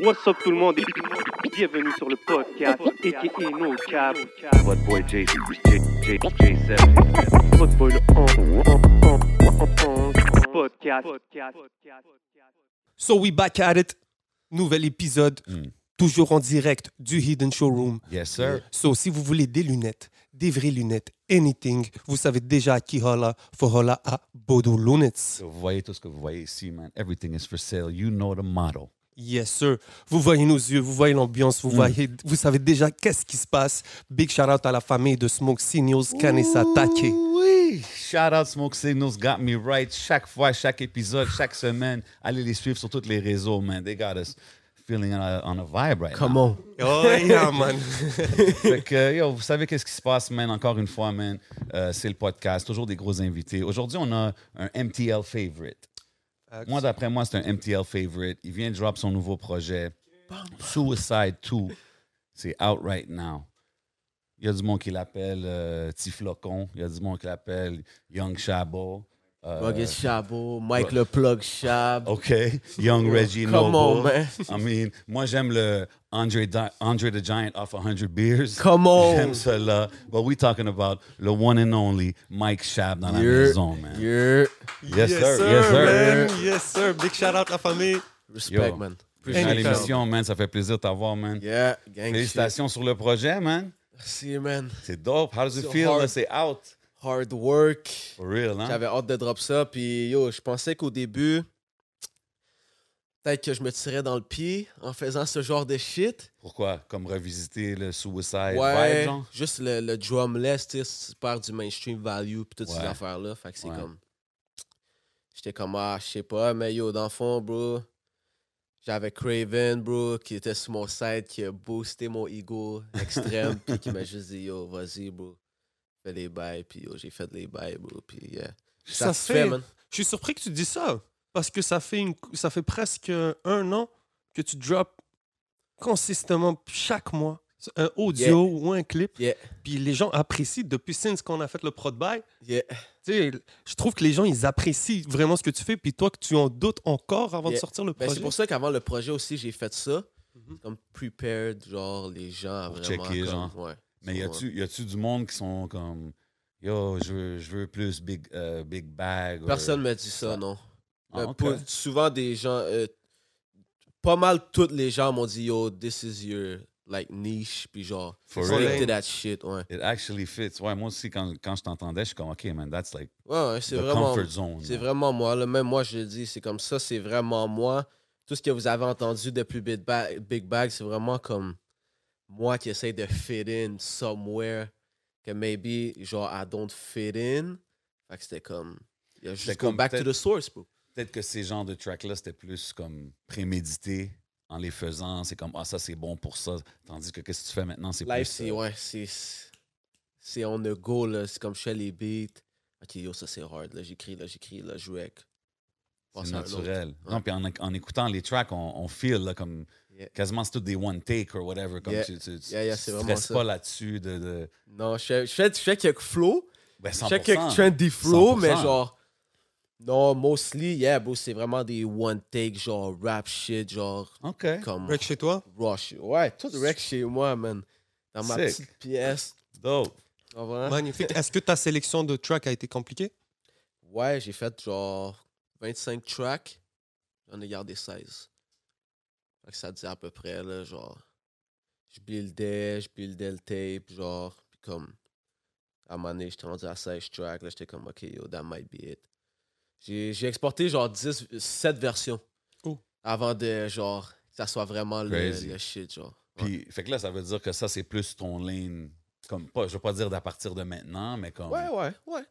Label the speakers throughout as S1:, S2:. S1: What's up tout le monde et bienvenue sur le podcast a.k.a. No Cap.
S2: What boy J J J J7.
S1: Votre boy le on- podcast.
S3: So we back at it. Nouvel épisode. Toujours en direct du Hidden Showroom.
S4: Hmm. Yes, sir.
S3: So si vous voulez des lunettes, des vraies lunettes, anything, vous savez déjà à qui holla. Faut holla à Bodo Lunettes.
S4: Vous voyez tout ce que vous voyez ici, man. Everything is for sale. You know the motto.
S3: Yes, sir. Vous voyez nos yeux, vous voyez l'ambiance,
S4: Hmm.
S3: vous, voyez, vous savez déjà qu'est-ce qui se passe. Big shout out à la famille de Smoke Signals, Kanessa Take.
S4: Oui. Shout out Smoke Signals got me right. Chaque fois, chaque épisode, chaque semaine, allez les suivre sur tous les réseaux, man. They got us feeling on a, on a vibe right now.
S3: on. Oh, yeah, man.
S4: Fait que, yo, vous savez qu'est-ce qui se passe, man. Encore une fois, man. Euh, c'est le podcast. Toujours des gros invités. Aujourd'hui, on a un MTL favorite.
S5: Euh,
S4: Moi, d'après moi, c'est un MTL favorite. Il vient de drop son nouveau projet. Suicide 2. C'est out right now. Il y a du monde qui l'appelle euh, Tiflocon. Il y a du monde qui l'appelle Young Chabo. Euh,
S5: Buggins Chabot, Mike Le Plug Chab.
S4: OK. Young Reggie
S5: Come
S4: Noble.
S5: on, man.
S4: I mean, moi, j'aime le Andre, Di- Andre the Giant off 100 Beers.
S5: Come on.
S4: J'aime cela. But we talking about le one and only Mike Shab dans la
S5: Yeah.
S4: maison, man.
S5: Yeah.
S4: Yes, sir. Yes, sir.
S3: man. Yes, sir. Big shout out à la famille.
S5: Respect,
S4: Yo.
S5: man.
S4: À
S5: Appreciate
S3: Anytime.
S5: you.
S4: l'émission, man. Ça fait plaisir de t'avoir, man.
S5: Yeah, gang shit.
S4: Félicitations sur le projet, man.
S5: Merci, man.
S4: C'est dope. How does it
S5: So
S4: feel?
S5: hard.
S4: là? C'est out.
S5: Hard work.
S4: For real, hein?
S5: J'avais hâte de drop ça. Puis, yo, je pensais qu'au début, peut-être que je me tirais dans le pied en faisant ce genre de shit.
S4: Pourquoi? Comme revisiter le Suicide vibe,
S5: Ouais.
S4: genre?
S5: Juste le, le drumless, tu sais, c'est super du mainstream value. Puis toutes
S4: Ouais.
S5: ces affaires-là. Fait que c'est
S4: Ouais.
S5: comme. J'étais comme, ah, je sais pas, mais yo, dans le fond, bro. J'avais Craven, bro, qui était sur mon site, qui a boosté mon ego extrême, puis qui m'a juste dit, yo, vas-y, bro, fais les bails, puis yo, j'ai fait les bails, bro, puis yeah. Je suis
S3: Ça
S5: satisfait,
S3: fait-
S5: man.
S3: Je suis surpris que tu dis ça. Parce que ça fait, une, ça fait presque un an que tu drops consistamment chaque mois un audio ou un clip.
S5: Yeah.
S3: Puis les gens apprécient depuis since qu'on a fait le prod by.
S5: Yeah. Ben,
S3: Tu sais, je trouve que les gens, ils apprécient vraiment ce que tu fais. Puis toi, que tu en doutes encore avant de
S5: Yeah.
S3: sortir le
S5: Ben,
S3: projet.
S5: c'est pour ça qu'avant le projet aussi, j'ai fait ça. Comme prepared, genre, les gens à
S4: Mhm. Pour
S5: vraiment.
S4: checker,
S5: comme-
S4: genre.
S5: Ouais.
S4: Mais y a-tu y a-tu du monde qui sont comme Yo, je veux, je veux plus Big, euh, big Bag?
S5: Personne m'a dit ça,
S4: Ça-
S5: non.
S4: Ah,
S5: Euh,
S4: ok.
S5: pour- souvent, des gens. euh, pas mal tous les gens m'ont dit Yo, this is your like, niche. Puis genre,
S4: For
S5: connected
S4: real?
S5: that shit. Ouais,
S4: It actually fits. Ouais, moi aussi, quand, quand je t'entendais, je suis comme, OK, man, that's like
S5: ouais, ouais, c'est
S4: the
S5: vraiment.
S4: comfort zone.
S5: C'est
S4: là.
S5: vraiment moi. Là. Même moi, je le dis, c'est comme ça, c'est vraiment moi. Tout ce que vous avez entendu depuis Big Bag, Big Bag, c'est vraiment comme moi qui essaie de fit in somewhere que maybe, genre, I don't fit in. Fait que c'était comme. Il y a
S4: C'était
S5: juste
S4: comme
S5: comme back to
S4: peut-être-
S5: the source, bro.
S4: Peut-être que ces genres de tracks-là, c'était plus comme prémédité en les faisant. C'est comme, ah, ça, c'est bon pour ça. Tandis que qu'est-ce que tu fais maintenant? C'est
S5: Live,
S4: plus.
S5: c'est
S4: euh,
S5: ouais, c'est c'est on the go là, c'est comme je fais les beats. Ok, yo, ça c'est hard là, j'écris là, j'écris là, je rec.
S4: euh,
S5: Passe
S4: C'est
S5: à un autre.
S4: naturel.
S5: Ouais.
S4: Non, puis en, en écoutant les tracks, on, on feel là, comme
S5: Yeah.
S4: quasiment c'est tout des one take or whatever. Comme
S5: Yeah.
S4: tu, tu, tu,
S5: Yeah, yeah,
S4: tu
S5: c'est
S4: te
S5: vraiment
S4: stresses
S5: ça.
S4: pas là-dessus de. de...
S5: Non, je fais, je fais, je fais quelques flows,
S4: Ben,
S5: je
S4: 100%.
S5: fais quelques trendy flows,
S4: 100%.
S5: mais genre non, mostly yeah, bro, c'est vraiment des one take genre rap shit, genre
S4: OK.
S5: comme
S3: Rec chez toi?
S5: rush. Ouais, tout rec chez moi, man. Dans ma
S4: Sick.
S5: petite pièce.
S4: Dope.
S5: Tu comprends?
S3: Magnifique. Est-ce que ta sélection de tracks a été compliquée?
S5: Ouais, j'ai fait genre 25 tracks. J'en ai gardé 16. Fait que ça dit à peu près, là, genre. Je buildais, je buildais le tape, genre. Puis comme. À un moment donné, j'étais rendu à 16 tracks. Là, j'étais comme, OK, yo, that might be it. J'ai j'ai exporté genre 10, 7 versions.
S3: Oh.
S5: Avant de, genre, que ça soit vraiment le,
S4: Crazy.
S5: le shit, genre. Ouais.
S4: Puis, fait que là, ça veut dire que ça, c'est plus ton lane. Comme, pas, je veux pas dire d'à partir de maintenant, mais comme.
S5: Ouais, ouais, ouais.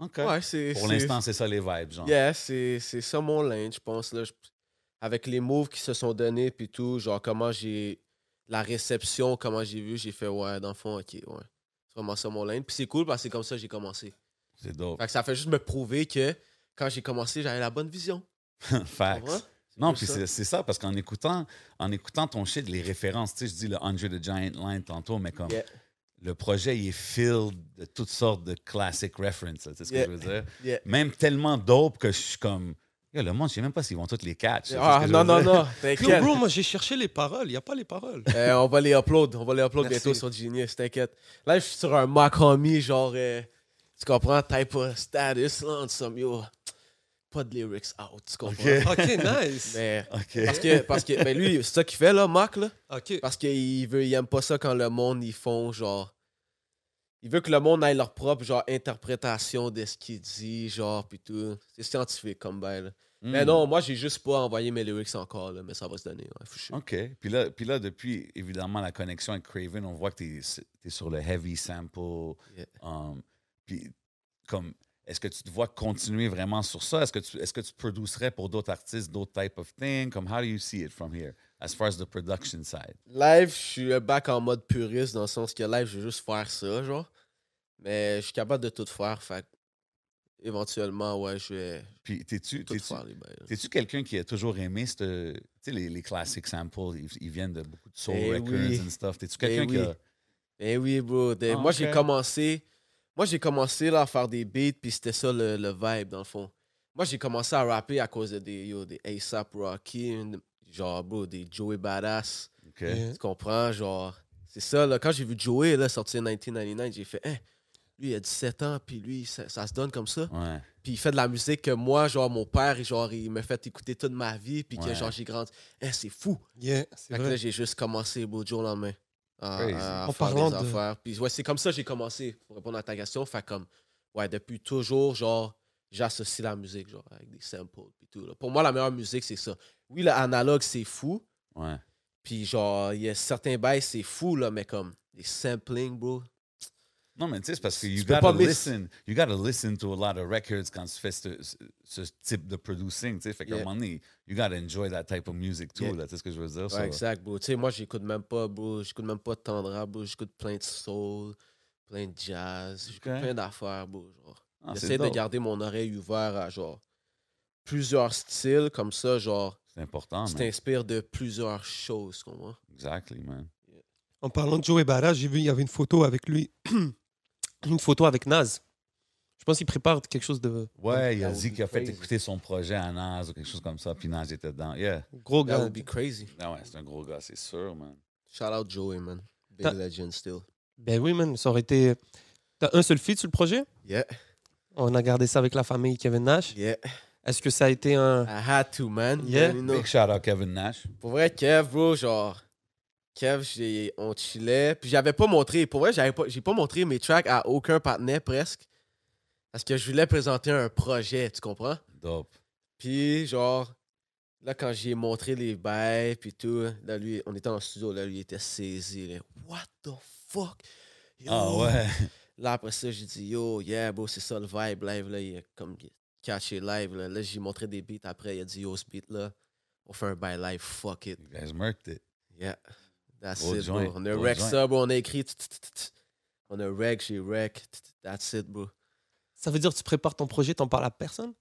S4: OK.
S5: Ouais, c'est.
S4: Pour
S5: c'est-
S4: l'instant, c'est ça les vibes, genre.
S5: Yeah, c'est c'est ça mon linge, je pense. Là, Je- avec les moves qui se sont donnés puis tout, genre comment j'ai. La réception, comment j'ai vu, j'ai fait ouais, dans le fond, ok, ouais. C'est vraiment ça mon linge. Puis c'est cool parce que c'est comme ça que j'ai commencé.
S4: C'est dope.
S5: Fait que ça fait juste me prouver que quand j'ai commencé, j'avais la bonne vision. Tu
S4: Facts.
S5: comprends? C'est
S4: Non,
S5: plus
S4: puis
S5: ça.
S4: c'est c'est ça, parce qu'en écoutant, en écoutant ton shit, les références, tu sais, je dis le Andre the Giant Line tantôt, mais comme
S5: Yeah.
S4: le projet, il est filled de toutes sortes de classic references, là, tu sais ce
S5: Yeah.
S4: que je veux dire?
S5: Yeah.
S4: Même tellement dope que je suis comme, Yo, le monde, je sais même pas s'ils vont tous les catch.
S5: Ah, non, non, non,
S3: Yo,
S5: t'inquiète.
S3: bro, moi, j'ai cherché les paroles. Il n'y a pas les paroles.
S5: Euh, on va les upload. On va les upload
S3: Merci.
S5: bientôt sur Genius, t'inquiète. Là, je suis sur un Mac Homie, genre, euh, tu comprends, type of status, là, en somme, yo, pas de lyrics out, tu comprends.
S4: Ok.
S3: OK, nice.
S5: Mais,
S4: OK.
S5: parce que, parce que ben lui, c'est ça qu'il fait, là, Mac, là.
S3: OK.
S5: Parce qu'il veut, il aime pas ça quand le monde, ils font, genre, il veut que le monde ait leur propre, genre, interprétation de ce qu'il dit, genre, pis tout. C'est scientifique, comme ben, là.
S4: Mm.
S5: Mais
S4: Hmm.
S5: non, moi, j'ai juste pas envoyé mes lyrics encore, là, mais ça va se donner, ouais, faut chier.
S4: OK. Puis là, puis là, depuis, évidemment, la connexion avec Craven, on voit que tu es, sur le heavy sample.
S5: Yeah.
S4: Um, puis, comme, est-ce que tu te vois continuer vraiment sur ça? Est-ce que tu, est-ce que tu produirais pour d'autres artistes, d'autres types of things? Comme, how do you see it from here, as far as the production side?
S5: Live, je suis euh, back en mode puriste dans le sens que live, je veux juste faire ça, genre. Mais je suis capable de tout faire, fait que éventuellement, ouais, je vais
S4: Puis, t'es-tu,
S5: tout
S4: t'es-tu,
S5: faire, les bails. là.
S4: t'es-tu quelqu'un qui a toujours aimé cette, euh, tu sais, les, les classic samples, ils, ils viennent de beaucoup de soul
S5: Eh
S4: records
S5: oui.
S4: and stuff. T'es-tu
S5: Eh
S4: quelqu'un qui
S5: oui.
S4: a...
S5: Eh oui, bro. de-
S4: Ah,
S5: moi, j'ai
S4: ok.
S5: commencé. Moi, j'ai commencé là, à faire des beats, puis c'était ça le, le vibe, dans le fond. Moi, j'ai commencé à rapper à cause de des, yo, des ASAP Rocky, une- genre, bro, des Joey Badass.
S4: OK.
S3: Yeah.
S5: Tu comprends? Genre, c'est ça, là. Quand j'ai vu Joey là, sortir 1999, j'ai fait, hein, lui, il a 17 ans, puis lui, ça- ça se donne comme ça.
S4: Ouais.
S5: puis il fait de la musique que moi, genre, mon père, genre, il m'a fait écouter toute ma vie, puis que,
S4: Ouais.
S5: genre, j'ai grandi. Eh, c'est fou!
S3: Yeah, c'est
S5: Fait que là,
S3: vrai.
S5: j'ai juste commencé, beau jour le lendemain. À,
S4: Crazy.
S5: à
S3: En
S5: faire
S3: parlant
S5: des
S3: de-
S5: affaires. Puis ouais, c'est comme ça que j'ai commencé, pour répondre à ta question. Fait comme, ouais, depuis toujours, genre, j'associe la musique, genre, avec des samples, puis tout. là. Pour moi, la meilleure musique, c'est ça. Oui, le analogue, c'est fou,
S4: Ouais.
S5: puis genre, il y a certains bails, c'est fou, là, mais comme, des samplings, bro.
S4: Non, mais tu sais, c'est parce que
S5: Tu
S4: you
S5: peux
S4: gotta
S5: pas miss-
S4: listen. You gotta listen to a lot of records quand tu fais ce, ce- ce type de producing. Tu sais, fait qu'à
S5: Yeah.
S4: un moment donné, you gotta enjoy that type of music too.
S5: Yeah.
S4: là, Tu sais ce que je veux dire?
S5: Ouais,
S4: so-
S5: exact, bro. Tu sais, moi, j'écoute même pas, bro. J'écoute même pas de Tendra, bro. J'écoute plein de soul, plein de jazz. J'écoute
S4: Ok.
S5: plein d'affaires, bro. Genre.
S4: Ah, c'est
S5: J'essaie de
S4: dope.
S5: garder mon oreille ouverte à, genre, plusieurs styles. Comme ça, genre,
S4: C'est important,
S5: tu
S4: Ah, man.
S5: t'inspires de plusieurs choses, tu comprends?
S4: Exactly, man.
S3: En parlant de Joey Barra, j'ai vu, il y avait une photo avec lui. une photo avec Naz. Je pense qu'il prépare quelque chose de
S4: Ouais, il a
S5: That would
S4: dit
S5: be
S4: qu'il a fait
S5: crazy.
S4: écouter son projet à Naz ou quelque chose comme ça, puis Naz était dedans. Yeah.
S3: gros
S5: That
S3: gars.
S5: would be crazy.
S4: Ah ouais, c'est un gros gars, c'est sûr, man.
S5: Shout out Joey, man. Big
S3: Ta-
S5: legend still.
S3: Ben oui, man, ça aurait été. T'as un seul feat sur le projet?
S5: Yeah,
S3: On a gardé ça avec la famille Kevin Nash.
S5: yeah.
S3: Est-ce que ça a été un.
S5: I had to, man.
S3: Yeah.
S5: You know.
S4: Big shout out Kevin Nash.
S5: Pour vrai, Kev, bro, genre. Kev, j'ai- on chillait. Puis j'avais pas montré. Pour vrai, j'avais pas, j'ai pas montré mes tracks à aucun partenaire presque. Parce que je voulais présenter un projet, tu comprends?
S4: Dope.
S5: Puis genre, là, quand j'ai montré les bails, puis tout, là, lui, on était en studio, là, lui, il était saisi. Là. What the fuck? Yo.
S4: Ah ouais.
S5: Là, après ça, j'ai dit, yo, yeah, bro, c'est ça le vibe live, là. Il a comme il a catché live, là. Là, j'ai montré des beats après. Il a dit, yo, ce beat, là, on fait un bail live, fuck it.
S4: You guys murked it.
S5: Yeah. That's
S4: Gros
S5: it,
S4: joint,
S5: bro. On a
S4: gros
S5: rec
S4: joint.
S5: ça, bro. On a écrit. t- t- t- t- On a rec, j'ai rec. t- t- That's it, bro.
S3: Ça veut dire que tu prépares ton projet, t'en parles à personne?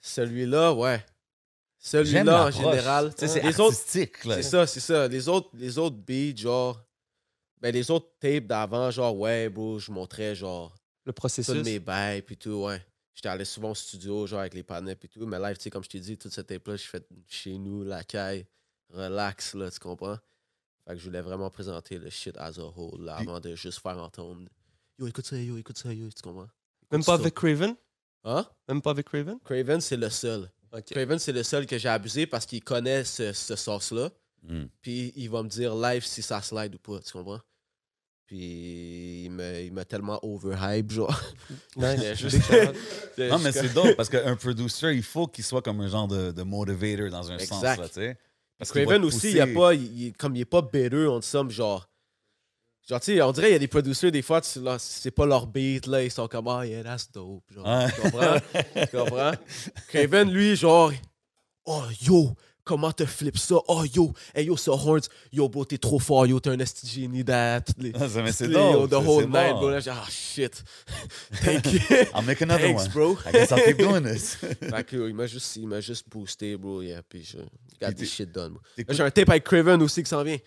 S5: Celui-là, ouais.
S4: J'aime
S5: Celui-là, en
S4: l'approche.
S5: général.
S4: Tu sais, c'est
S5: les autres,
S4: artistique, là.
S5: c'est ça, c'est ça. Les autres, les autres beats, genre. Ben, les autres tapes d'avant, genre, ouais, bro, je montrais, genre,
S3: Le
S5: tous
S3: processus?
S5: mes bails, puis tout, ouais. J'étais allé souvent au studio, genre, avec les panneaux, puis tout. Mais live, tu sais, comme je t'ai dit, toute cette tape-là, je fais chez nous, la caille, relax, là, tu comprends? Fait que je voulais vraiment présenter le shit as a whole, là,
S4: Puis-
S5: avant de juste faire entendre. Yo, écoute ça, yo, écoute ça, yo, tu comprends?
S3: Même
S5: Écoute
S3: pas
S5: ça.
S3: avec Craven?
S5: Hein?
S3: Même pas avec Craven?
S5: Craven, c'est le seul.
S3: Ok.
S5: Craven, c'est le seul que j'ai abusé parce qu'il connaît ce, ce sauce-là.
S4: Mm.
S5: Puis il va me dire live si ça slide ou pas, tu comprends? Puis il m'a il m'a tellement overhype, genre.
S3: Nice.
S5: Juste-
S3: Big shout-out.
S4: Non, mais c'est dope parce qu'un producer, il faut qu'il soit comme un genre de, de motivator dans un sens,
S5: Exact.
S4: là, tu sais. Parce qu'il va
S5: Craven
S4: te
S5: aussi, il a
S4: pousser.
S5: pas, il- il- comme il est pas béreux, en somme, genre. Genre, tu sais, on dirait qu'il y a des producers, des fois, tu- là, c'est pas leur beat, là, ils sont comme, ah, yeah, that's dope. Genre,
S4: Ouais.
S5: Tu comprends? tu comprends? Craven, lui, genre, oh, yo, comment te flippes ça? Oh, yo, hey, yo, ce horns, yo, bro, t'es trop fort, yo, t'es un esti de génie, that. toutes les-
S4: Ah, ça, mais c'est
S5: toutes les- yo,
S4: dope.
S5: the
S4: c'est-
S5: whole
S4: c'est
S5: night,
S4: bon.
S5: bro. Là, j'ai, ah, shit. Thank you.
S4: I'll make another
S5: Thanks,
S4: one.
S5: bro.
S4: I guess I'll keep doing this.
S5: Fait que, yo, il m'a juste, il m'a juste boosté, bro, yeah, puis je, got
S4: Puis t'es-
S5: this shit done, bro. Là,
S4: T'écoutes-
S5: J'ai un tape avec Craven aussi qui s'en vient.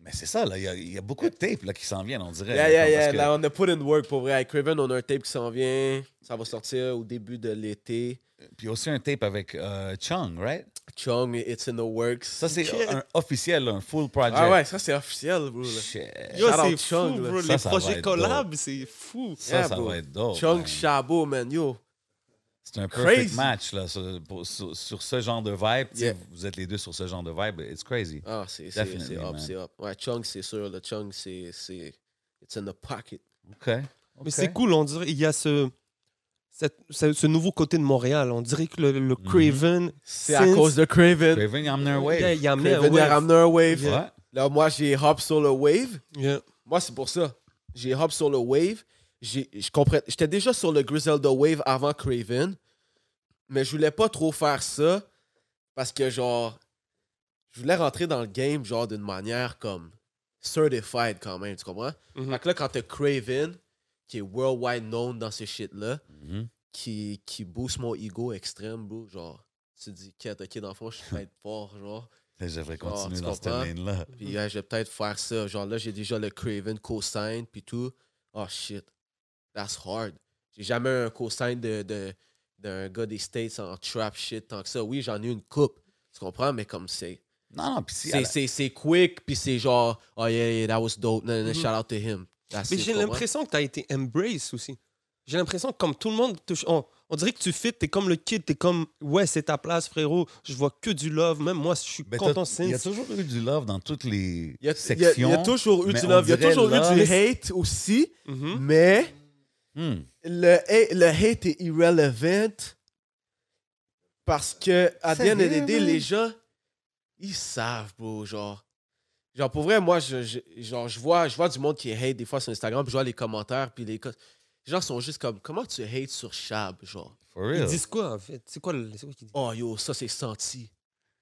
S4: Mais c'est ça, là. Il y a- il y, a beaucoup de tapes là, qui s'en viennent, on dirait.
S5: Yeah, yeah,
S4: comme, parce
S5: yeah.
S4: que-
S5: Là, on a put in work pour vrai. Avec Craven, on a un tape qui s'en vient. Ça va sortir au début de l'été.
S4: Puis aussi un tape avec euh, Chung, right?
S5: Chung, It's in the Works.
S4: Ça, c'est un officiel, un full project.
S5: ah ouais, ça c'est officiel, bro. là.
S4: Shit.
S3: Yo,
S5: Shout out
S3: c'est fou,
S5: Chung, là.
S3: bro.
S4: Ça,
S3: les
S4: ça va
S3: projets
S4: être
S3: collabs, c'est fou.
S4: Ça,
S5: Yeah,
S4: ça
S5: bro.
S4: va être dope.
S5: Chung
S4: Oh, man.
S5: Chabot, man, yo.
S4: C'est un perfect
S5: Crazy.
S4: match là, sur, pour- sur- sur ce genre de vibe. Tu sais,
S5: Yeah.
S4: Vous êtes les deux sur ce genre de vibe. It's crazy.
S5: Ah, c'est c'est-
S4: Definitely,
S5: c'est up,
S4: man.
S5: c'est up. Ouais, Chung, c'est sûr. Le Chung, c'est. c'est- It's in the pocket.
S4: OK.
S3: Mais c'est cool, on dirait. Il y a ce, cette- ce, ce nouveau côté de Montréal. On dirait que le, le
S4: Mhm.
S3: Craven.
S5: C'est à cause de Craven.
S4: Craven, il a amené un
S3: Ouais,
S4: wave.
S3: il y a amené un
S5: Craven a
S3: wave.
S5: ramené un wave.
S4: Ouais.
S5: Là, moi, j'ai hop sur le wave.
S3: Yeah.
S5: Moi, c'est pour ça. J'ai hop sur le wave. J'ai- je comprends- J'étais déjà sur le Griselda wave avant Craven. Mais je voulais pas trop faire ça parce que, genre, je voulais rentrer dans le game, genre, d'une manière comme certified quand même, tu comprends?
S3: Mhm.
S5: Fait que là, quand t'as Craven, qui est worldwide known dans ces shit-là,
S4: Mhm.
S5: qui, qui booste mon ego extrême, bro, genre, tu te dis, Quête, ok, dans le fond, je suis peut-être fort, genre.
S4: Ben, Je devrais
S5: Genre,
S4: continuer
S5: Ah, tu
S4: dans cette
S5: comprends?
S4: lane-là.
S5: Puis ouais, je vais peut-être faire ça. Genre là, j'ai déjà le Craven cosign, puis tout. Oh shit, that's hard. J'ai jamais un cosign de, de, d'un gars des States en trap shit tant que ça. Oui, j'en ai une coupe. Tu comprends? Mais comme c'est.
S4: Non, non, puis si. à
S5: C'est,
S4: la-
S5: c'est, c'est quick, puis c'est genre, oh yeah, yeah, that was dope. Non, non, non,
S4: Mm-hmm.
S5: Shout out to him. That's
S3: Mais
S5: it,
S3: j'ai
S5: tu comprends?
S3: l'impression que tu as été embrace aussi. J'ai l'impression que comme tout le monde, te- on, on dirait que tu fit, t'es comme le kid, t'es comme ouais c'est ta place frérot, je vois que du love, même moi je suis
S4: Ben,
S3: content
S4: t'as- Il y a
S3: since.
S4: toujours eu du love dans toutes les
S5: Il y a, il y a- il y
S4: sections.
S5: a toujours eu
S4: mais
S5: du
S4: on
S5: love, il y a
S4: dirait Mm-hmm.
S5: toujours
S4: là-
S5: eu du hate aussi,
S3: Mhm.
S5: mais.
S4: Hmm.
S5: le, ha- le hate est irrelevant parce que, à
S4: Ça
S5: the end of
S4: vient,
S5: the day,
S4: man.
S5: les gens, ils savent, bro, genre. Genre, pour vrai, moi, je, je- genre, je, vois, je vois du monde qui hate des fois sur Instagram, puis je vois les commentaires, puis les, co- les gens sont juste comme, comment tu hates sur Chab, genre?
S4: For
S3: Ils
S4: real.
S3: disent quoi en fait C'est quoi le c'est quoi qu'ils disent
S5: Oh, yo, ça, c'est senti.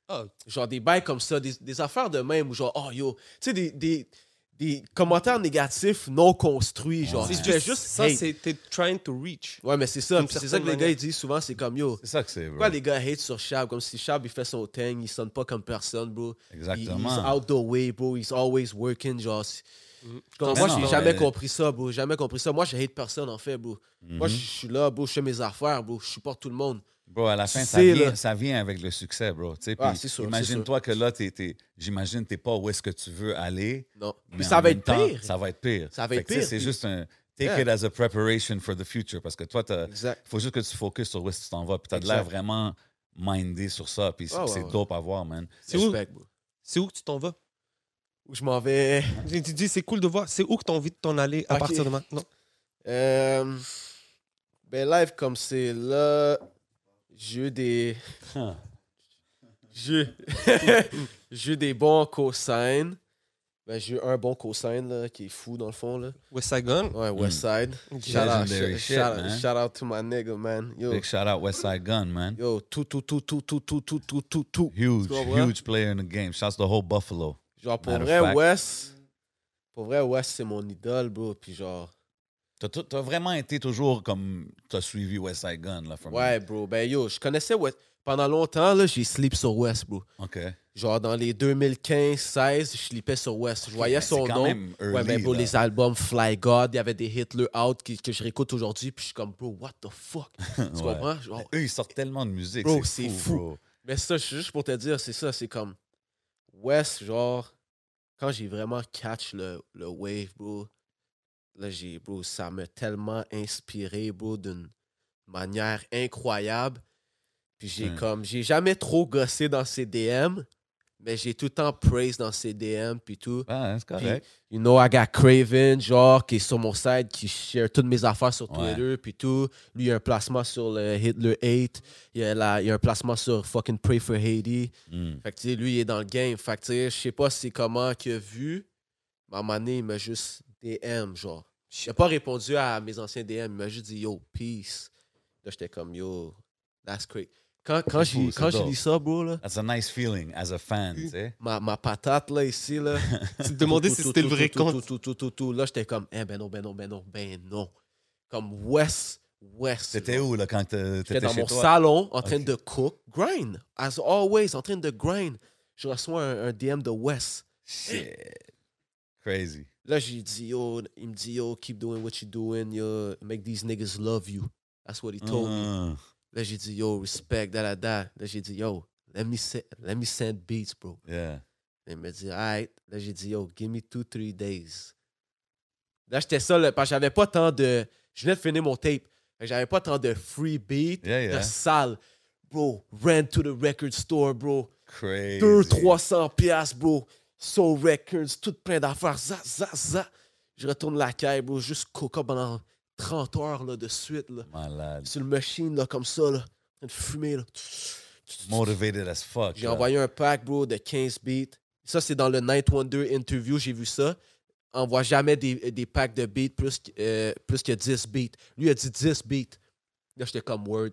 S3: Ah,
S5: Genre, des bails comme ça, des, des affaires de même, ou genre, oh, yo, tu sais, des, des, des commentaires négatifs non construits, genre.
S4: C'est
S5: Tu fais juste
S3: ça
S5: hate.
S3: c'est t'es trying to reach.
S5: Ouais, mais c'est ça,
S3: D'une
S5: puis c'est ça
S3: certaine
S5: que les gars,
S3: manière.
S5: ils disent souvent, c'est comme, yo,
S4: C'est ça que c'est, bro.
S5: Pourquoi les gars hate sur Shab? Comme si Shab, il fait son thing, il sonne pas comme personne, bro. Il- He's
S4: Exactement.
S5: out the way, bro. He's always working, genre. c'est-
S3: Mm.
S5: Comme
S4: Mais
S5: moi,
S4: non,
S5: j'ai jamais
S4: mais-
S5: compris ça, bro. Jamais compris ça. Moi, je hate personne, en fait, bro. Moi,
S4: Mm-hmm.
S5: je suis là, bro. Je fais mes affaires, bro. Je supporte tout le monde.
S4: Bro, à la fin,
S5: Tu
S4: ça
S5: sais,
S4: vient,
S5: là.
S4: ça vient avec le succès, bro. Tu sais,
S5: Ah,
S4: puis
S5: c'est sûr, c'est
S4: Imagine-toi que là, t'es- t'es- j'imagine que tu n'es pas où est-ce que tu veux aller.
S5: Non.
S4: mais
S5: Puis
S4: en
S5: ça va
S4: même
S5: être
S4: temps,
S5: pire.
S4: Ça va être pire.
S5: Ça va être
S4: Fait que, tu sais,
S5: pire,
S4: C'est
S5: puis-
S4: juste un take
S5: Yeah.
S4: it as a preparation for the future parce que toi, il
S5: Exact.
S4: faut juste que tu focuses sur où est-ce que tu t'en vas. Puis tu as de
S5: Exact. Ah,
S4: l'air vraiment mindé sur ça. Puis c'est
S5: Ouais, ouais,
S4: c'est
S5: ouais.
S4: dope à voir, man.
S3: C'est où
S5: Respect, bro.
S3: C'est où que tu t'en vas
S5: Où je m'en vais.
S3: J'ai dit c'est cool de voir, c'est où que t'as envie de t'en aller à
S5: Ok.
S3: partir de maintenant
S5: Euh, ben, live comme c'est là, j'ai eu des.
S4: Huh.
S5: j'ai j'ai eu des bons cosigns. Ben, j'ai eu un bon cosign, là, qui est fou, dans le fond, là.
S3: West Saigon.
S4: Mm.
S5: Ouais, Westside.
S3: Ok.
S5: Shout out,
S4: Legendary
S5: shout,
S4: shit,
S5: shout out,
S4: man.
S5: shout out to my nigga, man. Yo,
S4: Big shout out West Side Gun, man.
S5: yo, tout, tout, tout, tout, tout, tout, tout, tout, tout, tout.
S4: Huge,
S5: Tu comprends?
S4: huge player in the game. Shouts the whole Buffalo.
S5: Genre, pour
S4: Matter of
S5: vrai,
S4: fact.
S5: Wes, pour vrai, Wes, c'est mon idole, bro. Puis genre,
S4: T'as tout- t'as vraiment été toujours comme t'as suivi West Side Gun, là, from
S5: ouais, bro. Ben, yo, je connaissais Wes. Pendant longtemps, là, j'ai sleep sur Wes, bro.
S4: OK.
S5: Genre, dans les 2015-16, je slipais sur Wes. Je voyais
S4: mais Ben, c'est
S5: son
S4: quand
S5: nom.
S4: même early,
S5: ouais, mais bro,
S4: là.
S5: les albums Fly God, il y avait des Hitler Out qui- que je réécoute aujourd'hui. Puis je suis comme, bro, what the fuck? tu comprends? Genre,
S4: Eux, ils sortent tellement de musique.
S5: Bro,
S4: c'est
S5: c'est
S4: fou,
S5: fou.
S4: bro.
S5: Mais ça, c'est juste pour te dire, c'est ça, c'est comme West, genre, quand j'ai vraiment catch le, le wave, bro, là, j'ai, bro, ça m'a tellement inspiré, bro, d'une manière incroyable. Puis j'ai
S4: Ouais.
S5: comme, j'ai jamais trop gossé dans ses DM, mais j'ai tout le temps praise dans ses DM, puis tout.
S4: Ah, c'est
S5: Puis,
S4: correct.
S5: you know, I got Craven, genre, qui est sur mon site, qui share toutes mes affaires sur
S4: Ouais.
S5: Twitter, puis tout. Lui, il y a un placement sur le Hitler 8. Il y a, la- il y a un placement sur fucking Pray for Haiti.
S4: Hmm.
S5: Fait que, tu sais, lui, il est dans le game. Fait que, tu sais, je sais pas c'est comment qu'il a vu, mais à un moment donné, il m'a juste DM, genre. Il a pas répondu à mes anciens DM. Il m'a juste dit, yo, peace. Là, j'étais comme, yo, that's great. Quand, quand,
S4: C'est fou,
S5: j'ai-
S4: c'est
S5: quand j'ai
S4: dope.
S5: lu ça, bro, là,
S4: That's a nice feeling as a fan, tu sais.
S5: ma, ma patate, là, ici, là.
S3: Tu te demandais
S5: tout,
S3: si
S5: tout,
S3: c'était le
S5: tout,
S3: vrai
S5: tout,
S3: compte.
S5: tout, tout, tout, tout, tout. Là, j'étais comme, eh ben non, ben non, ben non, ben non. Comme West, West.
S4: C'était
S5: genre.
S4: où, là, quand t'es- t'étais
S5: J'étais dans
S4: chez
S5: mon
S4: toi?
S5: salon en train
S4: Ok.
S5: de cook, grind. As always, en train de grind. Je reçois un, un DM de Wes.
S4: Shit. Crazy.
S5: Là, j'ai dit, yo, il me dit, yo, keep doing what you're doing, yo, make these niggas love you. That's what he told me.
S4: Ah.
S5: Là, j'ai dit, yo, respect, da da da. Là, j'ai dit, yo, let me, se- let me send beats, bro.
S4: Yeah.
S5: Il m'a dit, alright. Là, j'ai dit, yo, give me two, three days. Là, j'étais seul, parce que j'avais pas tant de. Je venais de finir mon tape. Fait que J'avais pas tant de free beat,
S4: Yeah, yeah.
S5: de salle. Bro, ran to the record store, bro.
S4: Crazy.
S5: 2 300 piastres, bro. Soul Records, tout plein d'affaires. Za, za, za. Je retourne la caille, bro, juste coca pendant 30 heures là, de suite. Là.
S4: Malade.
S5: Sur le machine, là, comme ça, là. En train de fumer, là.
S4: Motivated as fuck.
S5: J'ai
S4: là.
S5: envoyé un pack, bro, de 15 beats. Ça, c'est dans le 912 interview, j'ai vu ça. Envoie jamais des, des packs de beats plus, qu- euh, plus que 10 beats. Lui, il a dit 10 beats. Là, j'étais comme word.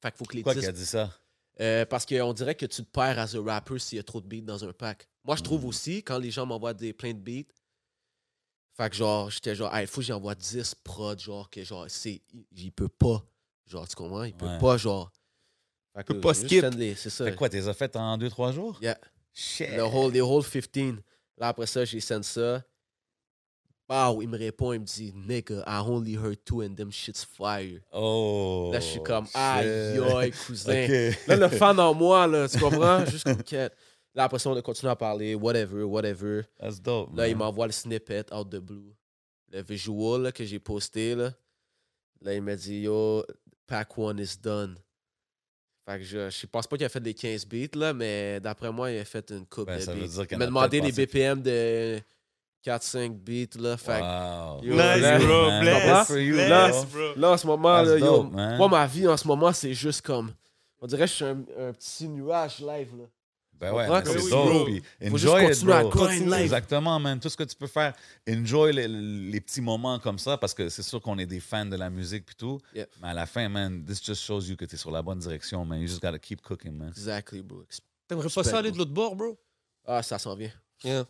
S5: Fait qu'il faut que les
S4: Pourquoi
S5: 10
S4: qu'il a dit ça?
S5: euh, parce qu'on dirait que tu te perds as a rapper s'il y a trop de beats dans un pack. Moi, je trouve aussi, quand les gens m'envoient des, plein de beats, fait que genre, j'étais genre, il faut que j'envoie 10 prods, genre, que genre, c'est, il, il peut pas. Genre, tu comprends? Il peut
S4: Ouais.
S5: pas, genre. Fait que,
S3: peut pas
S5: juste
S3: skip.
S5: send les- C'est ça.
S4: Fait quoi, t'es as fait en 2-3 jours?
S5: Yeah.
S4: Shit.
S5: Le whole, les whole 15. Là, après ça, j'ai send ça. Wow, il me répond, il me dit, nigga, I only heard two and them shit's fire.
S4: Oh.
S5: Là, je suis comme,
S4: shit.
S5: aïe, aïe, cousin.
S4: Ok.
S5: Là, le fan en moi, là, tu comprends? Juste comme quête. Là, après ça, on a continué à parler, whatever, whatever.
S4: That's dope.
S5: Là, il
S4: man.
S5: m'envoie le snippet out the blue. Le visual là, que j'ai posté, là. Là, il m'a dit, yo, pack one is done. Fait que je, je pense pas qu'il a fait des 15 beats, là, mais d'après moi, il a fait une coupe
S4: Ben,
S5: de
S4: ça veut
S5: beats.
S4: dire qu'il
S5: Il m'a
S4: y en a
S5: demandé les
S4: peut-être pensé-
S5: BPM de 4-5 beats, là. Fait que
S4: Wow.
S5: Yo, Nice, là,
S3: bro.
S4: man.
S3: Bless,
S4: Good for you,
S5: bless,
S4: bro.
S3: bro.
S5: Là, en ce moment,
S4: That's
S5: là, yo,
S4: dope, man.
S5: moi, ma vie, en ce moment, c'est juste comme. On dirait que je suis un, un petit nuage live, là.
S4: Ben ouais,
S5: Comprends?
S4: mais c'est
S3: Oui,
S4: dope.
S3: bro.
S4: puis
S5: Faut juste
S4: Enjoy it,
S5: continuer à
S4: bro.
S5: grind life.
S4: Exactement, man. Tout ce que tu peux faire, enjoy les, les petits moments comme ça, parce que c'est sûr qu'on est des fans de la musique puis tout.
S5: Yeah.
S4: Mais à la fin, man, this just shows you que t'es sur la bonne direction, man. You just gotta keep cooking, man.
S5: Exactly, bro.
S3: T'aimerais pas
S5: Super,
S3: ça aller
S5: bro.
S3: de l'autre bord, bro?
S5: Ah, ça s'en vient.
S3: Yeah.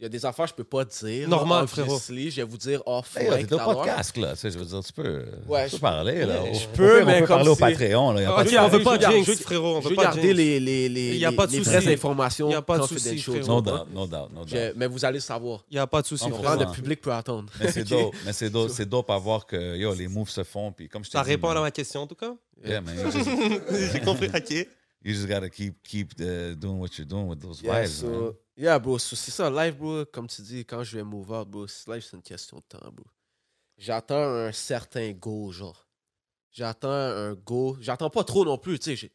S5: Il y a des affaires que je peux pas dire.
S3: Normal,
S5: là, obviously. Je vais vous dire oh, off
S4: Hey, là,
S5: mic
S4: t'es au
S5: tout à l'heure.
S4: podcast, là. Tu sais, je veux dire, tu peux,
S5: Ouais,
S4: tu peux
S5: je-
S4: parler, là.
S3: ouais,
S4: Au-
S3: je
S4: au
S5: peux,
S4: pire, on
S5: mais
S4: peut
S5: comme
S4: parler au
S5: si-
S4: Patreon, là. Y a pas
S3: Ok,
S4: de
S5: de
S3: on veut
S5: problème.
S3: pas
S5: Je garde-
S3: jinx,
S5: je-
S3: frérot. On
S5: Je
S3: veut
S5: vais
S3: pas
S5: garder
S3: jinx.
S5: les, les, les,
S3: Il y a
S5: les-
S3: pas de
S5: les
S3: souci.
S5: vraies informations.
S3: Il y a pas de
S5: confidential,
S3: souci, frérot.
S5: tu
S4: No
S5: comprends?
S4: doubt, no doubt, no doubt.
S5: Je- Mais vous allez le savoir.
S3: Y a pas de souci,
S4: On
S5: Quand
S4: comprend.
S3: frérot.
S5: le public peut attendre.
S4: Mais c'est
S5: Ok?
S4: dope, mais c'est dope, c'est dope à voir que, yo, les moves se font, puis comme je t'ai
S3: Ça
S4: dit,
S3: répond à
S4: man,
S3: ma question, en tout cas.
S4: yeah, man, you just-
S3: J'ai compris. Ok.
S4: you just gotta keep, keep uh, doing what you're doing with those
S5: Yeah,
S4: vibes,
S5: so-
S4: man.
S5: yeah, bro. so c'est ça, live, bro. Comme tu dis, quand je vais move out, bro, c'est- live, c'est une question de temps, bro. J'attends un certain go, genre. J'attends un go. J'attends pas trop non plus, tu sais. J'ai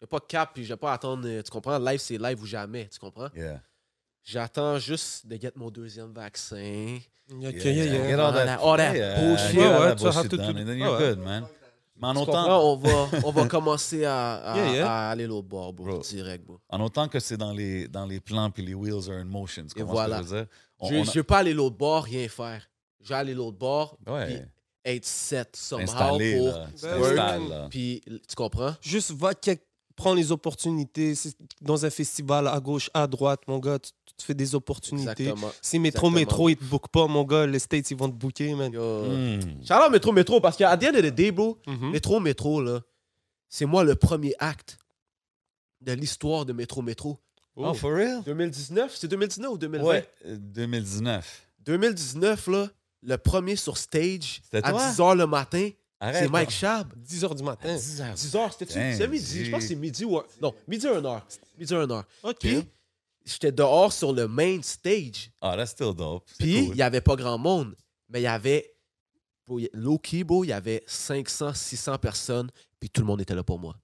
S5: j'ai pas de cap, puis je vais pas attendre. euh, Tu comprends? Live, c'est live ou jamais, tu comprends?
S4: Yeah.
S5: J'attends juste de get mon deuxième vaccin.
S3: Ok,
S4: Yeah,
S3: yeah, yeah.
S4: yeah. Get all
S5: All
S4: that,
S5: that- all that
S4: yeah,
S5: bullshit.
S4: get all
S3: Ouais,
S4: that
S3: ouais, tu vas
S4: bullshit
S3: tout-
S4: done,
S3: tout-
S4: and then you're
S3: ouais, ouais.
S4: good, man. Mais en
S5: Tu
S4: autant,
S5: comprends? On va, on va commencer à, à-
S3: Yeah, yeah.
S5: à aller l'autre bord, bro,
S4: Bro.
S5: direct, bro.
S4: en autant que c'est dans les, dans les plans puis les wheels are in motion, tu
S5: Et
S4: comprends ce
S5: voilà.
S4: que je veux dire? On-
S5: Je
S4: on
S5: ne
S4: a-
S5: veux pas aller l'autre bord, rien faire. Je vais aller l'autre bord,
S4: ouais,
S5: puis être set somehow
S4: installé,
S5: pour...
S4: là.
S3: Ben
S4: Installé,
S3: oui.
S4: là.
S5: Puis, tu comprends?
S3: Juste va quelque... prends les opportunités. C'est Dans un festival, à gauche, à droite, mon gars, tu tu te fais des opportunités.
S5: Exactement.
S3: Si Métro,
S5: Exactement.
S3: Métro, ils te bookent pas, mon gars, les States, ils vont te booker, man.
S5: Yo.
S4: Hmm.
S5: Shout out Métro Métro, parce qu'à the end of the day, bro,
S4: Mm.
S3: Mhm.
S5: Métro Métro, là, c'est moi le premier acte de l'histoire de Métro Métro.
S4: Oh, for real?
S5: 2019, c'est 2019 ou 2020?
S4: Ouais, euh, 2019.
S5: 2019, là, le premier sur stage,
S4: C'était
S5: à
S4: toi?
S5: 10h le matin,
S4: Arrête.
S5: c'est Mike Chab.
S3: 10 h du matin.
S5: 10h, c'était-tu?
S4: Damn,
S5: C'est midi, je pense que c'est midi ou... un- Non, midi 1h. Midi 1h.
S3: Ok.
S5: Puis, j'étais dehors sur le main stage.
S4: Ah, that's still dope. C'est
S5: Puis, il
S4: cool.
S5: n'y avait pas grand monde. Mais il y avait, bro, y- low key, bro, il y avait 500, 600 personnes. Puis tout le monde était là pour moi.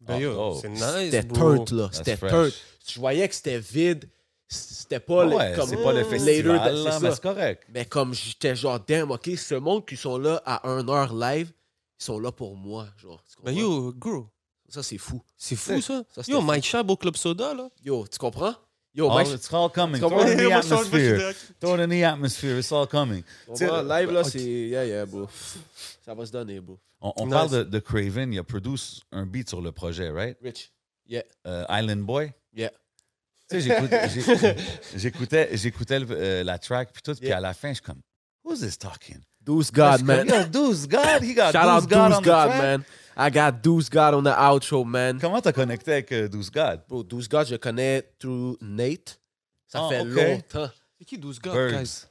S3: Ben,
S4: Oh,
S3: yo,
S4: oh.
S3: c'est
S5: C'était
S3: nice, bro.
S5: turnt, là.
S4: That's
S5: C'était
S4: fresh. Ah
S5: turnt. Je voyais que c'était vide. C'était pas, le-
S4: Ouais,
S5: comme,
S4: c'est pas le
S5: later
S4: festival,
S5: that- c'est
S4: là,
S5: ça.
S4: mais c'est correct.
S5: Mais comme j'étais genre, damn, OK, ce monde qui sont là à 1h live, ils sont là pour moi. Genre, tu
S3: Ben,
S5: comprends?
S3: yo, gros.
S5: Ça, c'est fou.
S3: C'est fou, ça.
S5: ça, c'était
S3: yo,
S5: fou.
S3: Mike Chab au Club Soda, là.
S5: Yo, tu comprends? Yo,
S4: All-
S5: Mike,
S4: it's all coming.
S5: Tu
S4: Throw it in
S3: Moi, je
S4: the
S3: suis- moi, je suis
S4: atmosphere.
S3: d'accord.
S4: Throw it in the atmosphere. It's all coming.
S5: On
S4: T'sais,
S5: va en live, là,
S4: ok.
S5: c'est. Yeah, yeah, bro. Ça va se donner, bro.
S4: On, on
S3: Nice.
S4: parle de, de Craven. Il a produit un beat sur le projet, right?
S5: Rich. Yeah,
S4: Euh, Island Boy.
S5: yeah.
S4: Tu sais, j'écoute- j'ai- j'écoutais, j'écoutais le- euh, la track, puis tout, puis
S5: Yeah.
S4: à la fin, je suis comme, Who's this talking?
S5: Deuce God,
S4: Là, je suis
S5: man.
S4: comme, Yo, Deuce God, he got
S5: Shout out
S4: Deuce God on
S5: Deuce
S4: the
S5: God,
S4: track.
S5: man. I got Deuce God on the outro, man.
S4: Comment t'as connecté avec euh, Deuce God?
S5: Bro, Deuce God, je connais through Nate. Ça
S4: Ah,
S5: fait
S4: ok.
S5: longtemps.
S3: C'est qui 12 gars, guys?
S4: Burgs.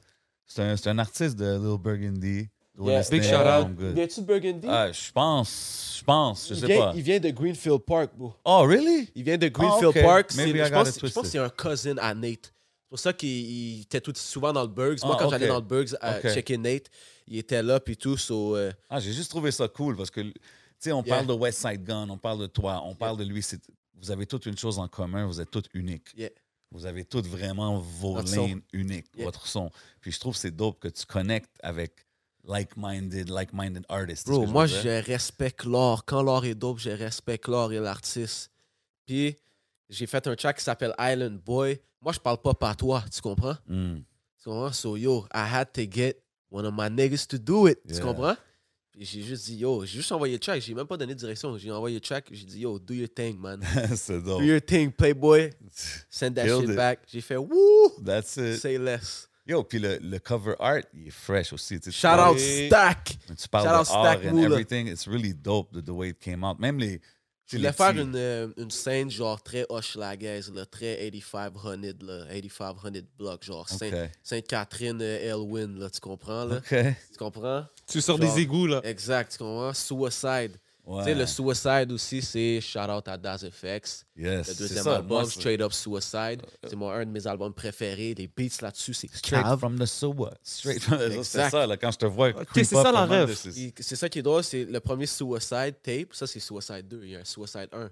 S4: C'est un, c'est un artiste de Little Burgundy. Dwayne
S5: Yeah.
S4: Estate,
S3: Big shout-out.
S4: I'm good.
S5: Viens-tu de Burgundy?
S4: Ah, je pense, je pense, je
S5: il,
S4: sais
S5: vient,
S4: pas.
S5: il vient de Greenfield Park, bro.
S4: Oh, really?
S5: Il vient de Greenfield
S4: ok.
S5: Park. c'est-
S4: Maybe I
S5: Je
S4: got
S5: pense,
S4: it
S5: je pense que c'est un cousin à Nate. C'est pour ça qu'il il était tout souvent dans le Burgs. Moi,
S4: Ah,
S5: quand
S4: ok.
S5: j'allais dans le Burgs à
S4: Ok.
S5: checker Nate, il était là puis tout. So, euh,
S4: Ah, j'ai juste trouvé ça cool parce que, tu sais, on
S5: Yeah.
S4: parle de West Side Gun, on parle de toi, on parle de lui. c'est- Vous avez toutes une chose en commun, vous êtes toutes uniques.
S5: Yeah.
S4: Vous avez toutes vraiment vos
S5: Votre son.
S4: lignes uniques,
S5: Yeah.
S4: votre son. Puis je trouve que c'est dope que tu connectes avec like-minded, like-minded artists. c'est ce
S5: Bro,
S4: que je
S5: moi,
S4: veux dire.
S5: je respecte l'art. Quand l'art est dope, je respecte l'art et l'artiste. Puis, j'ai fait un track qui s'appelle Island Boy. Moi, je parle pas par toi, tu comprends?
S4: Mm.
S5: Tu comprends? So, yo, I had to get one of my niggas to do it. Tu
S4: Yeah.
S5: comprends? Puis, j'ai juste dit, yo, j'ai juste envoyé le track. J'ai même pas donné de direction. J'ai envoyé le track. J'ai dit, yo, do your thing, man.
S4: c'est
S5: Do
S4: dope.
S5: your thing, playboy. Send that
S4: Killed
S5: shit
S4: it.
S5: back. J'ai fait, wouh!
S4: That's it.
S5: Say less.
S4: Yo, puis le, le cover art, il est fresh aussi. tu sais, tu
S5: Shout
S4: parles-
S5: out
S3: Et-
S5: Stack!
S4: Tu parles
S5: Shout out
S4: de art
S5: Stack
S4: and
S5: Moolah.
S4: everything. It's really dope the, the way it came out. Même les.
S5: Je voulais faire une, euh, une scène genre très Hochelaguaise, là, très 8500, là, 8500 block, genre Saint-
S4: Ok.
S5: Sainte-Catherine, euh, Elwyn, là, tu comprends, là?
S4: OK.
S5: Tu comprends?
S3: Tu sors
S5: Genre.
S3: des égouts, là.
S5: Exact, tu comprends? Suicide.
S4: Ouais.
S5: Tu sais, le Suicide aussi, c'est shout out à Daz Effects.
S4: Yes,
S5: Le
S4: c'est
S5: deuxième
S4: ça.
S5: album,
S4: Moi, c'est-
S5: Straight Up Suicide. C'est moi, un de mes albums préférés. Les beats là-dessus, c'est
S4: Straight
S5: cave.
S4: from the sewer. Straight from
S5: Exact.
S4: C'est ça, là, quand je te vois.
S3: Ok,
S4: creep
S3: c'est
S4: up
S3: ça, la
S4: comme un de
S3: rêve.
S4: ces-
S5: Il- C'est ça qui est drôle, c'est le premier Suicide tape. Ça, c'est Suicide 2. Il y a un Suicide 1.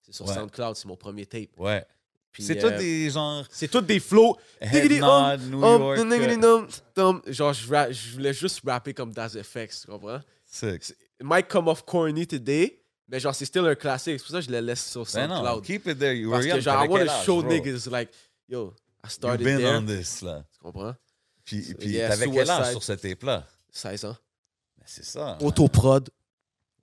S5: C'est sur
S4: Ouais.
S5: SoundCloud, c'est mon premier tape.
S4: Ouais.
S5: Puis,
S4: C'est
S5: euh,
S4: tout des genres.
S5: C'est tous des flows.
S4: Head
S5: Diggity,
S4: nod,
S5: um,
S4: New
S5: um,
S4: York.
S5: diggity,
S4: euh,
S5: dum, dum. Genre, je, ra- je voulais juste rapper comme Daz FX, tu comprends?
S4: Six.
S5: It might come off corny today, mais genre, c'est still un classique. C'est pour ça que je le laisse sur
S4: Ben non,
S5: SoundCloud.
S4: keep it there. You
S5: Parce
S4: were
S5: que
S4: young,
S5: genre, I
S4: t'avais
S5: want
S4: quel
S5: to
S4: âge,
S5: show
S4: bro?
S5: niggas, like, yo, I
S4: You've
S5: started
S4: been
S5: there.
S4: on this, là.
S5: Tu comprends?
S4: Puis, puis
S5: Yeah,
S4: t'avais quel âge
S5: suicide.
S4: sur ce tape-là?
S5: 16 ans.
S4: Ben, C'est ça.
S5: Autoprod.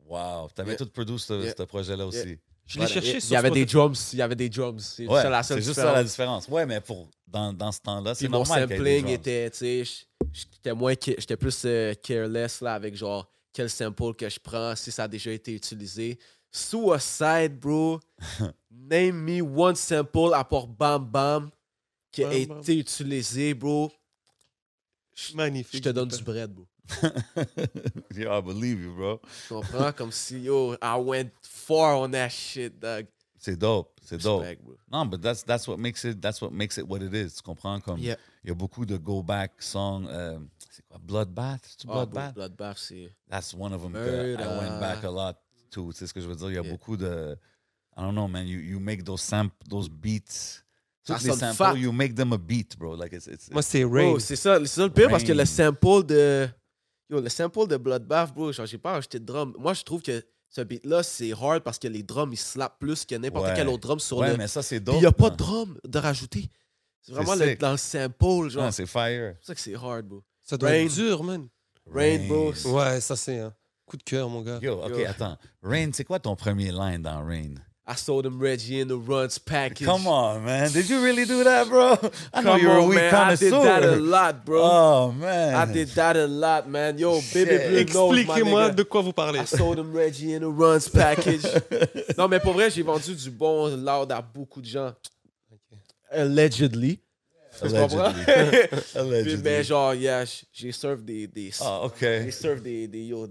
S4: Wow. T'avais
S5: Yeah.
S4: tout produit ce,
S5: Yeah.
S4: ce projet-là
S5: Yeah.
S4: aussi.
S3: Je l'ai cherché
S5: Il
S3: sur
S5: y avait des
S3: Spotify.
S5: drums. Il y avait des drums. C'est
S4: Ouais,
S5: ça la
S4: c'est
S5: seule
S4: juste ça la
S5: différence.
S4: différence. Ouais, mais pour, dans, dans ce temps-là, c'est
S5: Puis mon
S4: normal. qu'il y ait des
S5: sampling
S4: drums.
S5: était, tu sais, j- j'étais moins, ca- j'étais plus euh, careless là avec genre quel sample que je prends, si ça a déjà été utilisé. Suicide, bro. Name me one sample à part Bam Bam qui a
S3: Bam
S5: été
S3: Bam.
S5: utilisé, bro.
S3: Magnifique.
S5: Je te donne du bread, bro.
S4: yeah, I believe you, bro.
S5: Tu comprends? Comme si, yo, I went far on that shit, dog.
S4: C'est dope. C'est dope.
S5: Respect, bro. Ah,
S4: Non, but that's that's what makes it that's what makes it what it is. Tu comprends comme il
S5: Yeah.
S4: y a beaucoup de go back songs. euh, c'est quoi Bloodbath?
S5: Ah,
S4: Tu
S5: bro,
S4: Bloodbath?
S5: Bloodbath, c'est...
S4: That's one of them. que
S5: Murder.
S4: I went back a lot to. Tu sais ce que je veux dire? Il y a
S5: Yeah.
S4: beaucoup de I don't know, man. You you make those sam those beats.
S5: Ça
S4: Toutes les
S5: sonne
S4: samples,
S5: fat.
S4: you make them a beat, bro. Like it's it's.
S3: Moi, Oh, c'est Rain.
S5: Bro, Oh, c'est ça, c'est ça le pire parce que le
S4: Rain.
S5: sample de. Yo, le sample de Bloodbath, bro, genre, j'ai pas rajouté de drum. Moi, je trouve que ce beat-là, c'est hard parce que les drums, ils slap plus que n'importe
S4: Ouais.
S5: quel autre drum sur
S4: ouais,
S5: le.
S4: mais ça c'est
S5: Puis
S4: dope.
S5: il a pas
S4: hein.
S5: de drum de rajouter. C'est
S4: C'est
S5: vraiment le-
S4: sick.
S5: dans le sample, genre.
S4: Non,
S5: c'est
S4: c'est fire.
S5: pour ça que c'est hard, bro.
S3: Ça doit
S5: Rain.
S3: être dur, man.
S5: Rain, bro.
S3: Ouais, ça, c'est un coup de cœur, mon gars.
S4: Yo, ok,
S5: Yo.
S4: attends. Rain, c'est quoi ton premier line dans Rain?
S5: I sold him Reggie in the runs package.
S4: Come on, man. Did you really do that, bro? I know
S5: Come
S4: you're a
S5: on,
S4: weak
S5: man. I did
S4: connoisseur.
S5: that a lot, bro.
S4: Oh, man.
S5: I did that a lot, man. Yo,
S4: Shit.
S5: baby blue knows, my
S3: Expliquez-moi
S5: nigga.
S3: de quoi vous parlez.
S5: I sold him Reggie in a runs package. non, mais pour vrai, j'ai vendu du bon loud à beaucoup de gens. Allegedly. Tu comprends?
S4: Allegedly.
S5: Puis,
S4: Allegedly.
S5: mais genre, yeah, j- j'ai serve des. des
S4: Ah, OK.
S5: J'ai serve des. des yo,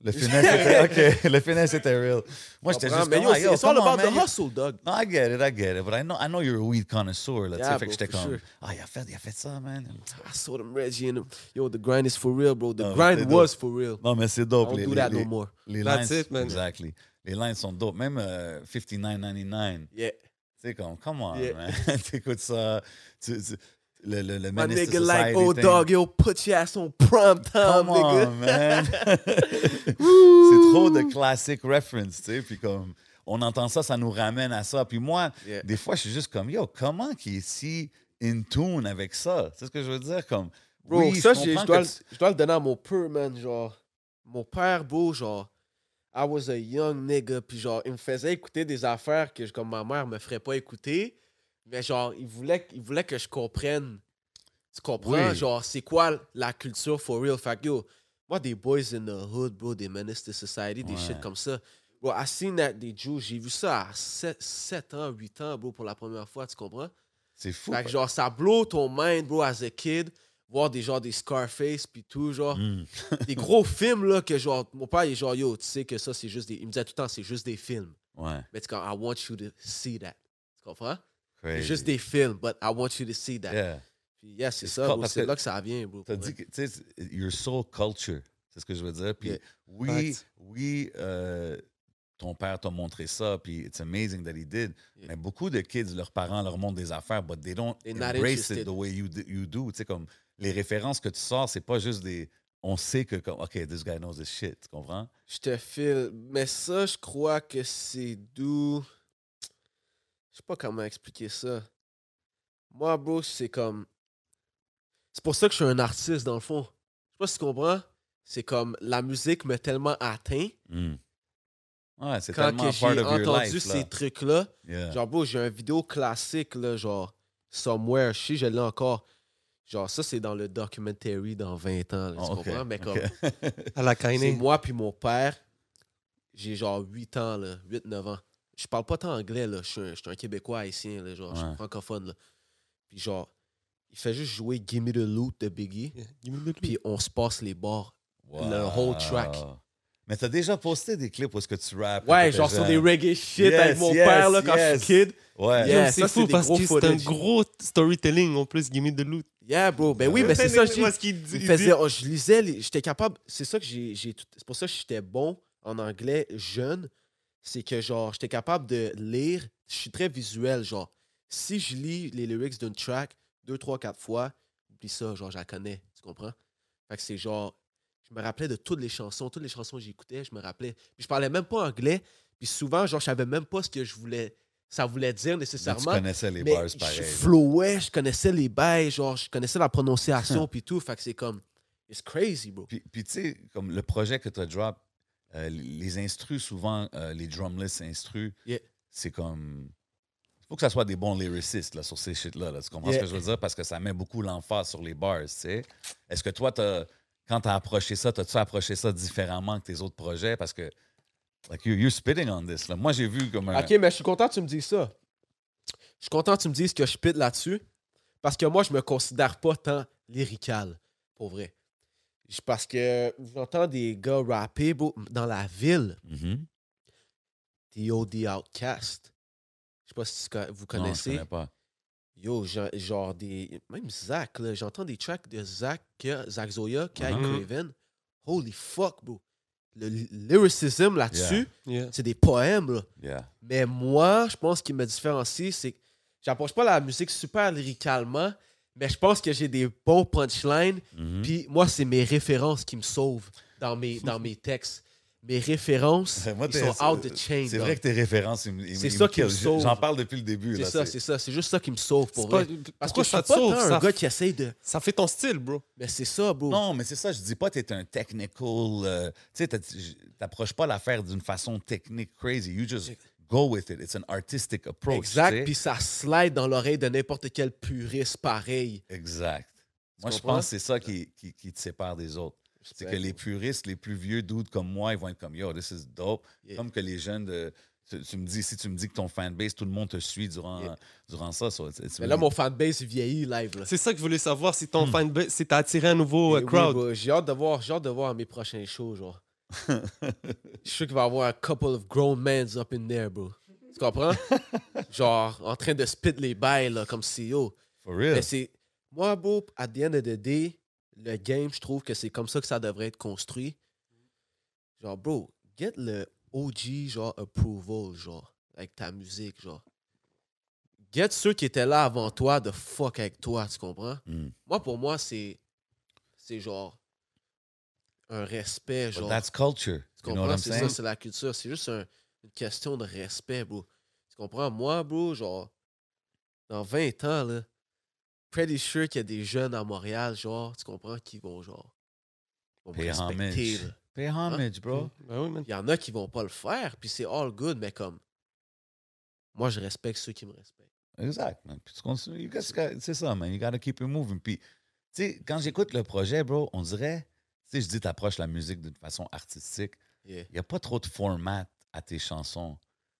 S4: Le finesse était... OK. Le finesse était real. Moi,
S5: tu
S4: j'étais
S5: comprends?
S4: juste
S5: mais
S4: comme,
S5: yo,
S4: ah,
S5: c'est
S4: yo,
S5: it's all
S4: come on,
S5: about the
S4: man.
S5: hustle, dog.
S4: No, I get it, I get it. But I know, I know you're a weed connoisseur, là, tu
S5: Yeah,
S4: sais. Fait
S5: bro,
S4: que j'étais
S5: for
S4: comme,
S5: sure.
S4: ah, il a fait, il a fait ça, man.
S5: I sold him Reggie in a. Yo, the grind is for real, bro. The
S4: Ah, c'est
S5: grind
S4: dope.
S5: was for real.
S4: Non, mais c'est dope.
S5: Don't
S4: les,
S5: do
S4: les-
S5: that
S4: les-
S5: no more.
S4: les
S3: That's
S4: lines,
S3: it, man.
S4: Exactly. Les lines sont dope. Même euh, 59.99.
S5: Yeah.
S4: Tu sais, comme, come on,
S5: Yeah.
S4: man. T'écoutes ça. Tu, tu- le, le, le
S5: My
S4: Menace to
S5: nigga, like
S4: Society
S5: old
S4: thing.
S5: dog, yo, put your ass on prom time,
S4: Come on,
S5: nigga.
S4: man. c'est trop de classic reference, tu sais. Puis comme, on entend ça, ça nous ramène à ça. Puis moi,
S5: Yeah.
S4: des fois, je suis juste comme, yo, comment qu'il est si in tune avec ça? Tu sais ce que je veux dire? Comme,
S5: Bro,
S4: oui,
S5: ça,
S4: je
S5: j'ai- je,
S4: comprends
S5: dois,
S4: que
S5: le- je dois le donner à mon père, man. Genre, mon père, beau, genre, I was a young nigga, puis genre, il me faisait écouter des affaires que, comme ma mère, me ferait pas écouter, mais genre, il voulait, il voulait que je comprenne. Tu comprends?
S4: Oui.
S5: Genre, c'est quoi la culture for real? Fait que, yo, moi, des boys in the hood, bro, des menaces to society, des
S4: Ouais.
S5: shit comme ça. Bro, I seen that, des Jews, j'ai vu ça à 7, ans, 8 ans, bro, pour la première fois, tu comprends?
S4: C'est fou.
S5: Fait que genre, ça blow ton mind, bro, as a kid. Voir des genre des Scarface puis tout, genre.
S4: Mm.
S5: Des gros films, là, que genre, mon père, il est genre, yo, tu sais que ça, c'est juste des. Il me disait tout le temps, c'est juste des films.
S4: Ouais.
S5: Mais tu comme, I want you to see that. Tu comprends? C'est
S4: crazy.
S5: juste des films, but I want you to see that.
S4: Ben Yeah.
S5: Puis, yeah, c'est
S4: It's
S5: ça,
S4: called-
S5: bro.
S4: parce
S5: C'est
S4: que
S5: là que ça vient, bro.
S4: T'as
S5: pour
S4: dit
S5: vrai.
S4: que, tu sais, you're so culture. C'est ce que je veux dire. Puis
S5: Yeah.
S4: oui,
S5: Facts.
S4: oui, euh, ton père t'a montré ça, puis it's amazing that he did.
S5: Yeah.
S4: Mais beaucoup de kids, leurs parents leur montrent des affaires, but they don't
S5: They're not
S4: embrace it
S5: interested.
S4: the way you, d- you do. Tu sais, comme les références que tu sors, c'est pas juste des. On sait que, comme, OK, this guy knows this shit. Tu comprends?
S5: Je te file. Mais ça, je crois que c'est d'où. Je sais pas comment expliquer ça. Moi, bro, c'est comme. C'est pour ça que je suis un artiste, dans le fond. Je sais pas si tu comprends. C'est comme la musique m'a tellement atteint.
S4: Mm. Ouais, c'est
S5: Quand
S4: tellement
S5: que
S4: part
S5: j'ai
S4: of your
S5: entendu
S4: life. là.
S5: ces trucs-là,
S4: Yeah.
S5: Genre, bro, j'ai un vidéo classique, là, genre, Somewhere, je sais, je l'ai encore. Genre, ça, c'est dans le documentary dans 20 ans, là, tu
S4: Oh, ok,
S5: comprends? Mais comme,
S4: ok.
S3: À la
S5: c'est
S3: Kanye.
S5: moi puis mon père, j'ai genre 8 ans, là, 8-9 ans. Je parle pas tant anglais, là, je suis un, je suis un Québécois haïtien, là, genre, je
S4: Ouais.
S5: suis francophone, là. Puis genre, il fait juste jouer Gimme the Loot de Biggie, puis on se passe les bords. Le whole track.
S4: Wow. Mais t'as déjà posté des clips où est-ce que tu rappes?
S5: Ouais,
S4: quand
S5: genre
S4: t'étais
S5: sur des
S4: jeune.
S5: reggae shit
S4: Yes,
S5: avec mon
S4: yes,
S5: père, là, quand
S4: yes.
S5: je suis kid.
S4: Ouais.
S5: Yeah,
S3: c'est
S5: ça,
S3: fou
S5: c'est des
S3: parce
S5: gros
S3: que c'est un
S5: footage.
S3: gros storytelling en plus, Gimme de Loot.
S5: Yeah, bro. Ben oui, mais c'est ça, je dis.
S3: Moi, ce qu'il dit.
S5: Il
S3: il
S5: faisait,
S3: dit-
S5: oh, je lisais, les- j'étais capable. C'est ça que j'ai, j'ai tout- c'est pour ça que j'étais bon en anglais jeune. C'est que genre, j'étais capable de lire. Je suis très visuel, genre. Si je lis les lyrics d'une track deux, trois, quatre fois, oublie ça, genre, je la connais, tu comprends? Fait que c'est genre, je me rappelais de toutes les chansons, toutes les chansons que j'écoutais, je me rappelais. Puis je parlais même pas anglais. Puis souvent, genre, je savais même pas ce que je voulais, ça voulait dire
S4: Mais tu
S5: nécessairement.
S4: connaissais les
S5: Mais
S4: bars
S5: je
S4: pareil.
S5: flowais, je connaissais les bails, genre, je connaissais la
S4: Hum.
S5: prononciation puis tout. Fait que c'est comme, it's crazy, bro.
S4: Puis, puis tu sais, comme le projet que tu as drop, euh, les instrus, souvent, euh, les drumless instrus,
S5: Yeah.
S4: c'est comme. Il faut que ça soit des bons lyricistes là, sur ces shit-là. là. Tu comprends ce
S5: Yeah.
S4: que je veux dire? Parce que ça met beaucoup l'emphase sur les bars, tu sais. Est-ce que toi, t'as- quand tu as approché ça, as-tu approché ça différemment que tes autres projets? Parce que, like, you- you're spitting on this. là. Moi, j'ai vu comme un.
S5: Ok, mais je suis content que tu me dises ça. Je suis content que tu me dises que je pite là-dessus parce que moi, je me considère pas tant lyrical, pour vrai. Je- Parce que j'entends des gars rapper bro, dans la ville,
S4: Mhm.
S5: D.O.D. Outcast. Je sais pas si tu con- vous
S4: Non, je
S5: connaissez.
S4: connais pas.
S5: Yo, gen- genre des. Même Zach, là, j'entends des tracks de Zach, que- Zach Zoya, Kai
S3: Mhm.
S5: Craven. Holy fuck, bro. Le ly- lyricism là-dessus,
S3: Yeah.
S5: c'est des poèmes, là.
S4: Yeah.
S5: Mais moi, je pense qu'il me différencie, c'est que j'approche pas la musique super lyricalement, mais je pense que j'ai des bons punchlines.
S3: Mm-hmm.
S4: Mhm.
S5: Puis moi, c'est mes références qui me sauvent dans mes, dans mes textes. Mes références,
S4: Moi,
S5: ils
S4: t'es-
S5: sont out the chain.
S4: C'est
S5: dog.
S4: vrai que tes références, ils me- ils
S5: C'est
S4: me-
S5: ça
S4: ils me
S5: qui me
S4: killent.
S5: sauve.
S4: J'en parle depuis le début.
S5: C'est
S4: là,
S5: ça,
S4: c'est-
S5: c'est ça. C'est juste ça qui me sauve pour
S3: C'est pas-
S5: vrai. Parce que
S3: Pourquoi
S5: je suis
S3: ça
S5: pas
S3: te sauve?
S5: tant un
S3: Ça
S5: gars
S3: f-
S5: qui essaye de.
S3: Ça fait ton style, bro.
S5: Mais c'est ça, bro.
S4: Non, mais c'est ça, je dis pas t'es un technical. euh, tu sais, t'as- j- t'approches pas l'affaire d'une façon technique crazy. You just go with it. It's an artistic approach. tu sais.
S5: exact. Puis ça slide dans l'oreille de n'importe quel puriste pareil.
S4: Exact. Moi, je
S5: comprends?
S4: pense que c'est ça qui, qui, qui te sépare des autres. C'est que les puristes, les plus vieux dudes comme moi, ils vont être comme Yo, this is dope.
S5: Yeah.
S4: Comme que les jeunes de. Tu, tu me dis, si tu me dis que ton fanbase, tout le monde te suit durant,
S5: Yeah.
S4: durant ça. so it's- it's
S5: Mais là,
S4: really-
S5: mon fanbase vieillit live. Là.
S3: C'est ça que je voulais savoir, si ton fanbase, si t'as attiré un
S4: Oh,
S3: nouveau euh,
S5: Et Hmm. oui,
S3: crowd.
S5: bro, j'ai hâte de voir, j'ai hâte de voir mes prochains shows, genre. je suis sûr qu'il va y avoir un couple of grown men up in there, bro. Tu comprends? genre, en train de spit les bails, là, comme E CEO.
S4: For real.
S5: Mais Ben, c'est. Moi, bro, à the end of the day, le game, je trouve que c'est comme ça que ça devrait être construit. Genre, bro, get le OG, genre, approval, genre, avec ta musique, genre. Get ceux qui étaient là avant toi de fuck avec toi, tu comprends?
S4: Mm.
S5: Moi, pour moi, c'est. C'est genre. Un respect,
S4: But
S5: genre.
S4: that's culture.
S5: Tu
S4: You know
S5: comprends?
S4: what I'm
S5: C'est ça,
S4: saying?
S5: c'est la culture. C'est juste un- une question de respect, bro. Tu comprends? Moi, bro, genre, dans 20 ans, là, pretty sure qu'il y a des jeunes à Montréal, genre, tu comprends, qui vont, genre, vont me
S4: Pay
S5: respecter.
S4: homage.
S5: là.
S4: Pay
S5: Hein?
S4: homage, bro.
S3: Ben oui, man.
S5: Il y en a qui vont pas le faire, puis c'est all good, mais comme, moi, je respecte ceux qui me respectent.
S4: Exact, man. Puis tu continues. You guys got- C'est ça, man. You gotta keep it moving. Puis, tu sais, quand j'écoute le projet, bro, on dirait, tu sais, je dis, t'approches la musique d'une façon artistique.
S5: Yeah.
S4: Il n'y a pas trop de format à tes chansons.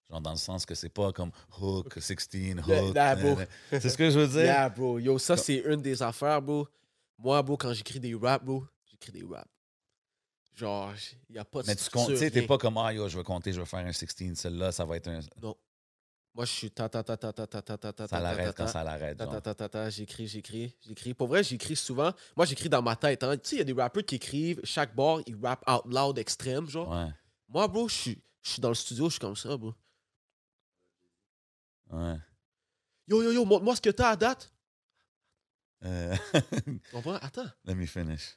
S4: Genre dans le sens que c'est pas comme hook, 16, hook.
S5: Le- la bro.
S4: nanana. C'est ce que je veux dire?
S5: Yeah, bro. Yo, ça, c'est une des affaires, bro. Moi, bro, quand j'écris des rap, bro, j'écris des rap. Genre, il n'y a pas de
S4: Mais tu comptes,
S5: structure,
S4: tu sais, t'es
S5: rien.
S4: pas comme, ah yo, je vais compter, je vais faire un 16, celle-là, ça va être un.
S5: Non. Moi, je suis ta ta ta ta ta ta ta ta ta ta,
S4: Ça
S5: ta,
S4: l'arrête
S5: ta,
S4: quand ça l'arrête.
S5: Ta,
S4: genre.
S5: ta, ta, ta, ta, j'écris, j'écris, j'écris. Pour vrai, j'écris souvent. Moi, j'écris dans ma tête. hein. Tu sais, il y a des rappeurs qui écrivent, chaque bord, ils rappent out loud extrême, genre.
S4: Ouais,
S5: Moi, bro, je suis je suis dans le studio, je suis comme ça, bro.
S4: ouais.
S5: Yo, yo, yo, montre-moi ce que t'as à date.
S4: Euh,
S5: Tu comprends? Attends.
S4: Let me finish.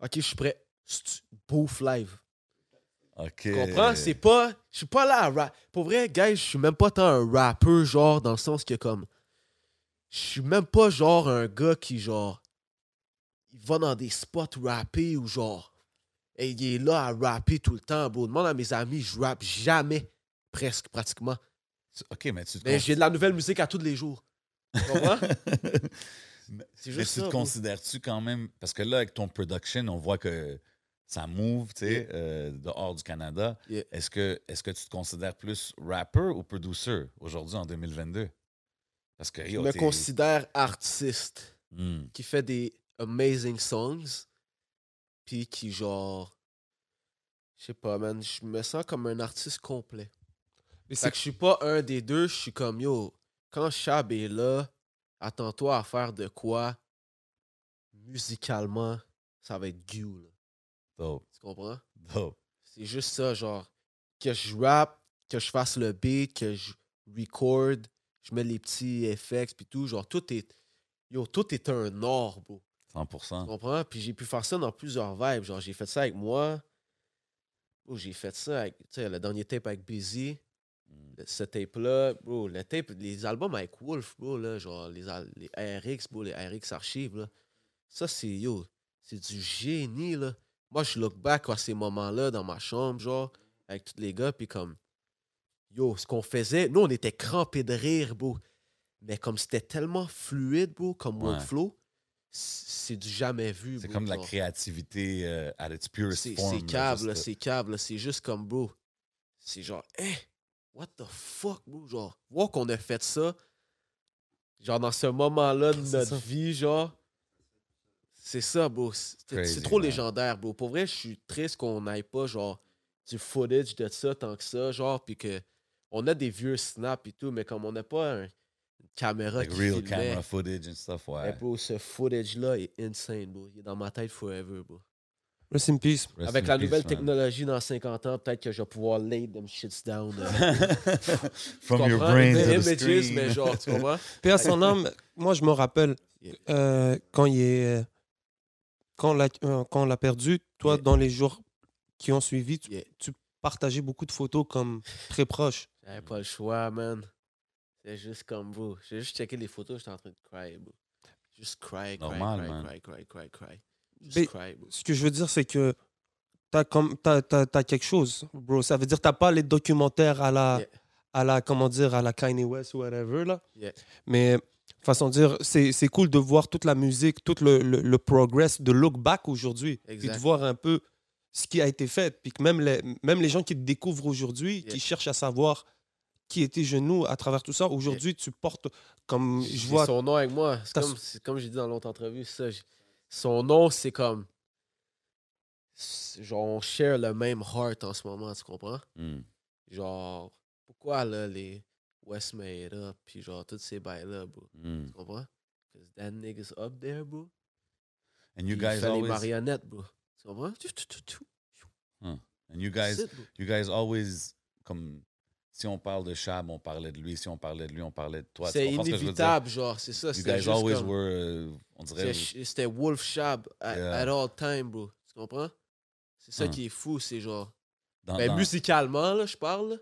S5: Ok, je suis prêt. Stu- Bouffe live.
S4: OK.
S5: Tu comprends? C'est pas. Je suis pas là à rap. Pour vrai, guys, je suis même pas tant un rappeur, genre, dans le sens que comme. Je suis même pas genre un gars qui, genre. Il va dans des spots rapper ou genre. Et il est là à rapper tout le temps, bro. Demande à mes amis, je rappe jamais. Presque, pratiquement.
S4: OK, mais tu te
S5: Mais
S4: cons-
S5: j'ai de la nouvelle musique à tous les jours. Tu comprends? C'est
S4: Mais
S5: juste
S4: tu
S5: ça.
S4: te
S5: bro.
S4: considères-tu quand même. Parce que là, avec ton production, on voit que ça move, tu sais,
S5: Yeah.
S4: euh, dehors du Canada.
S5: Yeah.
S4: Est-ce que, est que tu te considères plus rapper ou producer aujourd'hui en 2022? Parce que,
S5: Je
S4: yo,
S5: me
S4: t'es-
S5: considère artiste.
S4: Hmm.
S5: qui fait des amazing songs, puis qui genre, je sais pas, man, je me sens comme un artiste complet.
S3: Mais
S5: Fait
S3: c'est
S5: que je suis pas un des deux, je suis comme yo. Quand Chab est là, attends-toi à faire de quoi musicalement, ça va être du là.
S4: Dope,
S5: Tu comprends?
S4: dope.
S5: C'est juste ça, genre, que je rappe, que je fasse le beat, que je record, je mets les petits effets, puis tout, genre, tout est. Yo, tout est un or, bro.
S4: 100
S5: Tu comprends? Puis j'ai pu faire ça dans plusieurs vibes. Genre, j'ai fait ça avec moi. Bro, j'ai fait ça avec, tu sais, le dernier tape avec Busy.
S4: Hmm.
S5: Le- Ce tape-là, bro, le tape, les albums avec Wolf, bro, là, genre, les, al- les RX, bro, les RX archives, là. Ça, c'est, yo, c'est du génie, là. Moi, je look back à ces moments-là dans ma chambre, genre, avec tous les gars, puis comme, yo, ce qu'on faisait, nous, on était crampés de rire, bro. Mais comme c'était tellement fluide, bro, comme
S4: Ouais.
S5: workflow, c- c'est du jamais vu,
S4: C'est
S5: bro,
S4: comme de la
S5: genre.
S4: créativité euh, at its purest
S5: C'est
S4: form.
S5: c'est
S4: là,
S5: câble,
S4: juste,
S5: là,
S4: euh,
S5: c'est câble, là, c'est juste comme, bro. C'est genre, eh, what the fuck, bro? Genre, voir qu'on a fait ça, genre, dans ce moment-là de
S3: C'est
S5: notre
S3: ça.
S5: vie, genre, c'est ça, bro. C'est
S4: Crazy,
S5: c'est trop
S4: man.
S5: légendaire, bro. Pour vrai, je suis triste qu'on n'aille pas, genre, du footage de ça tant que ça, genre, puis que on a des vieux snaps et tout, mais comme on n'a pas un- une caméra
S4: Like
S5: qui
S4: real
S5: filmait, Eh,
S4: camera footage and stuff,
S5: mais
S4: ouais.
S5: bro, ce footage-là est insane, bro. Il est dans ma tête forever, bro.
S3: Rest in peace.
S4: Rest
S5: Avec
S4: in
S5: la
S4: peace,
S5: nouvelle
S4: man.
S5: technologie dans 50 ans, peut-être que je vais pouvoir lay them shits down. euh,
S4: From
S5: tu
S4: your
S5: comprends,
S4: brain
S5: des
S4: to the
S5: images,
S4: screen.
S5: mais genre, tu comprends?
S3: Puis à son âme, moi, je me rappelle
S5: Yeah.
S3: euh, quand il est. euh, Quand on l'a- euh, quand on l'a perdu, toi,
S5: Yeah.
S3: dans les jours qui ont suivi, tu,
S5: Yeah.
S3: tu partageais beaucoup de photos comme très proches.
S5: J'avais pas le choix, man. C'est juste comme, bro. J'ai juste checké les photos, j'étais en train de cry, bro. Juste cry, cry,
S4: Normal,
S5: cry,
S4: man.
S5: cry, cry, cry, cry. Just
S3: Mais-
S5: cry, bro.
S3: Ce que je veux dire, c'est que t'as comme t'as, t'as- t'as quelque chose, bro. Ça veut dire que t'as pas les documentaires à la
S5: Yeah.
S3: à la comment dire à la Kanye West ou whatever là.
S5: Yeah.
S3: Mais façon de dire, c'est, c'est cool de voir toute la musique, tout le, le, le progress de look back aujourd'hui, puis de
S5: Exact.
S3: voir un peu ce qui a été fait, puis que même les même les gens qui te découvrent aujourd'hui,
S5: Yeah.
S3: qui cherchent à savoir qui était genou à travers tout ça. Aujourd'hui, tu portes comme je
S5: J'ai
S3: vois
S5: son nom avec moi. C'est
S3: T'as-
S5: comme, c'est comme j'ai dit dans l'autre entrevue, ça. j'ai- Son nom, c'est comme. c'est- Genre, on share le même heart en ce moment, tu comprends?
S4: Hmm.
S5: Genre, pourquoi là, les West Made Up, puis genre, toutes ces bails-là, bro?
S4: Hmm.
S5: Tu comprends? Cause that nigga's up there, bro.
S4: And you
S5: Il
S4: guys
S5: fait les
S4: always
S5: marionnettes, bro. Tu comprends? Tu- tu- tu- tu-
S4: and you guys
S5: Sit, bro.
S4: you guys always comme si on parle de Chab, on parlait de lui, si on parlait de lui, on parlait de toi.
S5: C'est
S4: Tu comprends ce que je veux dire?
S5: inévitable, genre, c'est ça.
S4: You
S5: C'était
S4: guys
S5: juste
S4: always
S5: comme-
S4: were euh, on dirait
S5: c'était ch- C'était Wolf Shab at,
S4: Yeah.
S5: at all time, bro. Tu comprends? C'est ça
S4: Hein.
S5: qui est fou, c'est genre.
S4: dans,
S5: Ben,
S4: dans-
S5: musicalement, là, je parle. là.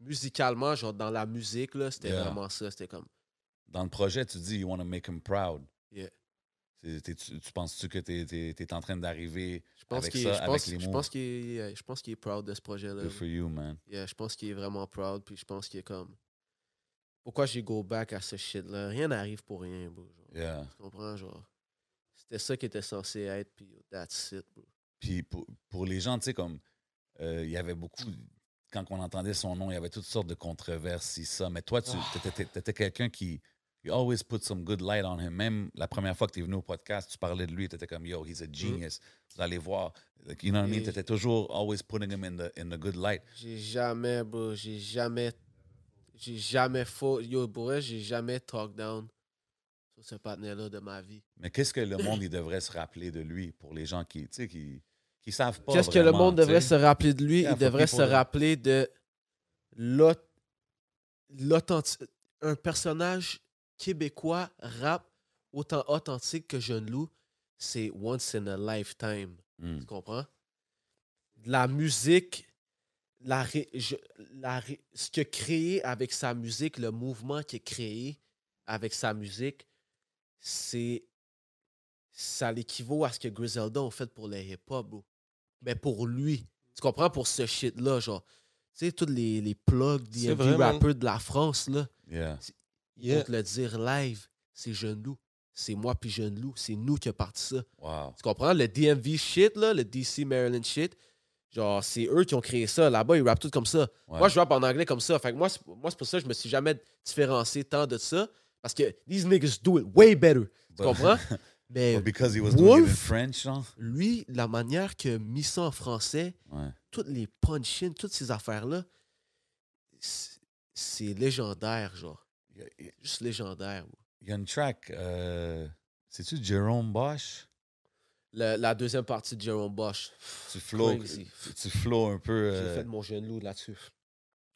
S5: Musicalement, genre, dans la musique, là, c'était
S4: Yeah.
S5: vraiment ça. C'était comme.
S4: dans le projet, tu dis you want to make him proud.
S5: Yeah.
S4: C'est- t'es- tu, tu penses-tu que t'es es, en train d'arriver
S5: Je pense
S4: Avec
S5: qu'il
S4: ça,
S5: je
S4: avec
S5: pense-
S4: les
S5: je
S4: mots.
S5: pense qu'il est, je pense qu'il est proud de ce projet-là.
S4: Good
S5: bro.
S4: for you, man?
S5: Yeah, je pense qu'il est vraiment proud, puis je pense qu'il est comme. Pourquoi j'ai go back à ce shit-là? Rien n'arrive pour rien, bro. genre.
S4: Yeah.
S5: Tu comprends, genre. C'était ça qui était censé être, puis that's it, bro.
S4: Puis pour, pour les gens, tu sais, comme euh, il y avait beaucoup. quand on entendait son nom, il y avait toutes sortes de controverses, si ça. Mais toi, tu
S5: Ah.
S4: étais, quelqu'un qui. You always put some good light on him. Même la première fois que tu es venu au podcast, tu parlais de lui, tu étais comme Yo, he's a
S5: Mm.
S4: genius. Vous allez voir. Like, you know what I mean?
S5: Et-
S4: Tu étais toujours always putting him in the, in the good light.
S5: J'ai jamais, bro, j'ai jamais. J'ai jamais faux. Yo, pour vrai, j'ai jamais talk down sur ce partenaire-là de ma vie.
S4: Mais qu'est-ce que le
S5: Mm.
S4: monde, il devrait se rappeler de lui pour les gens qui, tu sais, qui, qui savent pas.
S5: Qu'est-ce que le
S4: vraiment,
S5: monde devrait
S4: tu
S5: se
S4: sais?
S5: rappeler de lui?
S4: Yeah,
S5: Il
S4: for
S5: devrait se
S4: people that-
S5: rappeler de l'aut- l'authentique. Un personnage québécois rap autant authentique que Jeune Loup, c'est once in a lifetime.
S4: Mm.
S3: Hmm.
S5: Tu comprends? La musique, la ré- je- la ré- ce qu'il a créé avec sa musique, le mouvement qu'il a créé avec sa musique, c'est. Ça l'équivaut à ce que Griselda ont fait pour le hip-hop, bro. Mais pour lui. Tu comprends? Pour ce shit-là, genre. Tu sais, tous les, les plugs
S3: C'est
S5: des
S3: vrai, man.
S5: rappers de la France, là.
S4: Yeah.
S5: Ils vont te le dire live. C'est Jeune Loup. C'est moi puis Jeune Loup. C'est nous qui a parti ça.
S4: Wow.
S5: Tu comprends? Le DMV shit, là, le DC Maryland shit, genre, c'est eux qui ont créé ça. Là-bas, ils rappent tout comme ça.
S4: Ouais.
S5: Moi, je rappe en anglais comme ça. Fait que moi, c'est moi, c'est pour ça que je me suis jamais différencié tant de ça. Parce que these niggas do it way better. Tu
S4: But-
S5: comprends? Mais
S4: But because he was doing it in
S5: Wolf?
S4: French, genre?
S5: lui, la manière que mis ça en français,
S4: Ouais.
S5: toutes les punch-ins, toutes ces affaires-là, c'est- c'est légendaire, genre.
S4: Il y a-
S5: Juste légendaire. bro.
S4: il y a une track. euh, C'est-tu Jerome Bosch?
S5: Le- la deuxième partie de Jerome Bosch.
S4: Tu flow,
S5: Crazy.
S4: tu flow un peu.
S5: J'ai
S4: euh,
S5: fait mon jeune loup là-dessus.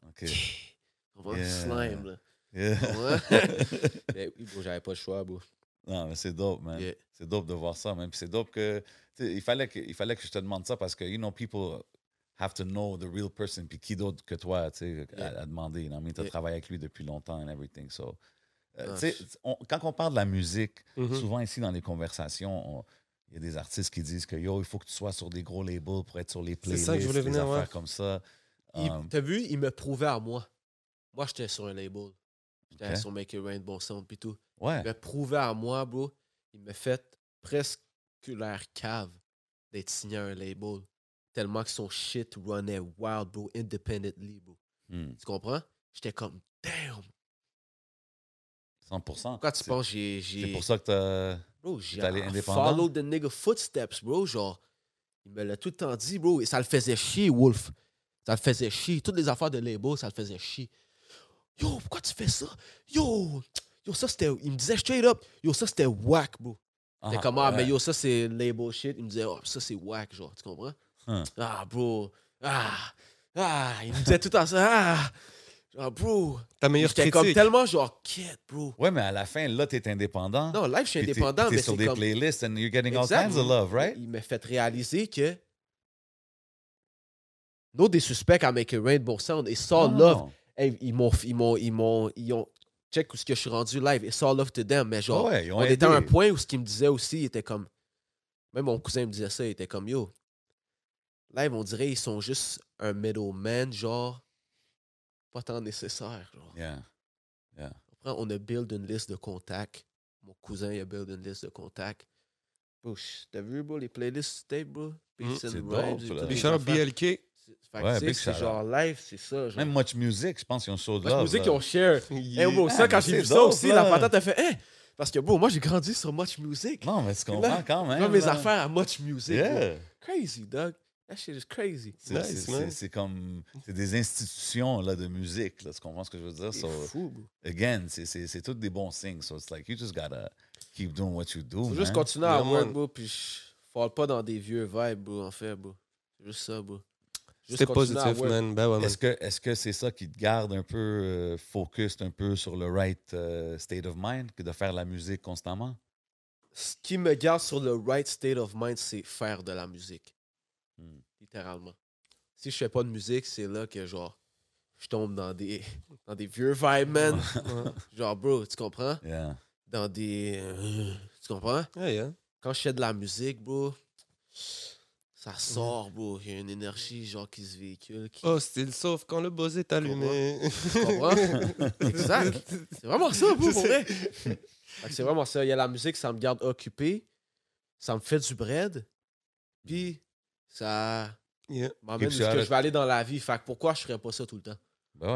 S4: OK.
S5: On va
S4: Yeah.
S5: slime, là.
S4: Yeah.
S5: Mais Ben oui, bro, j'avais pas le choix, bro.
S4: non, mais c'est dope, man.
S5: Yeah.
S4: C'est dope de voir ça, man. Puis c'est dope que, tu sais, il fallait que. Il fallait que je te demande ça parce que, you know, people have to know the real person. Puis qui d'autre que toi, tu sais, à-
S5: Yeah.
S4: à, demander. You know, tu as
S5: Yeah.
S4: travaillé avec lui depuis longtemps and everything. So, euh,
S5: Ah,
S4: tu sais, on- quand on parle de la musique,
S5: Mm-hmm.
S3: Mhm.
S4: souvent ici dans les conversations, on- il y a des artistes qui disent que, yo, il faut que tu sois sur des gros labels pour être sur les
S3: C'est
S4: playlists,
S3: ça que je voulais
S4: des
S3: venir, ouais.
S4: affaires comme ça.
S5: Il-
S4: Um,
S5: T'as vu, il me prouvait à moi. Moi, j'étais sur un label. J'étais
S4: Ok. Ah.
S5: sur Make It Rain, Bon Sound, pis tout.
S4: ouais.
S5: Il me prouvait à moi, bro. Il me fait presque leur cave d'être signé à un label. Tellement que son shit runnait wild, bro, independently, bro.
S4: Hmm.
S5: Tu comprends? J'étais comme, damn.
S4: 100
S5: Pourquoi tu
S4: C'est-
S5: penses que j'ai-
S4: C'est
S5: j'ai.
S4: pour ça que t'as.
S5: Bro, j'ai
S4: allé
S5: I
S4: indépendant?
S5: follow the nigga footsteps, bro. Genre, il me l'a tout le temps dit, bro. Et ça le faisait chier, Wolf. Ça le faisait chier. Toutes les affaires de label, ça le faisait chier. Yo, pourquoi tu fais ça? Yo, yo, ça c'était. Il me disait straight up, yo, ça c'était whack, bro. T'es
S4: Ah,
S5: comme, ah,
S4: ouais.
S5: mais yo, ça c'est label shit. Il me disait, oh, ça c'est whack, genre, tu comprends?
S4: Huh.
S5: Ah, bro. Ah, ah. Il me disait tout le temps ça, ah. Genre, bro.
S3: Ta meilleure
S5: J'étais
S3: critique.
S5: comme tellement, genre, quête, bro.
S4: Ouais, mais à la fin, là, t'es indépendant.
S5: Non, live, je suis
S4: Puis t'es-
S5: indépendant,
S4: t'es
S5: mais
S4: sur
S5: c'est
S4: des
S5: comme.
S4: playlists and you're getting all
S5: Exact.
S4: kinds of love, right?
S5: Il m'a fait réaliser que nos des suspects à Make It Rain de Bon Sound et
S3: Oh.
S5: Saw
S4: Non,
S5: Oh, Love,
S4: non.
S5: hey, ils m'ont ils m'ont ils m'ont ils ont check où ce que je suis rendu live et Saw Love to them mais genre
S4: Ah ouais, ils ont
S5: on était à
S4: aidé.
S5: un point où ce qu'il me disait aussi, il était comme même mon cousin me disait ça, il était comme yo. Live, on dirait ils sont juste un middleman genre pas tant nécessaire genre.
S4: Yeah.
S5: Comprends? On a build une liste de contacts. Mon cousin, il a build une liste de contacts. Bro, ch- t'as vu, bro, les playlists tape, bro? Peace
S4: Mm, c'est
S5: and
S4: dope,
S5: Rhymes et
S4: là.
S5: tout,
S3: Big
S5: les
S3: shout out
S5: affaires.
S3: BLK.
S5: C'est- fait que
S4: Ouais,
S5: tu
S4: big
S5: sais, C'est
S4: shout
S5: genre live, c'est ça. Genre.
S4: Même Much Music, je pense qu'ils ont show de
S5: Much
S4: love.
S5: Music,
S4: là.
S5: ils ont share.
S3: Yeah.
S5: Hey, bro, ça,
S4: Ah,
S5: quand
S4: mais
S5: j'ai vu
S4: c'est
S5: ça
S4: dope,
S5: aussi,
S4: là.
S5: la patate a fait, hein? Parce que, bro, moi, j'ai grandi sur Much Music.
S4: Non, mais tu
S5: Là,
S4: comprends quand même.
S5: Là, mes
S4: là.
S5: affaires à Much Music. bro.
S4: Yeah.
S5: Crazy, dog. That shit is crazy.
S4: C'est-
S3: Nice,
S4: c'est-
S3: man.
S4: c'est- C'est comme. C'est des institutions là, de musique. Là, tu comprends ce que je veux dire?
S5: C'est
S4: So,
S5: fou, bro.
S4: again, c'est- c'est c'est tous des bons signes. So, it's like, you just gotta keep doing what you do.
S5: Faut
S4: man.
S5: juste continuer à
S3: Vraiment.
S5: work, bro, puis je fall pas dans des vieux vibes, bro, en fait, bro. C'est juste ça, bro. Juste
S3: C'était
S5: continuer à
S3: positif,
S5: work.
S3: man. Ben ouais, man.
S4: Est-ce que est-ce que c'est ça qui te garde un peu euh, focused, un peu sur le right euh, state of mind, que de faire la musique constamment?
S5: ce qui me garde sur le right state of mind, c'est faire de la musique.
S4: Hmm.
S5: Littéralement. Si je fais pas de musique, c'est là que genre je tombe dans des dans des vieux vibes, man. genre bro, tu comprends?
S4: Yeah.
S5: Dans des euh, tu comprends?
S3: Yeah, yeah.
S5: Quand je fais de la musique, bro, ça sort, bro. Il y a une énergie genre qui se véhicule. Qui...
S3: Oh, style sauf quand le buzz est allumé.
S5: Tu comprends? exact. C'est vraiment ça, bro, pour vrai. Fait que C'est vraiment ça. Il y a la musique, ça me garde occupé. Ça me fait du bread. Puis, ça,
S3: Yeah.
S5: Ma
S4: Keep
S5: mère dit que
S4: shot.
S5: je vais aller dans la vie. Fait que pourquoi je ferais pas ça tout le temps?
S4: Ben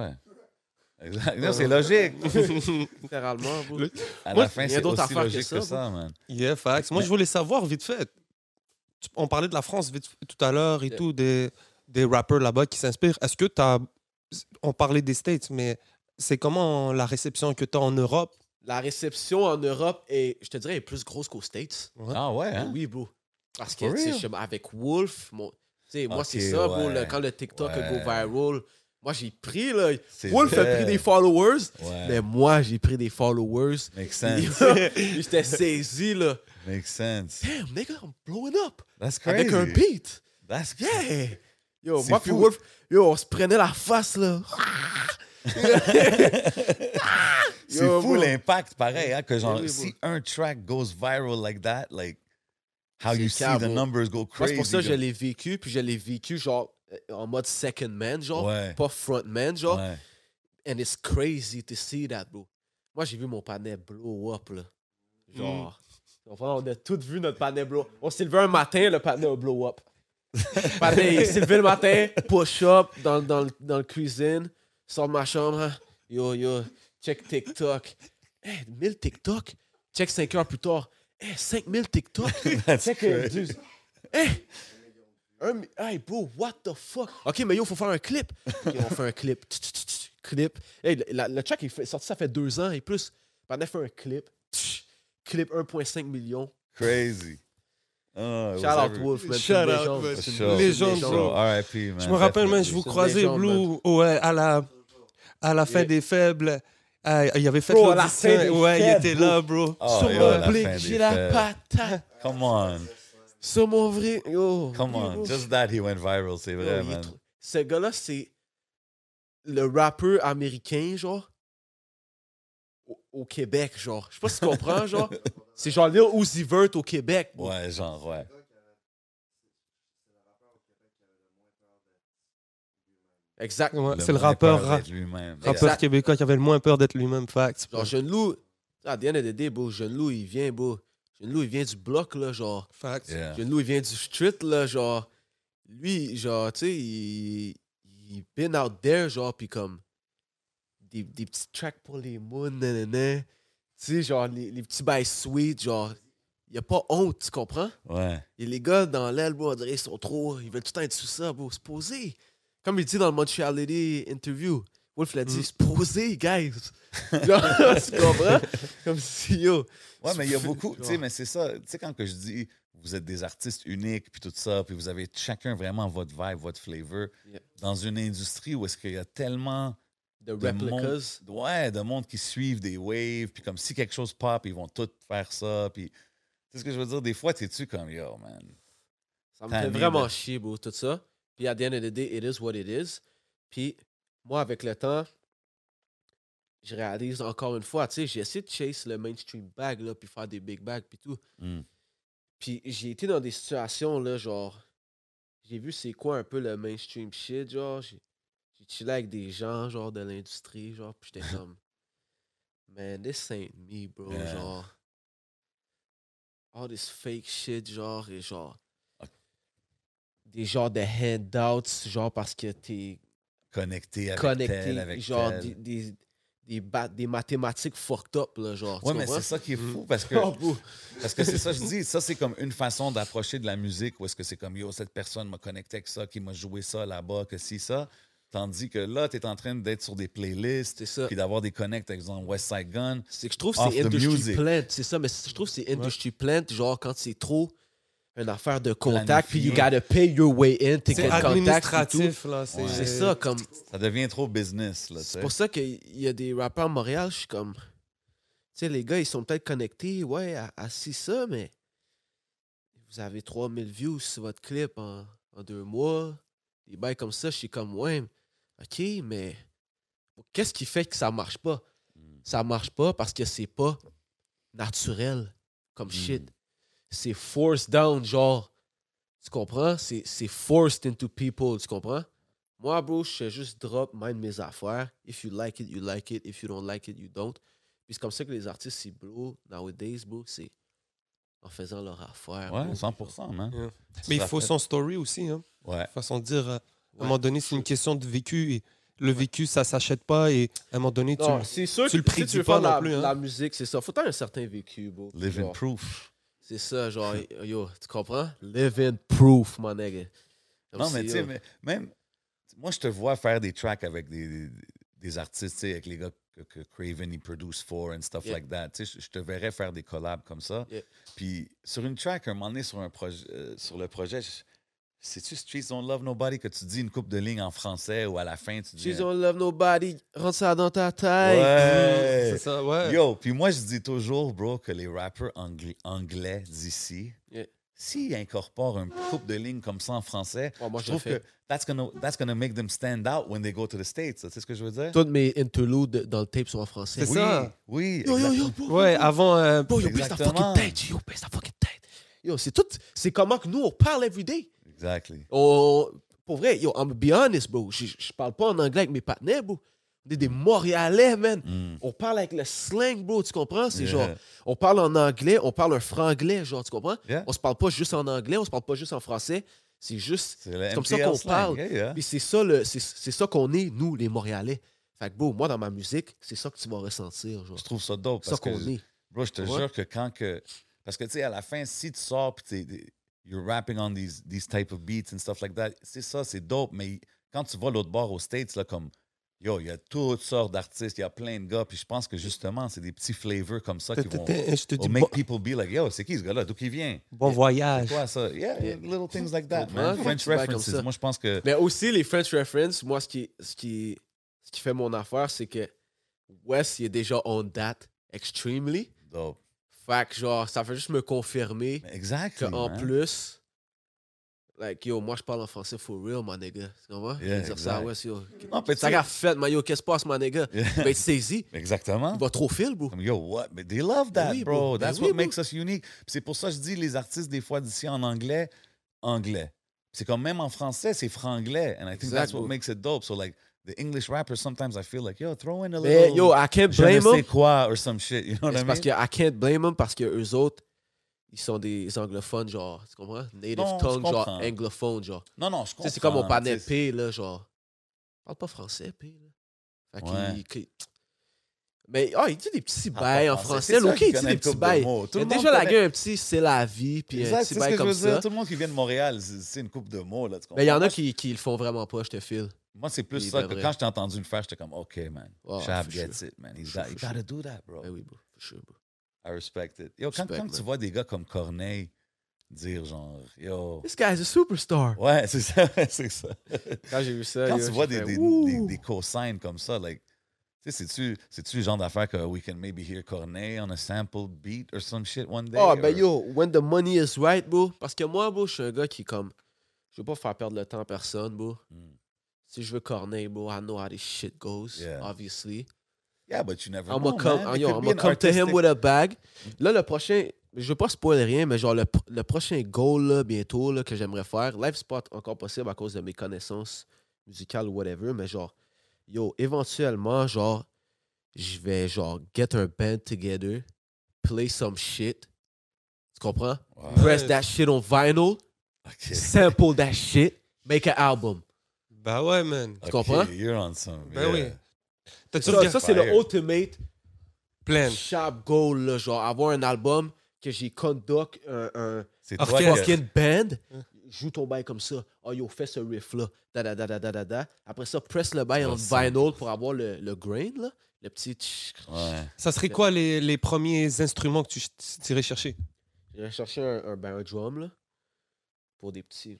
S4: ouais. Exact. Non, c'est logique.
S5: Littéralement, bro.
S3: Le-
S4: À
S3: Ouais,
S4: la fin,
S5: il y a
S4: c'est
S5: d'autres
S4: aussi
S5: affaires que
S4: logique que
S5: ça,
S4: ça, man.
S3: Yeah, facts. Moi, je voulais savoir vite fait. Tu- On parlait de la France vite fait tout à l'heure et
S5: Yeah.
S3: tout, des, des rappers là-bas qui s'inspirent. Est-ce que tu as. On parlait des States, mais c'est comment la réception que tu as en Europe
S5: La réception en Europe est, je te dirais, est plus grosse qu'aux States.
S4: Ah ouais, hein?
S5: Oui, bro. Parce que,
S4: For
S5: tu sais,
S4: real?
S5: je- avec Wolf, mon- tu sais, moi,
S4: Ok,
S5: c'est ça, bro.
S4: ouais.
S5: le- quand le TikTok a go
S4: Ouais.
S5: viral, moi, j'ai pris, là.
S4: C'est
S5: Wolf a
S4: vrai.
S5: pris des followers,
S4: Ouais.
S5: mais moi, j'ai pris des followers.
S4: Makes sense.
S5: Puis J'étais saisi, là.
S4: Makes sense.
S5: Damn, nigga, I'm blowing up.
S4: That's crazy.
S5: Avec un beat.
S4: That's crazy.
S5: Yeah! Yo,
S4: C'est
S5: moi puis
S4: fou.
S5: Wolf, yo, on se prenait la face, là.
S4: C'est
S5: Yo,
S4: fou
S5: bro.
S4: l'impact, pareil, hein, que genre,
S5: Oui, oui,
S4: si un track goes viral like that, like, how
S5: C'est
S4: you see
S5: cave,
S4: the
S5: bro.
S4: numbers go
S5: Moi,
S4: crazy.
S5: c'est pour ça que je
S4: là.
S5: l'ai vécu, puis je l'ai vécu, genre, euh, en mode second man, genre.
S4: Ouais.
S5: Pas front man, genre.
S4: Ouais.
S5: And it's crazy to see that, bro. Moi, j'ai vu mon panel blow up, là. Genre. tu comprends? On a tous vu notre panel blow On s'est levé un matin, le panel a blow up. Le panel, il s'est levé le matin, push up dans, dans, le- dans le cuisine, sort de ma chambre. hein. Yo, yo, check TikTok. Hey, 1000 TikTok. Check 5 heures plus tard. Hey, 5000 TikTok. check euh,
S4: crazy.
S5: du- Hey! Un mi- hey, bro, what the fuck? Ok, mais yo, faut faire un clip. Ok, on fait un clip. Tch, tch, tch, tch, Clip. Hey, le- la- le track est fait- sorti, ça fait deux ans et plus. On a fait un clip. Tch, Clip 1,5 million.
S4: Crazy. Oh, it
S5: Shout
S4: was
S5: out
S4: every-
S5: Wolf, man.
S3: Shout
S5: c'est une
S3: out,
S5: légende.
S3: man.
S4: For
S3: C'est une
S4: sure.
S3: légende,
S4: For
S3: bro.
S4: sure. R.I.P., man.
S3: Je me rappelle, man, je
S4: Definitely.
S3: vous
S5: C'est une
S3: croisais,
S5: légende,
S3: Blue, ouais, à la, à la fin
S5: Yeah.
S3: des faibles. Ah, Il y avait fait
S5: Bro, à la
S3: l'audition.
S5: fin des
S3: Ouais, il
S5: faibles,
S3: était
S5: bro.
S3: là, bro.
S4: Oh,
S5: Sur
S4: yo,
S5: mon
S4: la
S5: blick,
S4: fin des
S5: j'ai la
S4: fêtes.
S5: patate.
S4: Come on.
S5: Sur mon vrai. Yo.
S4: Come on.
S5: bro.
S4: Just that he went viral, c'est
S5: Yo,
S4: vrai,
S5: il est
S4: man.
S5: trop- Ce gars-là, c'est le rappeur américain, genre, au, au Québec, genre. Je sais pas si tu comprends, genre. C'est genre Lil Uzi Vert au Québec. bro.
S4: Ouais, genre, ouais.
S5: Exact.
S3: Ouais,
S4: Le
S3: c'est le
S4: monde est pas
S3: rappeur,
S4: heureux
S3: ra-
S4: d'être lui-même.
S5: Exact.
S3: rappeur québécois qui avait le moins peur d'être lui-même, facts. bro.
S5: Genre, Jeune Loup, à the end of the day, bro, Jeune Loup, il vient, bro. Jeune Loup, il vient du bloc, là, genre.
S3: Facts.
S4: Yeah.
S5: Jeune Loup, il vient du street, là, genre. Lui, genre, tu sais, il, il been out there, genre, puis comme des, des petits tracks pour les moons, nanana. Tu sais, genre, les, les petits bails sweet, genre, il a pas honte, tu comprends?
S4: Ouais.
S5: Et les gars dans l'aile, bro, on dirait ils sont trop. Ils veulent tout le temps être sous ça, bro. Se poser. Comme il dit dans le Montreality interview, Wolf l'a dit,
S3: Mm.
S5: se poser, guys. Genre, tu comprends? Comme si, yo.
S4: Ouais, mais il y a beaucoup. Tu sais,
S5: Genre.
S4: mais c'est ça. Tu sais, quand que je dis vous êtes des artistes uniques, puis tout ça, puis vous avez chacun vraiment votre vibe, votre flavor,
S5: Yeah.
S4: dans une industrie où est-ce qu'il y a tellement
S5: The
S4: de monde,
S5: replicas.
S4: ouais, de monde qui suivent des waves, puis comme si quelque chose pop, ils vont tous faire ça, puis. Tu sais ce que je veux dire? Des fois, t'es-tu comme yo, man.
S5: Ça me
S4: T'as
S5: fait
S4: mis
S5: vraiment
S4: de-
S5: chier, bro, tout ça. Puis, à the end of the day, it is what it is. Puis, moi, avec le temps, je réalise encore une fois, tu sais, j'ai essayé de chase le mainstream bag, là, puis faire des big bags, puis tout.
S4: Mm.
S5: Puis j'ai été dans des situations, là, genre, j'ai vu c'est quoi un peu le mainstream shit, genre, j'ai j'ai chillé avec des gens, genre, de l'industrie, genre, puis j'étais comme, man, this ain't me, bro,
S4: Yeah.
S5: genre. All this fake shit, genre, et genre,
S4: Ok.
S5: des genres de handouts, genre, parce que t'es
S4: Connecté avec
S5: connecté,
S4: tel, avec
S5: genre,
S4: tel.
S5: des, des, des, ba- des mathématiques fucked up, là, genre,
S4: Ouais,
S5: tu
S4: mais
S5: comprends?
S4: c'est ça qui est fou parce que.
S5: Oh, bro.
S4: Parce que c'est ça, je dis, ça, c'est comme une façon d'approcher de la musique où est-ce que c'est comme, yo, cette personne m'a connecté avec ça, qui m'a joué ça là-bas, que si, ça. Tandis que là, tu es en train d'être sur des playlists,
S5: C'est ça.
S4: puis d'avoir des connects, exemple, West Side Gun.
S5: C'est que je trouve que
S4: Off
S5: c'est
S4: the
S5: industry
S4: music.
S5: plant, c'est ça, mais c'est- je trouve que c'est industry plant, genre quand c'est trop une affaire de contact, puis
S4: Planifié.
S5: you gotta pay your way in, t'es
S3: C'est
S5: quel contact, puis tout.
S3: administratif, là. C'est
S5: C'est ça, comme.
S4: Ça devient trop business, là, tu
S5: C'est
S4: sais.
S5: pour ça qu'il y a des rappeurs à Montréal, je suis comme. Tu sais, les gars, ils sont peut-être connectés, ouais, à, à ci, ça, mais. Vous avez 3000 views sur votre clip en, en deux mois, des bails comme ça, je suis comme, ouais, ok, mais. Qu'est-ce qui fait que ça marche pas?
S4: Hmm.
S5: Ça marche pas parce que c'est pas naturel
S4: Hmm.
S5: comme shit. C'est forced down, genre. Tu comprends? C'est c'est forced into people, tu comprends? Moi, bro, je fais juste drop, mind mes affaires. If you like it, you like it. If you don't like it, you don't. Puis c'est comme ça que les artistes, ils blow nowadays, bro. C'est en faisant leur affaire.
S4: Ouais,
S5: bro.
S4: 100%, man.
S3: Yeah.
S4: Tu
S3: Mais il
S4: l'as
S3: faut
S4: fait.
S3: son story aussi. Hein.
S4: Ouais.
S3: Façon de dire, à un
S5: Ouais.
S3: moment donné, c'est une question de vécu. Et le vécu, ça s'achète pas. Et à un moment donné, tu.
S5: Non, c'est sûr
S3: tu le
S5: que si
S3: prédis
S5: tu veux
S3: pas
S5: faire
S3: non
S5: la,
S3: plus, hein.
S5: la musique, c'est ça. Faut avoir un certain vécu, bro.
S4: Living
S5: Genre,
S4: proof.
S5: C'est ça, genre, yo, tu comprends? Living proof, mon nigga. Comme
S4: Non,
S5: si,
S4: mais tu sais,
S5: yo,
S4: mais- même. Moi, je te vois faire des tracks avec des, des, des artistes, tu sais, avec les gars que, que Craven, il produce for and stuff
S5: Yeah.
S4: like that. Tu sais, je je te verrais faire des collabs comme ça.
S5: Yeah.
S4: Puis sur une track, un moment donné, sur, un projet, euh, sur le projet, je- c'est-tu Streets Don't Love Nobody que tu dis une coupe de lignes en français ou à la fin, tu dis.
S5: She's
S4: un-
S5: don't love nobody, rentre ça dans ta tête.
S4: Ouais.
S3: C'est ça,
S5: Euh.
S3: ouais.
S4: Yo, puis moi, je dis toujours, bro, que les rappers angli- anglais d'ici,
S5: Yeah.
S4: s'ils incorporent un couple de lignes comme ça en français,
S5: Ouais, Oh, moi,
S4: je
S5: je le
S4: trouve
S5: fais.
S4: que that's gonna, that's gonna make them stand out when they go to the States. Tu sais ce que je veux dire?
S5: Toutes mes interludes dans le tape sont en français.
S3: C'est
S4: oui,
S3: ça.
S4: Oui,
S5: Yo, yo, yo,
S4: exactement.
S5: bro.
S3: Ouais,
S5: bro,
S3: avant. euh,
S5: Bro, yo, baisse ta
S4: Exactement.
S5: fucking tête. Yo, baisse ta fucking tête. Yo, c'est tout. C'est comment que nous, on parle everyday.
S4: Exactly.
S5: On, pour vrai, yo, I'm be honest, bro. Je, je parle pas en anglais avec mes partenaires, bro. On est des Montréalais, man.
S4: Mm.
S5: On parle avec le slang, bro. Tu comprends? C'est
S4: Yeah.
S5: genre, on parle en anglais, on parle un franglais, genre, tu comprends?
S4: Yeah.
S5: On se parle pas juste en anglais, on se parle pas juste en français. C'est juste.
S4: C'est le
S5: comme ça
S4: MTL
S5: qu'on
S4: slang.
S5: parle.
S4: Yeah, yeah.
S5: Puis c'est ça, le- c'est c'est ça qu'on est, nous, les Montréalais. Fait que, bro, moi, dans ma musique, c'est ça que tu vas ressentir, genre.
S4: Je trouve ça dope.
S5: C'est ça
S4: Parce
S5: qu'on
S4: que,
S5: est.
S4: bro, je te
S5: Ouais.
S4: jure que quand que. Parce que, tu sais, à la fin, si tu sors puis t'es- t'es- you're rapping on these, these type of beats and stuff like that, c'est ça, c'est dope. Mais quand tu vas l'autre bord aux States, là, comme. Yo, il y a toutes sortes d'artistes, il y a plein de gars. Puis je pense que justement, c'est des petits flavors comme ça qui vont.
S3: Je te
S4: will
S3: dis,
S4: make
S3: bon,
S4: people be like, yo, c'est qui ce gars-là? D'où qu'il vient?
S3: bon voyage.
S4: Quoi, ça? Yeah,
S5: Yeah.
S4: little things like that,
S5: Ouais,
S4: man.
S5: des
S4: French
S5: petits bails comme
S4: references.
S5: ça.
S4: Moi, je pense que.
S5: Mais aussi, les French Reference, moi, ce qui, ce qui, ce qui fait mon affaire, c'est que Wes, il est déjà on date extremely.
S4: Dope.
S5: Fait que, genre, ça fait juste me confirmer
S4: Exactly.
S5: qu'en
S4: man.
S5: plus, like, yo, moi, je parle en français for real, my nigga. Tu comprends?
S4: Yeah,
S5: dire ça à
S4: exact.
S5: Wes, yo.
S4: Non, puis tu
S5: Ça
S4: sais-
S5: qu'a fait, man, yo, qu'est-ce qui se passe, my nigga?
S4: Yeah.
S5: Ben, saisi.
S4: Exactement.
S5: Il va trop fil, bro.
S4: Comme, yo, what? But they love that,
S5: oui,
S4: bro.
S5: bro. Ben
S4: That's
S5: oui,
S4: what
S5: bro.
S4: makes us unique. Puis c'est pour ça que je dis, les artistes, des fois, d'ici en anglais, anglais. C'est comme même en français, c'est franglais. And I think that's
S5: Exact,
S4: what
S5: bro.
S4: makes it dope. So, like, the English rappers, sometimes I feel like, yo, throw in a
S5: Mais,
S4: little.
S5: Ben, yo, I can't
S4: je ne
S5: blame
S4: sais
S5: him.
S4: quoi, or some shit. You
S5: Mais
S4: know what I
S5: C'est
S4: mean?
S5: parce que I can't blame them parce que eux autres, ils sont des anglophones, genre, tu comprends? Native
S4: Non, je
S5: tongue, genre,
S4: comprends.
S5: anglophone, genre.
S4: Non, non, je
S5: Tu
S4: comprends.
S5: sais, c'est comme mon panel
S4: tu sais,
S5: P, là, genre. Parle pas français, P, là. Fait
S4: Ouais.
S5: qu'il- qu'il- Mais, ah, il dit des petits
S4: parle
S5: bails
S4: pas
S5: en français.
S4: français. C'est ça,
S5: Ok,
S4: il
S5: il dit
S4: connaît
S5: des
S4: une couple
S5: petits
S4: de
S5: bails.
S4: mots.
S5: Il
S4: Tout
S5: y a
S4: le monde
S5: déjà la
S4: connaît.
S5: gueule, un petit c'est la vie, puis euh, un
S4: Exact,
S5: petit
S4: c'est ce que
S5: bail
S4: je
S5: comme
S4: veux dire.
S5: ça.
S4: Tout le monde qui vient de Montréal, c'est c'est une coupe de mots. Là, tu
S5: Mais il y en a
S4: comprends?
S5: qui, qui le font vraiment pas, je te file.
S4: Moi, c'est plus
S5: Oui,
S4: ça
S5: ben
S4: que
S5: vrai.
S4: quand je t'ai entendu le faire, j'étais comme, OK, man.
S5: Oh,
S4: Chab
S5: for
S4: gets it, man. He's
S5: For
S4: got, you
S5: sure, for
S4: gotta do that, bro.
S5: Ben oui, bro, for sure, bro.
S4: I respect it. Yo, quand,
S5: Respect,
S4: quand tu
S5: man.
S4: vois des gars comme Corneille dire genre, yo.
S5: This guy's a superstar.
S4: Ouais, c'est ça, c'est ça.
S5: Quand j'ai vu ça,
S4: Quand
S5: yo,
S4: tu
S5: j'ai
S4: vois des,
S5: fait,
S4: des,
S5: Ouh.
S4: des, des cosignes comme ça, like, tu sais, c'est-tu, c'est-tu le genre d'affaire que we can maybe hear Corneille on a sample beat or some shit one day?
S5: Ah,
S4: or-
S5: ben yo, when the money is right, bro. Parce que moi, bro, je suis un gars qui, comme, je veux pas faire perdre le temps à personne, bro.
S4: Mm.
S5: Si je veux corner, bro, I know how this shit goes,
S4: Yeah.
S5: obviously.
S4: Yeah, but you never
S5: I'm
S4: know,
S5: gonna come, ah,
S4: man. It
S5: yo,
S4: could
S5: I'm
S4: be
S5: gonna
S4: an
S5: come to him
S4: artistic-
S5: with a bag. Là, le prochain, je veux pas spoiler rien, mais genre, le, pr- le prochain goal, là, bientôt, là, que j'aimerais faire, live spot encore possible à cause de mes connaissances musicales ou whatever, mais genre, yo, éventuellement, genre, je vais, genre, get our band together, play some shit. Tu comprends?
S4: Wow.
S5: Press that shit on vinyl,
S4: Ok.
S5: sample that shit, make an album.
S3: Bah ouais, man.
S4: Ok,
S5: comprends?
S4: You're on some.
S3: Ben
S4: yeah.
S3: oui. T'as-tu
S5: Ça,
S3: regardé
S5: ça c'est le
S4: Fire.
S5: ultimate
S3: plein?
S5: sharp goal, là, genre avoir un album que j'ai conduct un, un
S4: C'est
S3: Orchestre.
S4: toi qui
S5: fucking band, joue ton bail comme ça. Oh yo, fais ce riff là, da da da da da da da. Après ça, presse le bail en
S4: Awesome.
S5: vinyl pour avoir le, le grain là, le petit. tch-
S4: Ouais.
S3: Ça serait quoi les, les premiers instruments que tu ch- t'irais chercher?
S5: J'ai cherché un, un, ben, un drum là pour des petits,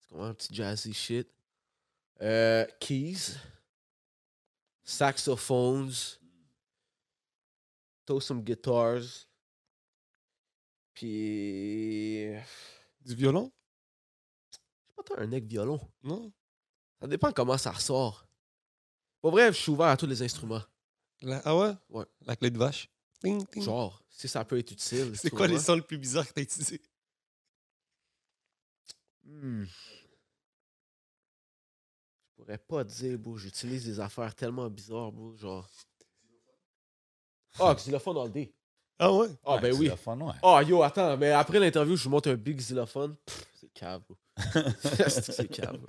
S5: c'est comment un petit jazzy shit. Euh, keys, saxophones, throw some guitars, puis
S3: Du violon?
S5: pas tant un nec violon.
S3: Non?
S5: Ça dépend comment ça ressort. Pour vrai, je suis ouvert à tous les instruments.
S3: La- ah ouais?
S5: Ouais.
S3: La clé de vache? Ting, ting.
S5: Genre, si ça peut être utile.
S3: Mmh. C'est
S5: tu
S3: quoi les
S5: vois.
S3: sons les plus bizarres que t'as utilisés?
S5: Hmm. Je pourrais pas dire, bro. J'utilise des affaires tellement bizarres, bro. Genre. Ah, xylophone all day.
S3: Ah ouais?
S5: Ah, ben oui.
S4: xylophone, ouais.
S5: Ah, yo, attends, mais après l'interview, je vous montre un big xylophone. Pff, C'est cave, bro. C'est que c'est cave, bro.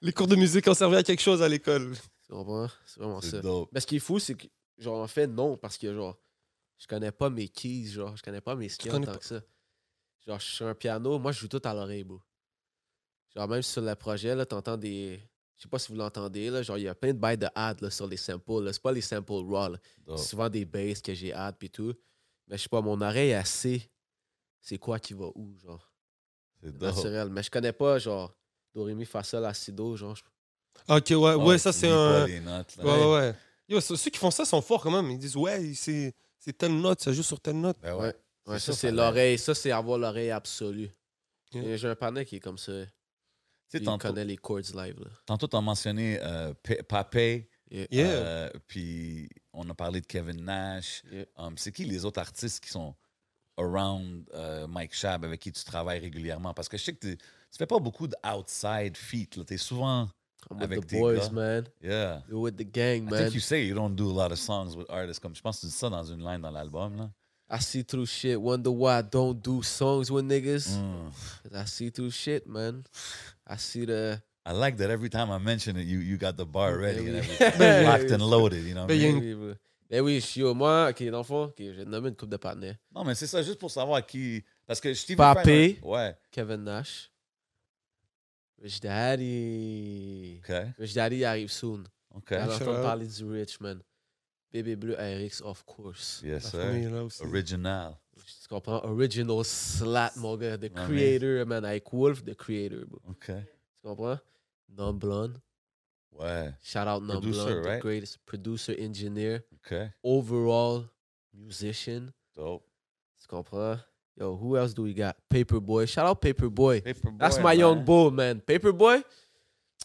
S3: Les cours de musique ont servi à quelque chose à l'école.
S5: Tu comprends? C'est vraiment ça.
S4: C'est dope.
S5: Mais Ben, ce qui est fou, c'est que, genre, en fait, non, parce que, genre, je connais pas mes keys, genre, je connais pas mes skills tant
S3: connais pas-
S5: que ça. Genre, je suis un piano, moi, je joue tout à l'oreille, bro. Genre, même sur le projet, là, t'entends des. Je sais pas si vous l'entendez, là, genre, il y a plein de bails de ad là, sur les samples. là. C'est pas les samples raw, là.
S3: Oh.
S4: dope.
S5: C'est souvent des basses que j'ai hâte puis tout. Mais je sais pas, mon oreille, elle sait c'est quoi qui va où, genre.
S4: C'est dope.
S5: Naturel. Mais je connais pas, genre, do, ré, mi, fa, sol, la, si, do, genre. je-
S3: Ah, Ok, ouais, ouais,
S4: Ouais,
S3: ça c'est
S4: oublie pas
S3: un.
S4: Oh, les notes, là.
S3: Ouais, ouais, ouais. Yo, ceux ceux qui font ça sont forts quand même. Ils disent, ouais, c'est c'est telle note, ça joue sur telle note.
S4: Ben
S5: Ouais.
S4: ouais.
S5: Ouais,
S4: C'est
S5: ça,
S4: ça,
S5: c'est
S4: ça
S5: l'oreille. Ça, c'est avoir l'oreille absolue.
S3: Yeah.
S5: Et J'ai un panneau qui est comme ça.
S4: Tu sais,
S5: il
S4: tantôt-
S5: connaît les chords live, là.
S4: tantôt, t'as mentionné euh, Pe- Papé,
S5: Yeah.
S3: Yeah.
S4: euh, puis on a parlé de Kevin Nash.
S5: Yeah.
S4: Um, c'est qui les autres artistes qui sont around euh, Mike Shab avec qui tu travailles régulièrement? Parce que je sais que t'es- tu fais pas beaucoup d'outside feat. Tu es souvent.
S5: I'm
S4: Avec
S5: with the
S4: tes
S5: boys,
S4: gars.
S5: man.
S4: Yeah.
S5: You're with the gang,
S4: I
S5: man.
S4: think you say you don't do a lot of songs with artists. Comme je pense que tu dis ça dans une line dans l'album. là.
S5: I see through shit. Wonder why I don't do songs with niggas.
S4: Mm.
S5: 'Cause I see through shit, man. I see the.
S4: I like that every time I mention it, you, you got the bar ready and
S5: oui.
S4: everything. Locked and loaded, you know. what
S3: Ben,
S4: I
S3: il y a
S4: mean?
S5: Ben oui, bro. Ben oui, je suis au moins. Ok, dans le fond, ok, j'ai nommé une coupe de partenaires.
S4: Non, mais c'est ça, juste pour savoir qui. Parce que Steve
S5: Papé.
S4: Ouais.
S5: Kevin Nash. Rich Daddy.
S4: OK.
S5: Rich Daddy il arrive soon.
S4: OK.
S5: On
S3: shout
S5: entend
S3: out.
S5: parler du Rich, man. Bébé Bleu RX, of course.
S4: Yes,
S3: La famille
S4: sir.
S3: est là aussi.
S4: Original.
S5: Tu comprends? Original slat, mon gars. The
S4: Ah, mais-
S5: creator, man. Ike Wolf, the creator, bro.
S4: OK.
S5: Tu comprends? Non Blonde.
S4: Ouais.
S5: Shout out Non
S4: Producer,
S5: Blonde, the
S4: right?
S5: greatest producer, engineer,
S4: OK.
S5: overall musician.
S4: Dope.
S5: Tu comprends? Yo, who else do we got? Paperboy. Shout out Paperboy.
S4: Paperboy,
S5: That's my young
S4: man.
S5: bull, man. Paperboy,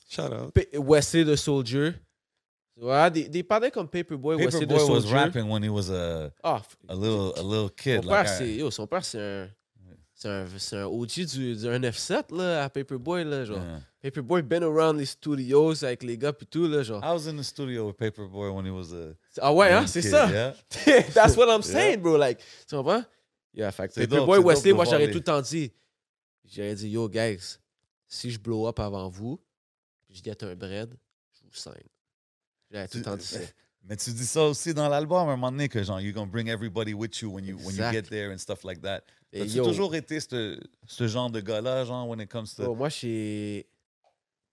S3: Shout out.
S5: Pa- Wesley the Soldier. ah, Tu vois, des, des parents comme Paperboy, Wesley the
S4: Paperboy was
S5: Soldier.
S4: rapping when he was a,
S5: Ah, f-
S4: a little a little
S5: son
S4: kid.
S5: père,
S4: Like
S5: c'est,
S4: I,
S5: yo, son père, c'est un, c'est un, c'est un OG du, du 9-7, là, à Paperboy, là, genre.
S4: yeah.
S5: Paperboy been around les studios avec les gars, puis tout, là, genre.
S4: I was in the studio with Paperboy when he was a
S5: Ah ouais, hein,
S4: young
S5: c'est
S4: kid,
S5: ça.
S4: yeah?
S5: That's what I'm saying, bro. Like, tu comprends? Yeah, fait que
S4: C'est dope,
S5: Paperboy
S4: c'est dope
S5: Wesley,
S4: de
S5: moi,
S4: voir
S5: j'aurais
S4: les-
S5: tout le temps dit. J'aurais dit, yo, guys, si je blow up avant vous, puis je get un bread, je vous scène. J'aurais tout le temps dit ça.
S4: Mais tu dis ça aussi dans l'album à un moment donné que genre you're gonna bring everybody with you when you when you
S5: Exact.
S4: get there and stuff like that.
S5: Et
S4: As-tu
S5: yo,
S4: toujours été ce, ce genre de gars-là, genre when it comes to
S5: yo, moi, j'ai.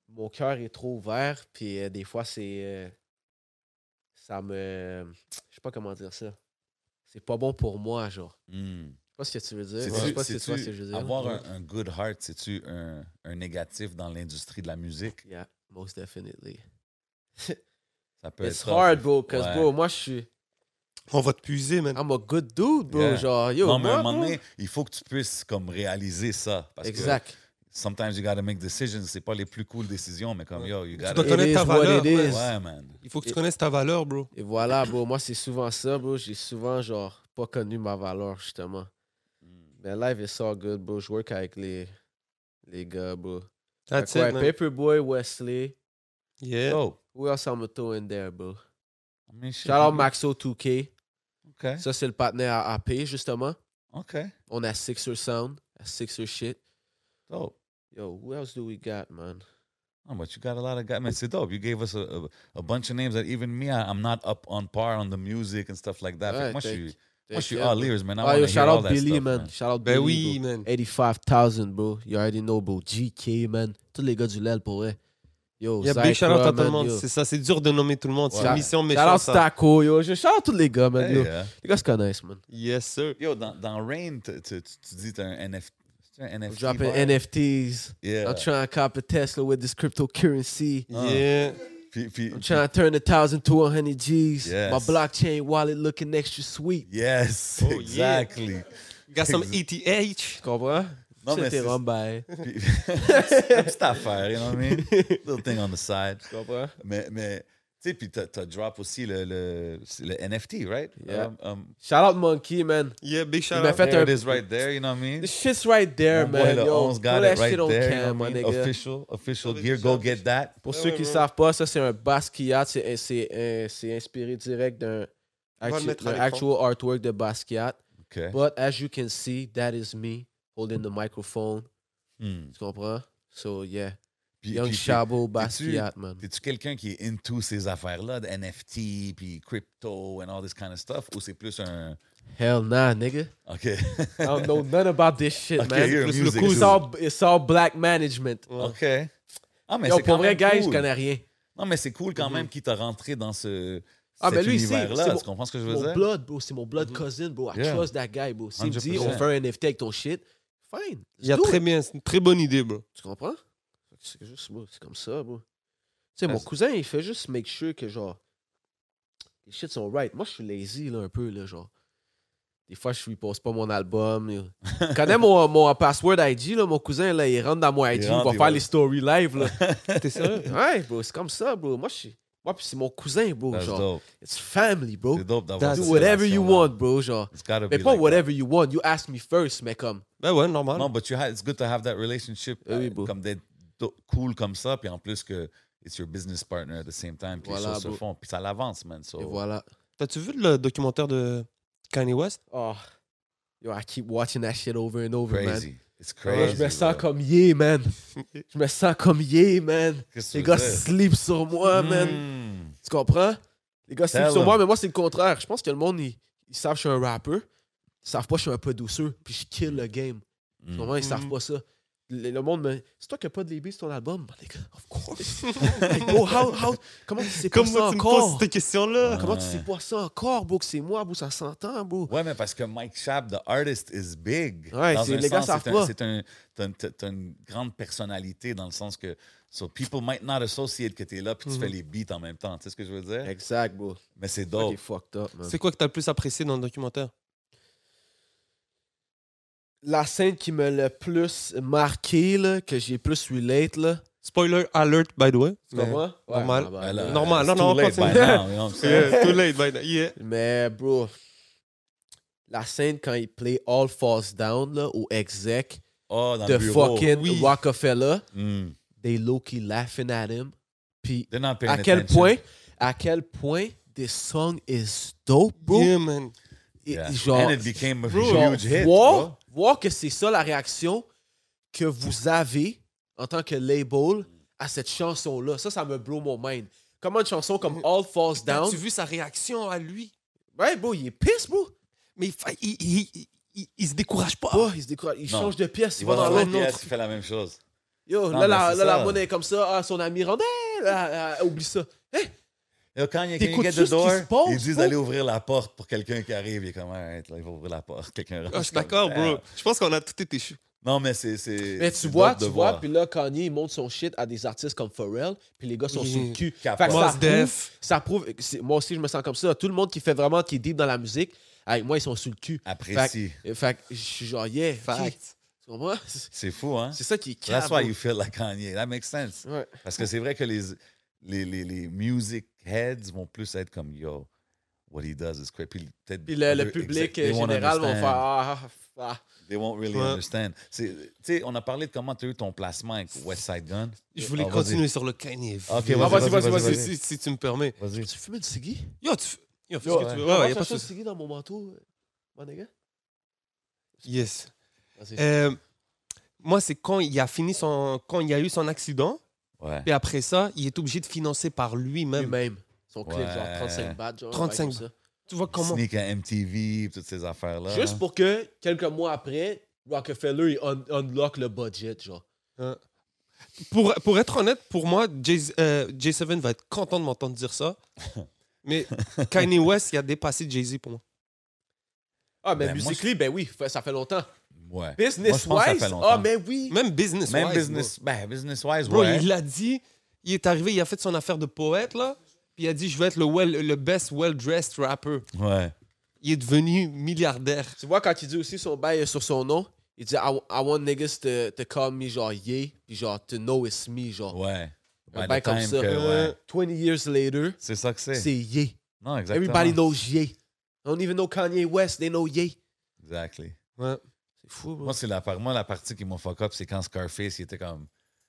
S5: Mon cœur est trop ouvert, puis euh, des fois, c'est. euh, ça me. Je sais pas comment dire ça. C'est pas bon pour moi, genre. Je
S4: Hmm.
S5: sais pas ce que tu veux dire. Je sais
S4: C'est-tu-
S5: pas si c'est toi ce que je veux
S4: c'est-tu
S5: dire.
S4: Avoir un, un good heart, c'est-tu un, un négatif dans l'industrie de la musique?
S5: Yeah, most definitely.
S4: Ça peut
S5: It's
S4: être.
S5: hard, bro, cause
S4: Ouais.
S5: bro, moi je suis.
S3: On va te puiser, man.
S5: I'm a good dude, bro.
S4: Yeah.
S5: Genre, yo,
S4: non, mais à un
S5: moi,
S4: moment
S5: bro.
S4: donné, il faut que tu puisses comme réaliser ça. Parce
S5: Exact.
S4: que sometimes you gotta make decisions. C'est pas les plus cool décisions, mais comme yo, you gotta.
S3: dois
S5: It
S3: connaître ta
S5: is what
S3: valeur,
S5: it is.
S4: Ouais, man.
S3: Il faut que tu connaisses ta valeur, bro.
S5: Et voilà, bro, moi c'est souvent ça, bro. J'ai souvent, genre, pas connu ma valeur, justement. Mais life is all good, bro. Je work avec les, les gars, bro.
S3: That's
S5: Fait
S3: it,
S5: que, ouais,
S3: man.
S5: Paperboy, Wesley.
S3: Yeah.
S4: Oh,
S5: Who else I'm gonna throw in there, bro?
S4: mais je-
S5: Shout out Maxo 2K.
S4: OK.
S5: Ça, c'est le partenaire à AP, justement.
S4: OK.
S5: On a Sixer Sound, à Sixer Shit.
S4: Dope.
S5: Yo, who else do we got, man?
S4: Oh, but you got a lot of guys. Man, it's dope. You gave us a, a, a bunch of names that even me, I, I'm not up on par on the music and stuff like that. Fait que
S5: Ouais,
S4: moi, je
S5: thank-
S4: suis- moi,
S5: thank
S4: je suis
S5: you,
S4: all
S5: bro.
S4: ears, man. I
S5: Ah,
S4: wanna
S5: yo,
S4: hear
S5: shout
S4: all
S5: out
S4: that
S5: Billy,
S4: stuff,
S5: man. Shout out
S3: Ben
S5: Billy.
S3: oui,
S5: bro.
S3: man.
S5: 85,000, bro. You already know, bro. GK, man. Tous les gars du LEL, pour vrai. Yo,
S3: Il y a big
S5: Zypra,
S3: shout out à tout le
S5: man,
S3: monde.
S5: yo.
S3: C'est ça, c'est dur de nommer tout le monde. C'est
S5: Ouais.
S3: une mission
S5: Shout
S3: méchante.
S5: out
S3: ça.
S5: Stacco, yo. Je shout out tous les gars, man.
S4: Hey,
S5: yo.
S4: yeah.
S5: Les gars se connaissent, man.
S3: Yes, sir.
S4: Yo, dans, dans Rain, tu, tu, tu- tu dis t'as un NFT. c'est un NFT.
S5: Dropping
S4: bar?
S5: NFTs.
S4: Yeah.
S5: I'm trying to cop a Tesla with this cryptocurrency.
S4: Ah.
S3: Yeah.
S4: Puis, puis,
S5: I'm trying to turn a thousand to 100 G's.
S4: Yes.
S5: My blockchain wallet looking extra sweet.
S4: yes,
S3: Oh, yeah.
S4: exactly.
S3: Got some E ETH.
S5: Tu comprends?
S4: Non, mais
S5: C'était
S4: c'est-
S5: Rombay. Tu
S4: Puis- c'est une petite affaire, you know what I mean? Little thing on the side.
S5: comprends?
S4: Mais, mais tu sais, puis t'as t'as drop aussi le, le, c'est le NFT, right?
S5: Yeah.
S4: Um, um,
S5: Shout out Monkey, man.
S3: Yeah, big shout
S5: Il m'a
S3: out.
S5: fait
S4: there
S5: un.
S4: it is right there, you know what I mean?
S5: This shit's right there,
S4: Mon boy,
S5: man.
S4: le
S5: Yo,
S4: 11
S5: put
S4: got
S5: that
S4: it right
S5: shit on
S4: there, you know
S5: cam,
S4: what
S5: my
S4: I mean?
S5: nigga.
S4: Official, official
S3: Official,
S4: gear, go
S3: official.
S4: get that.
S5: Pour
S3: Ouais,
S5: ceux
S3: ouais,
S5: qui
S3: ouais.
S5: savent pas, ça c'est un Basquiat, c'est c'est- euh, c'est inspiré direct d'un
S3: va le
S5: actu-
S3: mettre à
S5: d'un
S3: l'écran.
S5: actual artwork de Basquiat.
S4: OK.
S5: But as you can see, that is me holding the microphone.
S4: Hmm.
S5: Tu comprends? So, yeah.
S4: Puis-
S5: Young
S4: puis-
S5: Chabo
S4: t'es-tu-
S5: Basquiat, man.
S4: T'es-tu quelqu'un qui est into ces affaires-là, de NFT, puis crypto, and all this kind of stuff, ou c'est plus un...
S5: Hell nah, nigga.
S4: OK.
S5: I don't know none about this shit,
S4: OK,
S5: man.
S4: you're a
S3: plus le
S4: music
S3: coup,
S5: It's
S4: dude.
S5: all, it's all black management.
S4: OK. Ah, mais
S5: Yo,
S4: c'est
S5: pour
S4: quand
S5: vrai,
S4: même
S5: gars, je
S4: cool.
S5: connais rien.
S4: Non, mais c'est cool quand
S5: Mhm.
S4: même qu'il t'a rentré dans ce
S5: Ah,
S4: cet
S5: mais lui, c'est- c'est
S4: univers-là.
S5: mon-
S4: Tu comprends ce que je veux
S5: Mon
S4: dire?
S5: blood, bro. C'est mon blood cousin, bro. I
S4: Yeah.
S5: trust that guy, bro. S'il me dit, on
S4: 100%.
S5: fait un NFT avec ton shit, fine.
S3: Il y a
S5: do
S3: très
S5: it.
S3: bien, c'est une très bonne idée, bro.
S5: Tu comprends? C'est juste, bro, c'est comme ça, bro. Tu sais,
S4: Ah,
S5: mon
S4: c'est-
S5: cousin, il fait juste make sure que, genre, les shit sont right. Moi, je suis lazy, là, un peu, là, genre. Des fois, je lui pose pas mon album. yo. Il connaît mon, mon password ID, là, mon cousin, là, il rentre dans mon
S4: Il
S5: ID, il,
S4: rentre,
S5: va
S4: il
S5: faire
S4: va-
S5: les stories live, là.
S3: T'es sérieux?
S5: ouais, bro, c'est comme ça, bro. Moi, je suis... Moi, puis c'est mon cousin, bro,
S4: That's
S5: genre.
S4: dope.
S5: It's family, bro.
S4: C'est dope d'avoir
S3: Do
S5: Do
S4: cette
S5: whatever you
S4: relation-là.
S5: want, bro, genre.
S4: It's gotta
S5: Mais
S4: be
S5: pas
S4: like
S5: whatever you want. You ask me first, mais comme.
S3: Ben ouais,
S4: that.
S3: normal.
S4: Non, but you ha- it's good to have that relationship
S5: Eh oui,
S4: euh,
S5: bro.
S4: comme d'être do- cool comme ça, puis en plus que it's your business partner at the same time, puis
S5: Voilà,
S4: les choses
S5: bro.
S4: se font, puis ça l'avance, man. So,
S5: Et voilà.
S3: T'as-tu vu le documentaire de Kanye West?
S5: Oh. Yo, I keep watching that shit over and over, man.
S4: crazy. It's crazy.
S5: Yo, je me sens
S4: bro.
S5: comme yeah, man. Je me sens comme yeah, man.
S4: Qu'est-ce que
S5: Les
S4: tu
S5: gars
S4: veux dire?
S5: sleep sur moi, man.
S4: Hmm.
S5: Tu comprends? Les gars sleep
S4: Tell
S5: sur moi,
S4: them.
S5: mais moi, c'est le contraire. Je pense que le monde, ils, ils savent que je suis un rapper. Ils savent pas que je suis un peu douceur. Puis je kill le game.
S4: Hmm.
S5: Normalement, ils
S3: Mhm.
S5: savent pas ça. Le, le monde me. C'est toi qui n'as pas de début sur ton album? Ben, les gars, of course. Like, bro, how, how, comment tu sais pas
S3: Comme
S5: ça
S3: moi, tu me poses
S5: encore?
S3: cette question-là.
S5: Ah, Comment tu
S4: Ouais.
S5: sais pas ça encore, bro? Que c'est moi, bro, ça s'entend, bro.
S4: Ouais, mais parce que Mike Schaap, the artist, is big.
S5: Ouais,
S4: Dans
S5: c'est-
S4: un
S5: les gars
S4: sens,
S5: savent
S4: c'est un-
S5: pas.
S4: C'est un, t'as une- t'as- t'as une grande personnalité dans le sens que so people might not associate que t'es là puis tu
S3: Mhm.
S4: fais les beats en même temps. Tu sais ce que je veux dire?
S5: Exact, bro.
S4: Mais c'est
S5: Ça qui
S4: dope.
S5: est fucked up, man.
S3: C'est quoi que t'as le plus apprécié dans le documentaire?
S5: la scène qui me le plus marqué, là, que j'ai plus relate, là.
S3: Spoiler alert, by the way.
S5: Tu
S3: Mais-
S5: comprends? Ouais,
S3: normal.
S5: bah, bah,
S4: Ben là,
S5: bah.
S3: Normal,
S4: it's
S3: non,
S4: too
S3: non,
S4: late by
S3: continue.
S4: now, you know what I'm saying?
S3: Yeah, euh, too late, by the- yeah.
S5: Mais, bro, la scène quand il play All Falls Down, là, au exec
S4: Oh, dans
S5: de
S4: le bureau.
S5: fucking
S3: Oui.
S5: Rockefeller,
S4: Mm.
S5: they low-key laughing at him. Puis,
S4: They're not paying
S5: à quel
S4: attention.
S5: point, à quel point this song is dope, bro.
S3: Yeah, man.
S5: Et-
S4: Yeah.
S5: Genre,
S4: And it became a
S5: Genre,
S4: huge hit. bro.
S5: voir, voir que c'est ça la réaction que vous avez en tant que label à cette chanson-là. Ça, ça me blow mon mind. Comment une chanson comme
S4: Mm-hmm.
S5: All Falls Down.
S3: vu sa réaction à lui?
S5: Ouais, bro, il est pisse, bro.
S3: Mais il, fa- il- il- il- il se décourage pas.
S5: Oh, il se décroche, il
S4: Ah. Non.
S5: change de pièce, il,
S4: Il
S5: va dans
S4: l'autre
S5: l'autre.
S4: pièce, il fait la même chose.
S5: Yo, là,
S4: Non, mais
S5: la,
S4: c'est
S5: là, la
S4: ça.
S5: monnaie est comme ça. Ah, son ami rentre. Eh, là, ah, oublie ça.
S4: Yo, quand il
S5: T'écoutes
S4: get
S5: juste ce
S4: the
S5: qui
S4: door,
S5: se passe,
S4: ils disent
S5: bro.
S4: d'aller ouvrir la porte pour quelqu'un qui arrive. Il est comme, arrête, là, il va ouvrir la porte. Quelqu'un rentre.
S3: Ah, je suis d'accord, bro. Je pense qu'on a tout été chou.
S4: Non, mais c'est. c'est-
S5: Mais tu
S4: c'est
S5: vois,
S4: dope de
S5: tu vois,
S4: voir.
S5: puis là, Kanye, il monte son shit à des artistes comme Pharrell, puis les gars sont
S3: Oui.
S4: Mm-hmm.
S5: sur le cul. Fait que
S4: Capable.
S5: ça
S3: Mos
S5: prouve-
S3: Def.
S5: ça prouve, c'est- moi aussi je me sens comme ça. Tout le monde qui fait vraiment, qui est deep dans la musique, avec moi ils sont sous le cul.
S4: Apprécie.
S5: Euh, Fait que je suis genre, yeah, ok.
S3: Fact.
S5: Tu comprends?
S4: C'est fou, hein?
S5: C'est ça qui est calme.
S4: That's why you feel like Kanye. That makes sense.
S5: Ouais.
S4: Parce que c'est vrai que les, les, les, les music heads vont plus être comme yo, what he does is crazy. Puis, peut-être-
S5: Puis le, le
S4: exa-
S5: public
S4: they
S5: euh,
S4: won't
S5: général vont
S4: understand.
S5: faire, ah, ah, ah.
S4: They won't really
S3: Ouais.
S4: understand. C'est- Tu sais, on a parlé de comment tu as eu ton placement avec West Side Gun.
S3: Je voulais
S4: Ah, vas-y.
S3: continuer sur le Kanye.
S4: Ok,
S3: Ah,
S4: vas-y,
S3: vas-y, vas-y,
S4: vas-y, vas-y,
S3: vas-y, si-
S4: vas-y.
S3: si tu me permets.
S4: Vas-y.
S5: tu fumes une cigui?
S3: Yo, tu f- Yo, fais
S4: Yo,
S3: ce que tu veux.
S5: On
S3: Ouais,
S5: va
S3: ouais, y a pas de
S5: chercher une
S3: souci.
S5: cigui dans mon manteau, euh, mon nigga?
S3: Yes.
S4: Ah,
S5: Vas-y.
S3: Euh, moi, c'est quand il a fini son. Quand il a eu son accident,
S4: Ouais.
S3: et après ça, il est obligé de financer par lui-même.
S5: Lui-même. Euh, Son clip,
S4: Ouais.
S5: genre 35 bahts, genre.
S3: 35
S5: ouais, comme ça.
S3: Tu vois comment.
S4: Sneak à MTV, toutes ces affaires-là.
S5: Juste pour que, quelques mois après, Rockefeller, il un- unlock le budget, genre.
S3: Pour, pour être honnête, pour moi, Jay- euh, J7 va être content de m'entendre dire ça. Mais Kanye West, il a dépassé Jay-Z pour moi.
S5: Ah, mais
S4: Ben, moi,
S5: musically, ben oui, fait- ça fait longtemps.
S4: Ouais. Moi, je pense que ça
S5: Business-wise,
S4: fait longtemps.
S5: ah, mais oui.
S3: Même business
S4: Même business, ben, business-wise,
S3: Bro,
S4: ouais.
S3: il l'a dit, il est arrivé, il a fait son affaire de poète, là. Puis il a dit, je veux être le, well- le best well-dressed rapper.
S4: Ouais.
S3: Il est devenu milliardaire.
S5: Tu vois, quand il dit aussi son bail sur son nom, il dit I, wa- I want niggas to, to call me genre yeah, puis genre to know it's me, genre.
S4: Ouais. By
S5: un
S4: the
S5: bail comme
S4: time
S5: ça.
S4: que-
S5: Euh,
S4: ouais.
S5: 20 years later,
S4: C'est ça que c'est.
S5: c'est yeah.
S4: Non, exactement.
S5: Everybody knows yeah. I don't even know Kanye West, they know yeah.
S4: Exactly.
S3: Ouais.
S5: C'est fou, bro.
S4: Moi, c'est la, par- moi, la partie qui m'a fuck up, c'est quand Scarface, il était comme.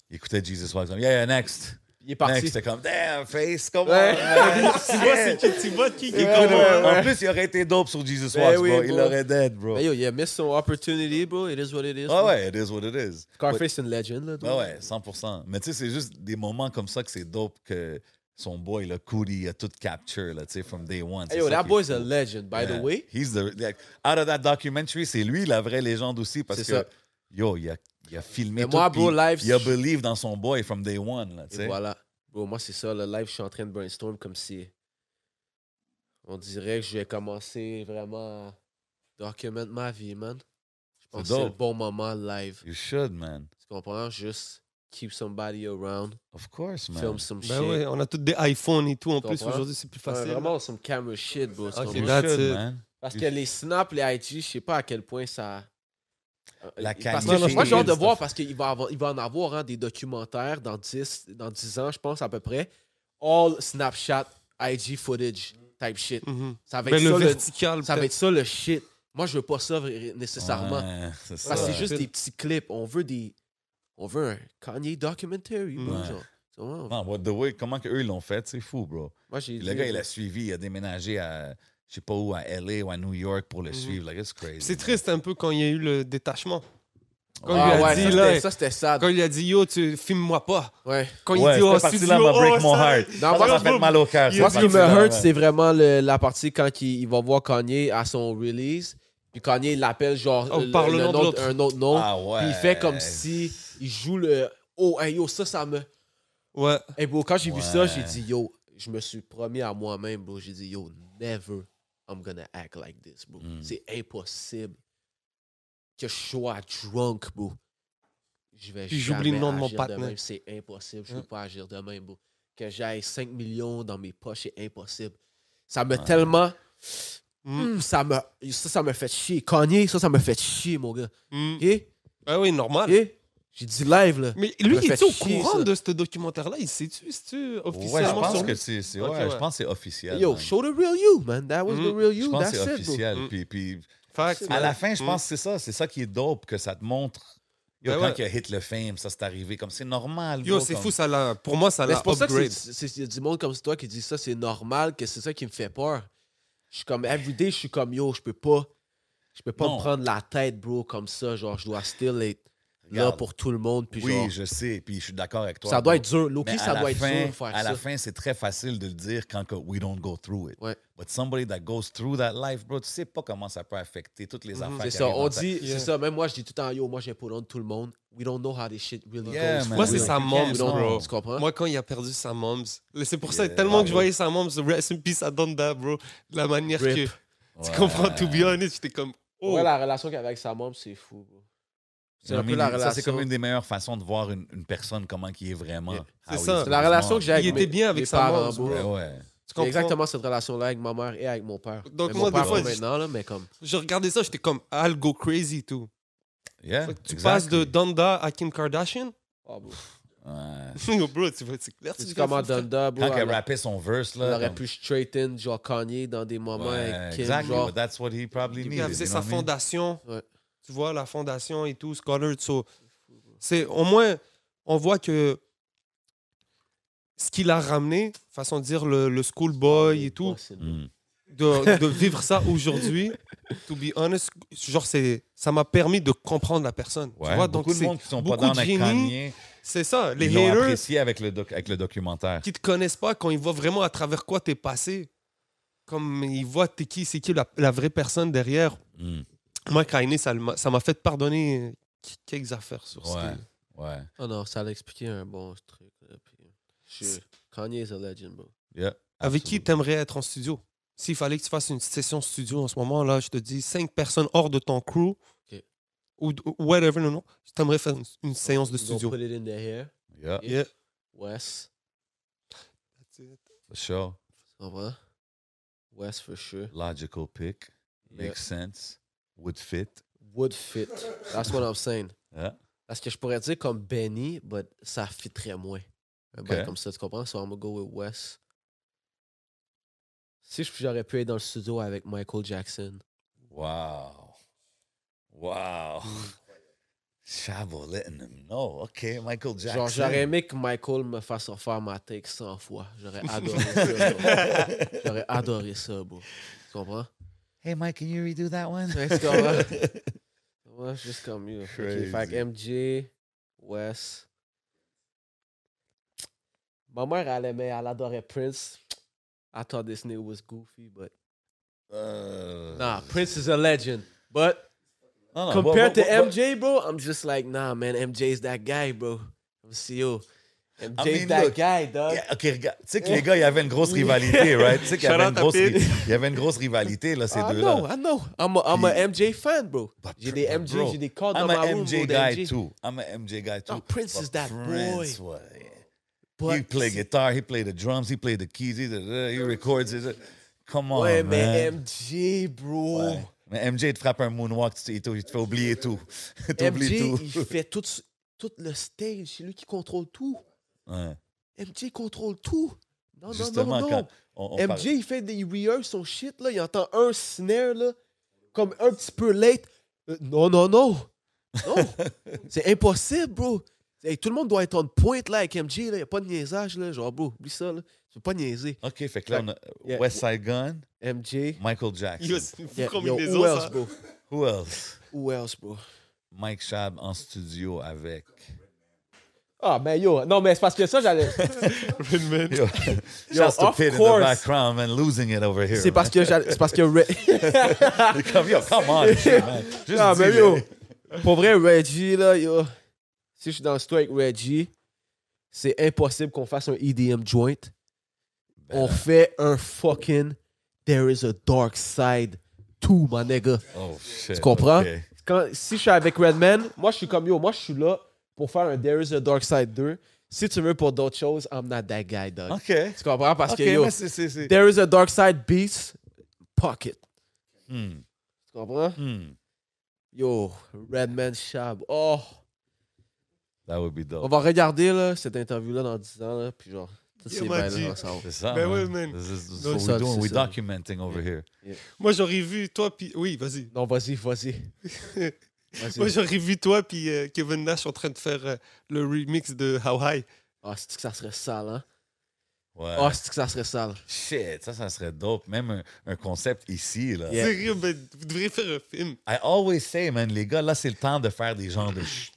S4: Il écoutait Jesus Walks. comme, Yeah, yeah, next.
S5: Il est
S4: Mec,
S5: parti.
S4: C'était comme, damn, face, comment?
S5: Ouais.
S3: tu vois, c'est qui, tu vois qui qui est
S5: Ouais,
S3: comme.
S5: ouais, ouais.
S4: En plus, il aurait été dope sur Jesus
S5: Ben
S4: Walks,
S5: oui,
S4: bro. Il
S5: bro.
S4: aurait dead, bro.
S5: Mais yo, il a missed some opportunity, bro. It is what it is.
S4: Ah
S5: bro.
S4: ouais, it is what it is.
S5: Carface est une legend, là.
S4: Ah
S5: bro.
S4: ouais, 100%. Mais tu sais, c'est juste des moments comme ça que c'est dope que son boy, le Cootie, il a tout capture, là, tu sais, from day one.
S5: Hey,
S4: C'est
S5: yo,
S4: ça
S5: that
S4: qui est
S5: boy's a
S4: fou.
S5: legend, by
S4: Yeah.
S5: the way.
S4: Euh, He's the, like, out of that documentary, c'est lui la vraie légende aussi parce
S5: C'est
S4: que,
S5: ça.
S4: yo, il a, il a filmé
S5: Mais
S4: tout.
S5: moi,
S4: puis
S5: bro, live,
S4: Il a
S5: je-
S4: believe dans son boy from day one, là, tu
S5: Et
S4: sais.
S5: voilà. Bro, moi, c'est ça, le live, je suis en train de brainstorm comme si. On dirait que je vais commencer vraiment à document ma vie, man. Je pense que c'est le
S4: dope.
S5: bon moment live.
S4: You should, man.
S5: Tu comprends? Juste keep somebody around,
S4: Of course, man.
S5: film some Mm, shit.
S3: Ben ouais, on a tous des iPhones et tout. En plus,
S5: Comprends?
S3: aujourd'hui, c'est plus
S5: Ouais,
S3: facile.
S5: vraiment some camera shit, bro.
S3: Ok,
S5: tu
S3: ben
S5: comprends?
S4: You
S3: that's
S4: should,
S3: it.
S4: man.
S5: Parce que les snaps, les IG, je sais pas à quel point ça. euh,
S4: La
S5: Parce que
S3: qualité.
S5: moi, j'ai hâte de
S4: Stuff.
S5: voir parce qu'il va, avoir- il va en avoir hein, des documentaires dans 10, dans 10 ans, je pense à peu près. All Snapchat, IG footage type shit.
S3: Mhm.
S5: Ça va,
S3: Ben,
S5: être,
S3: le
S5: ça, le,
S3: vertical.
S5: ça va
S3: peut-être.
S5: être ça le shit. Moi, je veux pas ça ré- nécessairement.
S4: Ouais, c'est ça.
S5: Parce que
S3: Ouais.
S5: Ah, c'est juste des petits clips. On veut des. On veut un Kanye documentary, bro,
S4: Ouais.
S5: genre. Tu vois,
S4: Non, what the way, comment que eux ils l'ont fait, c'est fou, bro.
S5: Moi, j'ai
S4: Le gars, il a suivi, il a déménagé à, je sais pas où, à LA ou à New York pour le
S3: Mhm.
S4: suivre. Like, it's crazy.
S3: Puis C'est triste un peu quand il y a eu le détachement. Quand il
S5: Ah
S3: lui a
S5: ouais,
S3: dit,
S5: ça,
S3: là,
S5: c'était- ça, c'était sad.
S3: Quand il a dit Yo, tu filme-moi pas.
S5: Ouais.
S3: Quand
S4: Ouais,
S3: il dit
S4: cette
S3: Oh,
S4: partie-là
S3: studio,
S4: m'a break
S3: oh,
S4: mon
S3: ça-
S4: heart.
S5: Non,
S4: Ça
S5: moi,
S4: m'a
S5: je-
S4: fait mal au cœur.
S3: Il
S4: cette
S5: Moi, ce qui me
S4: partie-là,
S5: hurt,
S4: ouais.
S5: c'est vraiment le- la partie quand il, il va voir Kanye à son release, puis Kanye il l'appelle genre
S3: Oh,
S5: le-
S3: par le
S5: le
S3: nom de
S5: nom-
S3: l'autre.
S5: un autre nom,
S4: Ah ouais.
S5: puis il fait comme si il joue le oh hey, yo ça ça me
S3: Ouais.
S5: Hey, bro, quand j'ai
S4: Ouais.
S5: vu ça, j'ai dit yo, je me suis promis à moi-même, bro, j'ai dit yo, never I'm gonna act like this, bro.
S4: Mm.
S5: C'est impossible que je sois drunk, bro. Je vais
S3: Puis
S5: jamais
S3: j'oublie le nom de mon
S5: agir
S3: partenaire.
S5: même, C'est impossible, je peux
S3: Hein.
S5: pas agir de même, bro. Que j'aille 5 millions dans mes poches, c'est impossible. Ça me tellement
S3: Mm.
S5: Hmm, ça me ça ça me fait chier. Kanye, ça ça me fait chier, mon gars.
S3: Mm.
S5: OK
S3: Ben oui, normal.
S5: OK J'ai dit live là.
S3: Mais
S5: me
S3: lui, il
S5: fait
S3: est au
S5: chier,
S3: courant
S5: ça.
S3: de ce documentaire-là Il sait-tu c'est-tu
S4: Ouais, je
S3: officiellement
S4: pense
S3: sur
S4: que c'est c'est-
S3: Ok,
S4: ouais, je
S3: ouais.
S4: pense que c'est officiel.
S5: Yo,
S4: man.
S5: show the real you, man. That was the
S3: Mm.
S5: real
S4: Je
S5: you.
S4: pense
S5: That's
S4: que c'est
S5: it, bro.
S4: officiel.
S3: Mm.
S4: Puis, puis
S3: Facts,
S4: à
S3: man.
S4: la fin, je
S3: Mm.
S4: pense que c'est ça. C'est ça qui est dope, que ça te montre. Yo,
S3: Ben
S4: quand
S3: ouais.
S4: il a hit le fame, ça c'est arrivé. Comme c'est normal.
S3: Yo,
S4: bro,
S3: c'est
S4: comme-
S3: fou, ça l'a. Pour moi, ça
S5: Mais
S3: l'a
S5: c'est pour ça que
S3: upgrade.
S5: c'est- c'est- il y a du monde comme toi qui dit ça, c'est normal, que c'est ça qui me fait peur. Je suis comme, everyday, je suis comme, yo, je peux pas, je peux pas
S4: Non.
S5: me prendre la tête, bro, comme ça. Genre, je dois still être là
S4: Regarde.
S5: pour tout le monde. Puis
S4: Oui,
S5: genre,
S4: je sais. Puis je suis d'accord avec toi.
S5: ça
S4: bro.
S5: doit être dur. Loki,
S4: Mais à
S5: ça
S4: la
S5: doit être
S4: fin-
S5: dur de faire
S4: À
S5: ça.
S4: la fin, c'est très facile de le dire quand que we don't go through it.
S5: Ouais.
S4: But somebody that goes through that life, bro, tu sais pas comment ça peut affecter toutes les affaires.
S5: Mm-hmm. c'est
S4: qui
S5: ça,
S4: arrivent
S5: on
S4: dans ta-
S5: dit,
S3: Yeah.
S5: c'est ça. Même moi, je dis tout le temps, yo, moi, j'ai pour tout le monde. We don't know how this shit really
S4: Yeah,
S5: goes.
S4: man.
S3: Moi,
S5: We
S3: c'est
S5: don't-
S3: sa
S4: We
S3: mom,
S5: we
S4: don't-
S3: bro.
S5: don't- Tu comprends?
S3: Moi, quand il a perdu sa moms, là, c'est pour ça,
S4: Yeah,
S3: tellement que je
S4: bravo.
S3: voyais sa moms, Rest in Peace à Donda, bro. De la manière
S5: Rip.
S3: que. Tu comprends, to be honest, j'étais comme. Oh,
S5: Ouais, la relation qu'avec sa mom, c'est fou, bro. C'est un peu la
S4: Ça, c'est
S5: relation.
S4: comme une des meilleures façons de voir une, une personne, comment qui est vraiment.
S5: Yeah.
S4: Ah
S3: C'est
S4: oui,
S3: ça.
S5: C'est la relation que j'ai avec
S3: il était
S5: mes-
S3: bien
S5: mes
S3: avec sa
S5: parents,
S3: mom,
S5: bro.
S3: bro.
S4: Ouais, ouais.
S3: Tu
S5: J'ai
S3: comprends?
S5: exactement cette relation-là avec ma mère et avec mon père.
S3: Donc moi,
S5: Mais mon
S3: des
S5: père
S3: fois,
S5: pas
S3: je-
S5: maintenant, là, mais comme.
S3: Je regardais ça, j'étais comme, I'll go crazy, tout.
S4: Yeah,
S3: Fait que tu
S4: exactly.
S3: passes de Donda à Kim Kardashian?
S5: Ah, bro.
S4: Ouais.
S3: Yo, bro, tu vois, c'est clair.
S5: Tu
S3: tu
S5: sais
S3: fais-
S5: comment Donda, bro.
S4: Quand
S5: elle-
S4: elle rappait son verse,
S5: elle
S4: là.
S5: aurait
S4: comme-
S5: pu straighten, genre Kanye dans des moments
S4: Ouais,
S5: avec Kim,
S4: exactly.
S5: genre.
S4: but That's what he probably
S3: Il
S4: needed.
S3: faisait
S4: you
S3: sa
S4: know what I mean?
S3: fondation.
S5: Ouais.
S3: Tu vois, la fondation et tout, Scholar. so, c'est au moins, on voit que ce qu'il a ramené, façon de dire, le, le schoolboy et tout,
S4: Mm.
S3: de, de vivre ça aujourd'hui, to be honest, genre, c'est, ça m'a permis de comprendre la personne.
S4: Ouais,
S3: tu vois, donc
S4: beaucoup de
S3: c'est,
S4: monde qui sont pas
S3: beaucoup
S4: dans
S3: de
S4: avec
S3: génies,
S4: Kanye,
S3: c'est ça. Les
S4: ils l'ont
S3: haters
S4: apprécié avec le, doc- avec le documentaire.
S3: qui te connaissent pas, quand ils voient vraiment à travers quoi t'es passé, comme ils voient t'es qui, c'est qui la- la vraie personne derrière,
S4: Mm.
S3: Moi, Kainé, ça m'a ça m'a fait pardonner quelques affaires sur ce
S4: Ouais.
S3: que-
S4: Ouais.
S5: Oh non, ça l'a expliqué un bon truc. là, puis, je-
S3: C'est-
S5: Kanye is a legend, bro.
S4: Yeah.
S3: Avec qui t'aimerais être en studio? S'il fallait que tu fasses une session studio en ce moment, là, je te dis, cinq personnes hors de ton crew,
S5: Ok.
S3: ou ou whatever le nom, je t'aimerais faire une, une séance de
S5: We're gonna
S3: studio.
S5: Put it in the hair.
S4: Yeah,
S5: it-
S3: Yeah.
S5: Wes.
S4: for sure.
S5: Tu comprends? Wes, for sure.
S4: Logical pick.
S5: Yeah.
S4: Makes sense. Would fit.
S5: Would fit. That's what I'm saying.
S4: Yeah.
S5: Parce que je pourrais dire comme Benny, mais ça fitterait moins. Un bail
S4: Ok.
S5: comme ça, tu comprends? So I'm gonna go with Wes. Si je- j'aurais pu être dans le studio avec Michael Jackson.
S4: Wow. Wow. Shabo letting him know. OK, Michael Jackson.
S5: Genre, j'aurais aimé que Michael me fasse refaire ma take 100 fois. J'aurais adoré ça, bro. J'aurais adoré ça, bro. Tu comprends?
S4: Hey, Mike, can you redo that one?
S5: Ouais, tu comprends? Ouais, c'est juste comme yo. Ok,
S4: Crazy.
S5: fait que MJ, Wes. Ma mère, elle aimait, elle adorait Prince. I thought this nigga was goofy, but.
S4: Euh,
S5: Nah, Prince is a legend. But
S4: non, non,
S5: compared
S4: what-
S5: to
S4: what- what-
S5: MJ, bro, I'm just like, nah, man, MJ's that guy, bro. I'm CEO. MJ's
S4: mean,
S5: that
S4: look,
S5: guy, dog.
S4: Yeah, OK, regarde. Tu sais que les gars, il y avait une grosse rivalité, right? Tu sais qu'il y
S3: Shout
S4: avait
S3: out
S4: une
S3: à
S4: grosse,
S3: Pete.
S4: ri- il y avait une grosse rivalité, là, ces
S5: I know,
S4: deux-là.
S5: I know. I'm a, I'm a MJ fan, bro.
S4: But
S5: Ah, J'ai
S4: Pr-
S5: des
S4: but
S5: MJ,
S4: bro,
S5: j'ai des cordes dans
S4: I'm
S5: ma
S4: a
S5: room,
S4: MJ
S5: bro,
S4: guy,
S5: d'MJ.
S4: too. I'm a MJ guy, too.
S5: Oh, Prince
S4: But
S5: is that
S4: Prince
S5: boy.
S4: was- yeah. He
S5: But
S4: play guitar, he play the drums, he play the keys, he, he records it. Come on,
S5: Ouais, mais
S4: Oh, man.
S5: MJ, bro.
S4: Ouais. Mais MJ, il te frappe un moonwalk, tu- il te, il te fait oublier tout. T'oublies
S5: MJ,
S4: tout.
S5: il fait tout, s- tout le stage. C'est lui qui contrôle tout.
S4: Ouais.
S5: MJ contrôle tout. Oh, Non,
S4: Justement,
S5: non, non,
S4: quand
S5: non.
S4: on, on
S5: MJ,
S4: parle-
S5: il fait des rehears, son shit, là. Il entend un snare, là, comme un petit peu late. Euh, non, non, non. Non. C'est impossible, bro. Hey, tout le monde doit être en pointe, là, avec MJ, là. Il n'y a pas de niaisage, là. Genre, bro, oublie ça, là. Tu peux pas niaiser.
S4: OK, fait que là, on a
S5: Yeah.
S4: West Side Gun,
S5: MJ.
S4: Michael Jackson.
S3: Yo, c'est une
S5: Yeah, yo,
S3: combinaison,
S5: who else,
S3: ça.
S5: bro?
S4: Who else?
S5: Who else, bro?
S4: Mike Shab en studio avec...
S5: Ah, ben, yo. Non, mais c'est parce que ça, j'allais.
S3: Redman.
S4: Yo, just a
S5: of
S4: pit in the
S5: course.
S4: background and losing it over here.
S5: C'est parce que j'allais- c'est parce que Re-
S4: man. Comme, yo, come on, man. Just
S5: Ah, mais
S4: dis-le.
S5: yo, pour vrai, Reggie, là, yo, si je suis dans le studio avec Reggie, c'est impossible qu'on fasse un EDM joint.
S4: Ben
S5: On
S4: non.
S5: fait un fucking There is a dark side to, my nigga.
S4: Oh, shit.
S5: Tu comprends?
S4: OK.
S5: Quand, si je suis avec Redman, moi, je suis comme yo, moi, je suis là pour faire un There is a dark side 2. Si tu veux pour d'autres choses, I'm not that guy, dog.
S4: OK.
S5: Tu comprends? Parce
S4: OK,
S5: que yo,
S4: mais c'est- c'est... c'est-
S5: There is a dark side beats, pocket.
S4: Hmm,
S5: Tu comprends?
S4: hmm.
S5: Yo, Redman Shab. Oh!
S4: That would be dope.
S5: On va regarder là, cette interview-là dans 10 ans, là, puis genre, toutes
S3: Yeah, my
S5: ces bails-là,
S3: G.
S5: on s'en va.
S4: C'est ça,
S3: Ben
S4: man.
S3: oui, man.
S4: This is- this is
S3: Non,
S4: what
S5: ça,
S4: we're doing.
S5: c'est
S4: We're
S5: ça.
S4: documenting over here.
S3: Moi, j'aurais vu toi, puis. Oui, vas-y.
S5: Non, vas-y, vas-y. Vas-y.
S3: Moi, j'aurais vu toi, puis euh, Kevin Nash en train de faire euh, le remix de How High.
S5: Ah, c'est que ça serait sale, hein?
S4: Ouais.
S5: Ah, c'est que ça serait sale.
S4: Shit, ça, ça serait dope. Même un, un concept ici, là.
S5: Yeah.
S3: Sérieux, ben, vous devriez faire un film.
S4: I always say, man, les gars, là, c'est le temps de faire des genres de ch-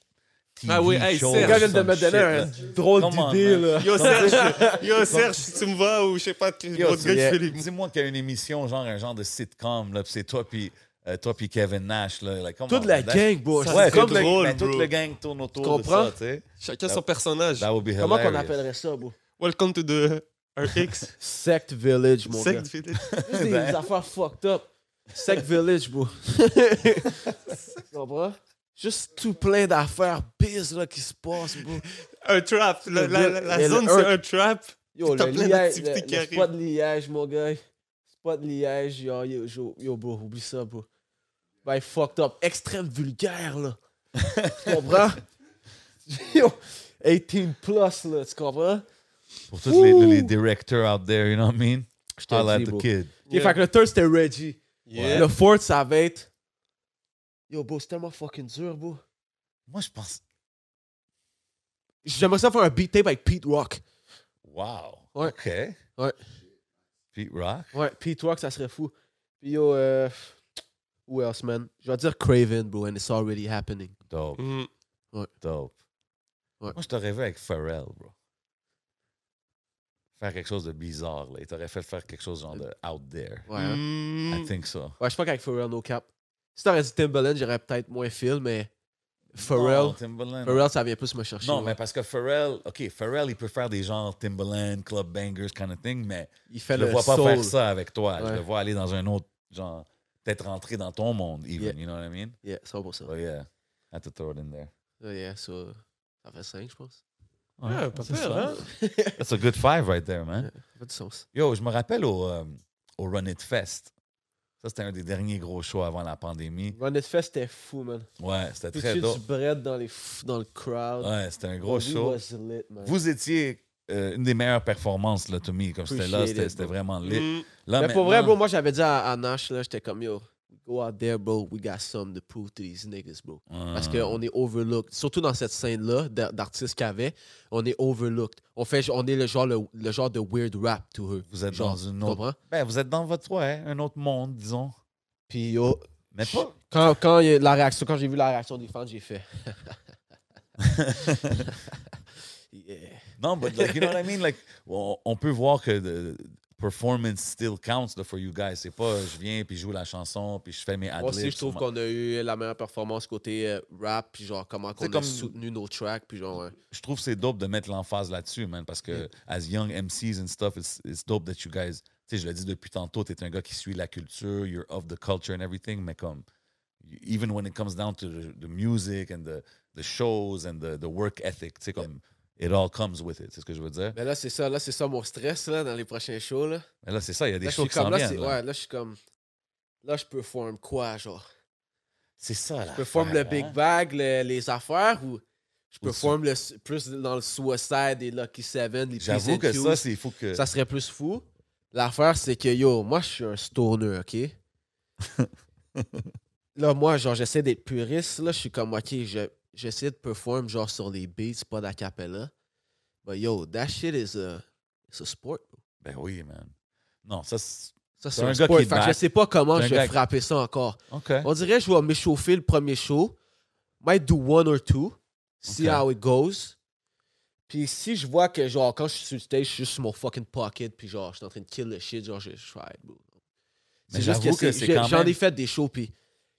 S4: TV
S3: Ah oui, hey,
S4: shows,
S3: Serge.
S5: Les gars viennent de
S4: some
S5: me
S4: shit,
S5: donner
S4: là.
S5: un drôle
S4: Come on,
S5: d'idée,
S4: man.
S5: là.
S3: Yo Serge, yo Serge, si tu me vois ou je sais pas, tu-
S4: Yo,
S3: votre
S4: tu-
S3: gars,
S5: yeah.
S3: je fais les
S4: Dis-moi qu'il y a une émission, genre un genre de sitcom, là, pis c'est toi puis toi puis Kevin Nash, là. like, come
S5: Toute
S4: on,
S5: la
S4: that-
S5: gang, bro.
S3: Ça,
S5: c'est
S4: Ouais,
S3: serait
S5: comme-
S4: toute la-
S3: drôle,
S4: mais Ben, toute
S3: bro.
S4: la gang tourne autour de
S5: comprends?
S4: ça, tu sais.
S3: Chacun son personnage.
S4: That would be
S5: Comment qu'on
S4: hilarious.
S5: appellerait ça, bro?
S3: Welcome to the RX.
S5: Sect Village, mon
S3: Sect
S5: gars.
S3: Village.
S5: Juste des
S4: Ben.
S5: affaires fucked up. Sect Village, bro. tu comprends? Juste tout plein d'affaires biz, là, qui se passent, bro.
S3: Un trap. La, la- la- la
S5: Et le
S3: zone,
S5: un-
S3: c'est un trap.
S5: Yo,
S3: T'as
S5: le,
S3: plein
S5: liège, le,
S3: d'activités qui
S5: le
S3: arrivent.
S5: spot de liège, mon gars. Spot de liège, yo, yo, yo, yo, bro, oublie ça, bro. Ben, fucked up. Extrême vulgaire, là. tu comprends? Yo, 18 plus, là, tu comprends?
S4: Pour tous les,
S5: Ouh.
S4: les directeurs out there, you know what I mean?
S5: Je te
S4: Holla at
S5: dis,
S4: the
S5: bro.
S4: kid.
S5: Ok, fait que le third, c'était Reggie.
S3: Yeah.
S5: Le fourth, ça va être... Yo, bro, c'est tellement fucking dur, bro.
S4: Moi, je pense.
S5: J'aimerais ça faire un beat tape avec Pete Rock.
S4: Wow.
S5: Ouais.
S4: OK.
S5: Ouais.
S4: Pete Rock.
S5: Ouais, Pete Rock, ça serait fou. Puis yo, euh... Who else, man? Je vais dire Craven, bro, and it's already happening.
S4: Dope.
S3: Mm.
S4: Dope.
S5: Ouais.
S4: Moi, je t'aurais vu avec Pharrell, bro. Faire quelque chose de bizarre, là. Il t'aurait fait faire quelque chose genre de out there.
S5: Ouais, hein?
S3: Mm.
S4: I think so.
S5: Ouais, je crois qu'avec Pharrell, no cap. Si t'aurais dit Timbaland, j'aurais peut-être moins feel, mais
S4: Non,
S5: Pharrell,
S4: Timbaland.
S5: Pharrell, ça vient plus me chercher.
S4: Non,
S5: ouais.
S4: mais parce que Pharrell, OK, Pharrell, il peut faire des genres Timbaland, Club Bangers, kind of thing, mais
S5: il fait
S4: je le vois pas faire ça avec toi. Je
S5: Ouais.
S4: le vois aller dans un autre genre, peut-être rentrer dans ton monde, even,
S5: Yeah.
S4: you know what I mean?
S5: Yeah, 100%.
S4: So, yeah, I had to throw it in there.
S5: Yeah, Oh, yeah, so, ça fait 5, je pense.
S3: Ah, pas
S4: c'est
S3: peur,
S4: ça.
S3: hein?
S4: That's a good five right there, man.
S5: Ça fait du sens.
S4: Yo, je me rappelle au, euh, au Run It Fest. Ça, c'était un des derniers gros shows avant la pandémie.
S5: Run It Fest, c'était fou, man.
S4: Ouais, c'était
S5: Pitcher
S4: très
S5: du
S4: dope.
S5: bread dans, les f- dans le crowd.
S4: Ouais, c'était un
S5: The
S4: gros
S5: weed
S4: show.
S5: was lit, man.
S4: Vous étiez euh, une des meilleures performances, là, to me. Comme c'était là,
S5: Appreciate
S4: c'était
S5: it,
S4: c'était
S5: bro.
S4: vraiment lit.
S3: Mm.
S4: Là,
S5: mais pour vrai,
S4: ah, maintenant-
S5: bro, moi, j'avais dit à, à Nash, là, j'étais comme, yo, go Go out there, bro. We got something to prove to these niggas, bro. Parce
S4: Ah.
S5: qu'on est overlooked. Surtout dans cette scène-là d'a- d'artistes qu'il y avait, on est overlooked. On, fait, on est le genre, le, le genre de weird rap to eux.
S4: Vous êtes
S5: Genre,
S4: dans une
S5: tu
S4: autre.
S5: comprends?
S4: Ben, vous êtes dans votre. Ouais, un autre monde, disons.
S5: Puis yo,
S4: Mais pas.
S5: quand, quand, il y a la réaction, quand j'ai vu la réaction des fans, j'ai fait. Yeah.
S4: Non, but like, you know what I mean? Like, on, on peut voir que the performance still counts là, for you guys. C'est pas je viens puis je joue la chanson puis je fais mes ad
S5: Moi aussi, je trouve qu'on a eu la meilleure performance côté euh, rap, puis genre comment qu'on
S4: C'est
S5: a
S4: comme-
S5: soutenu nos tracks, puis genre. ouais.
S4: je trouve que c'est dope de mettre l'emphase là-dessus, man, parce que as young MCs and stuff, it's, it's dope that you guys. Tu sais, je l'ai dit depuis tantôt, t'es un gars qui suit la culture, you're of the culture and everything, mais comme, you- even when it comes down to the, the music and the, the shows and the, the work ethic, tu sais, comme, it all comes with it, c'est ce que je veux dire.
S5: Mais Ben là, c'est ça, là, c'est ça mon stress là, dans les prochains shows. Là,
S4: Mais là, c'est ça, il y a des
S5: là, je
S4: shows
S5: suis
S4: qui s'en
S5: comme, là, c'est-
S4: viennent. là.
S5: ouais, là, je suis comme. Là, je perform quoi, genre?
S4: C'est ça, hein. là.
S5: Je perform le big bag, le- les affaires, ou je
S4: Ou
S5: perform le, su- plus dans le suicide et Lucky Seven, les
S4: J'avoue
S5: P's
S4: que
S5: and
S4: ça,
S5: Q's.
S4: c'est il faut que.
S5: Ça serait plus fou. L'affaire, c'est que yo, moi, je suis un stoner, OK? là, moi, genre, j'essaie d'être puriste. Là, je suis comme, OK, je- j'essaie de perform, genre, sur les beats, pas d'acapella. But yo, that shit is a, it's a sport. bro.
S4: Ben oui, man. Non, ça, c'est.
S5: Ça,
S4: C'est
S5: c'est
S4: un
S5: un,
S4: gars
S5: sport.
S4: qui
S5: Fait que
S4: back.
S5: je sais pas comment
S4: C'est un
S5: je
S4: gars
S5: vais
S4: qui-
S5: frapper ça encore.
S4: OK.
S5: On dirait que je vais m'échauffer le premier show. Might do one or two. See
S4: Ok.
S5: how it goes. Puis si je vois que, genre, quand je suis sur le stage, je suis juste sur mon fucking pocket, puis genre, je suis en train de kill le shit, genre, je try, bro.
S4: Mais
S5: C'est juste que,
S4: j'avoue
S5: c'est-
S4: que c'est
S5: j'ai-
S4: quand
S5: j'en ai
S4: même-
S5: fait des shows, puis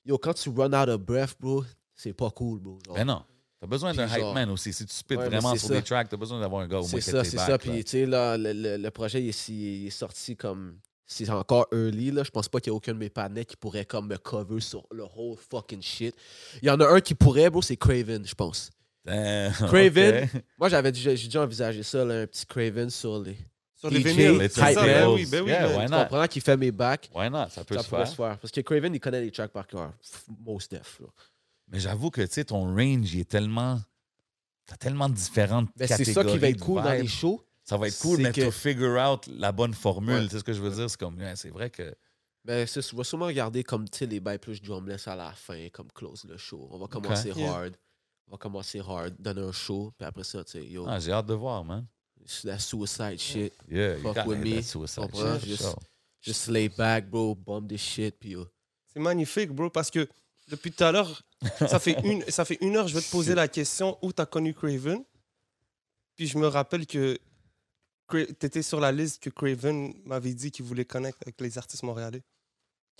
S5: yo, quand tu run out of breath, bro, c'est pas cool, bro. genre.
S4: Ben non. T'as besoin
S5: Puis
S4: d'un hype
S5: genre-
S4: man aussi. Si tu spits
S5: Ouais, mais
S4: vraiment
S5: c'est
S4: sur
S5: ça.
S4: des tracks, t'as besoin d'avoir un gars au moins
S5: C'est
S4: qui
S5: ça,
S4: tes
S5: c'est
S4: back,
S5: ça.
S4: là.
S5: Puis, tu sais, là, le, le- le projet, il est, si- il est sorti comme. C'est encore early, là. Je pense pas qu'il y a aucun de mes panneaux qui pourrait, comme, me cover sur le whole fucking shit. Il y en a un qui pourrait, bro, c'est Craven, je pense.
S4: Damn,
S5: Craven.
S4: ok.
S5: Moi, j'avais déjà, j'ai déjà envisagé ça, là, un petit Craven sur les.
S3: Sur les
S5: DJ,
S3: vinyles,
S4: Let's
S3: c'est ça,
S5: Hype
S3: ben
S5: Man.
S3: oui, ben oui.
S4: Yeah,
S3: man.
S4: why
S5: Tu
S4: not?
S5: comprends qui fait mes backs.
S4: Why not? Ça peut
S5: Ça
S4: se
S5: pourrait
S4: faire.
S5: se faire. Parce que Craven, il connaît les tracks par cœur. F- Most def, là.
S4: Mais j'avoue que, tu sais, ton range, il est tellement. T'as tellement de différentes
S5: Mais Ben, c'est
S4: catégories.
S5: ça qui va être
S4: de
S5: cool dans les
S4: vibes.
S5: shows.
S4: Ça va être cool,
S5: c'est
S4: mais
S5: que-
S4: tu figure out la bonne formule.
S5: Ouais.
S4: Tu sais ce que je veux dire? C'est comme, ouais, c'est vrai que.
S5: Mais Ben, c'est- je vais sûrement regarder comme, tu sais, les bails plus drumless à la fin, comme close le show. On va commencer
S3: Yeah.
S5: hard. On va commencer hard, donner un show, puis après ça, tu sais, yo,
S4: Ah, j'ai hâte de voir, man.
S5: la suicide shit.
S4: Yeah, you
S5: Fuck
S4: gotta
S5: with
S4: hit
S5: me.
S4: that suicide
S5: Comprends?
S4: shit,
S5: Juste-
S4: so.
S5: Just lay back, bro, bomb this shit, puis yo.
S3: C'est magnifique, bro, parce que depuis tout à l'heure, ça, fait une- ça fait une heure, je vais te poser la question où tu as connu Craven. Puis je me rappelle que tu étais sur la liste que Craven m'avait dit qu'il voulait connecter avec les artistes montréalais.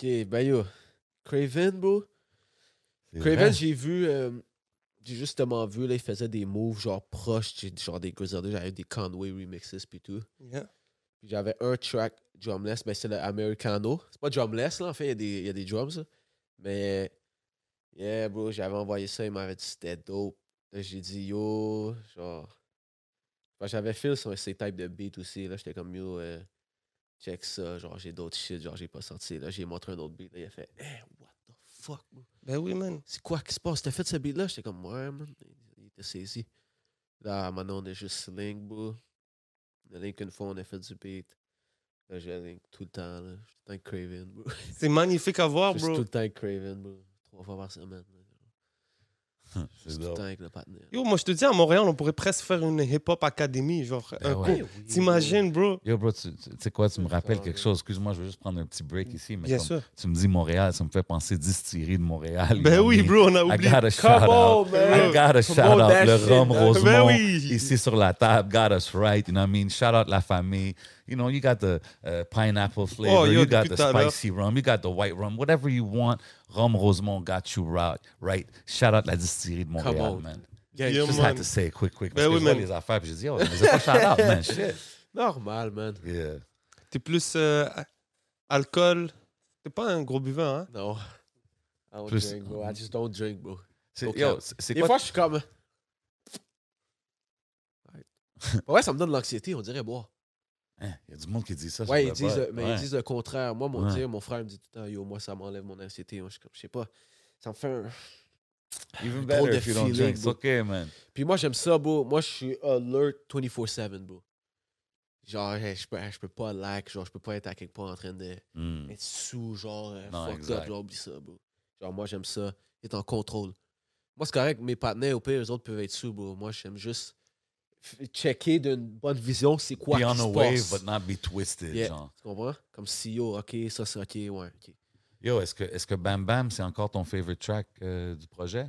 S5: Ok, ben yo. Craven, bro.
S4: C'est vrai.
S5: Craven, j'ai vu. euh, j'ai justement vu, là, il faisait des moves genre proches, j'ai- genre des Grizzled, j'avais des Conway remixes puis tout.
S3: Yeah.
S5: Puis j'avais un track drumless, mais c'est le Americano. C'est pas drumless, là, en fait, il y a des, il y a des drums. là. Mais, yeah, bro, j'avais envoyé ça, il m'avait dit c'était dope. Là, j'ai dit yo, genre. Parce que j'avais fait sur ces types de beats aussi, là, j'étais comme yo, euh, check ça, genre j'ai d'autres shit, genre j'ai pas sorti. Là, j'ai montré un autre beat, là, il a fait, eh, what the fuck, bro?
S3: Ben oui, man.
S5: c'est quoi qui se passe? T'as fait ce beat-là? J'étais comme, ouais, man. Il était saisi. Là, maintenant, on est juste sling, bro. On a link une fois, on a fait du beat. Là, j'ai link tout le temps, là. Je suis tout le temps Craven, bro.
S3: C'est magnifique à voir,
S5: Je suis tout
S3: Ah, bro.
S5: le temps Craven, bro. Trois fois par semaine. là. Je
S4: C'est
S5: suis tout le
S4: dope.
S5: temps avec le partenaire.
S3: Yo, moi, je te dis, à Montréal, on pourrait presque faire une hip-hop académie. Genre,
S4: Ben
S3: un
S4: ouais.
S3: cours. T'imagines, bro?
S4: Yo, bro, tu tu- tu sais quoi, tu me
S5: Putain,
S4: rappelles quelque
S5: ouais. Mm.
S4: chose. Excuse-moi, je vais juste prendre un petit break ici. Mais
S3: Bien
S4: comme
S3: sûr.
S4: Tu me dis Montréal, ça me fait penser distillerie de Montréal.
S3: Ben
S4: Ils ont
S3: oui,
S4: mis-
S3: bro, on a
S4: I
S3: oublié.
S4: got a shout out. I
S5: Oh, man.
S4: got a
S5: Promote
S4: shout out.
S5: that
S4: Le
S5: shit,
S4: rhum
S5: man.
S4: Rosemont
S3: Ben oui.
S4: ici sur la table. Got us right. You know what I mean? Shout out la famille. You know, you got the uh, pineapple flavor.
S3: Oh, yo,
S4: you got
S3: depuis
S4: the
S3: tout à l'heure.
S4: spicy rum. You got the white rum. Whatever you want, Rhum Rosemont got you right. right. Shout out la distillerie de
S5: Come
S4: Montréal,
S5: on.
S4: man.
S5: Yeah,
S3: Yo,
S5: c'est
S4: Just
S3: man.
S4: had to say it quick, quick.
S3: Ben
S4: Parce que
S3: oui,
S4: je vois
S3: man.
S4: les affaires puis je dis, oh, mais c'est pas shout out, man. Shit.
S5: normal, man.
S4: Yeah.
S3: T'es plus euh, alcool. T'es pas un gros buveur, hein?
S5: Non. I don't
S4: Plus-
S5: drink, bro. I just don't drink, bro.
S4: C'est,
S5: Ok.
S4: yo, c'est- c'est
S5: Des
S4: quoi
S5: fois, je suis comme. Ouais, ça me donne de l'anxiété, on dirait boire.
S4: Hein, Il y a du monde qui dit ça. sur
S5: Ouais,
S4: le
S5: ils disent,
S4: bot.
S5: le- mais
S4: Ouais.
S5: ils disent le contraire. Moi, mon
S4: Ouais.
S5: Dieu, mon frère me dit tout le temps, yo, moi, ça m'enlève mon anxiété. Moi, je suis comme, je sais pas. Ça me fait un.
S4: Even
S5: Trop
S4: better
S5: de
S4: if you don't
S5: feeling,
S4: drink. It's
S5: bro.
S4: okay, man.
S5: Puis moi, j'aime ça, bro. Moi, je suis alert 24-7, bro. Genre, hey, je peux, je peux pas lac, genre, je peux pas être à quelque part en train de
S4: Mm.
S6: Hmm.
S5: être sous, genre, euh,
S4: Non,
S5: fucked
S4: exact.
S5: up, genre, oublie ça, bro. Genre, moi, j'aime ça, être en contrôle. Moi, c'est correct, mes partenaires, au pire, eux autres peuvent être sous, bro. Moi, j'aime juste f- checker d'une bonne vision c'est quoi
S4: Be
S5: qui
S4: on
S5: se
S4: a wave,
S5: passe.
S4: but not be twisted,
S5: Yeah.
S4: genre.
S5: Tu comprends? Comme si, yo, ok, ça, c'est ok, ouais, ok.
S4: Yo, est-ce que, est que Bam Bam, c'est encore ton favorite track euh, du projet?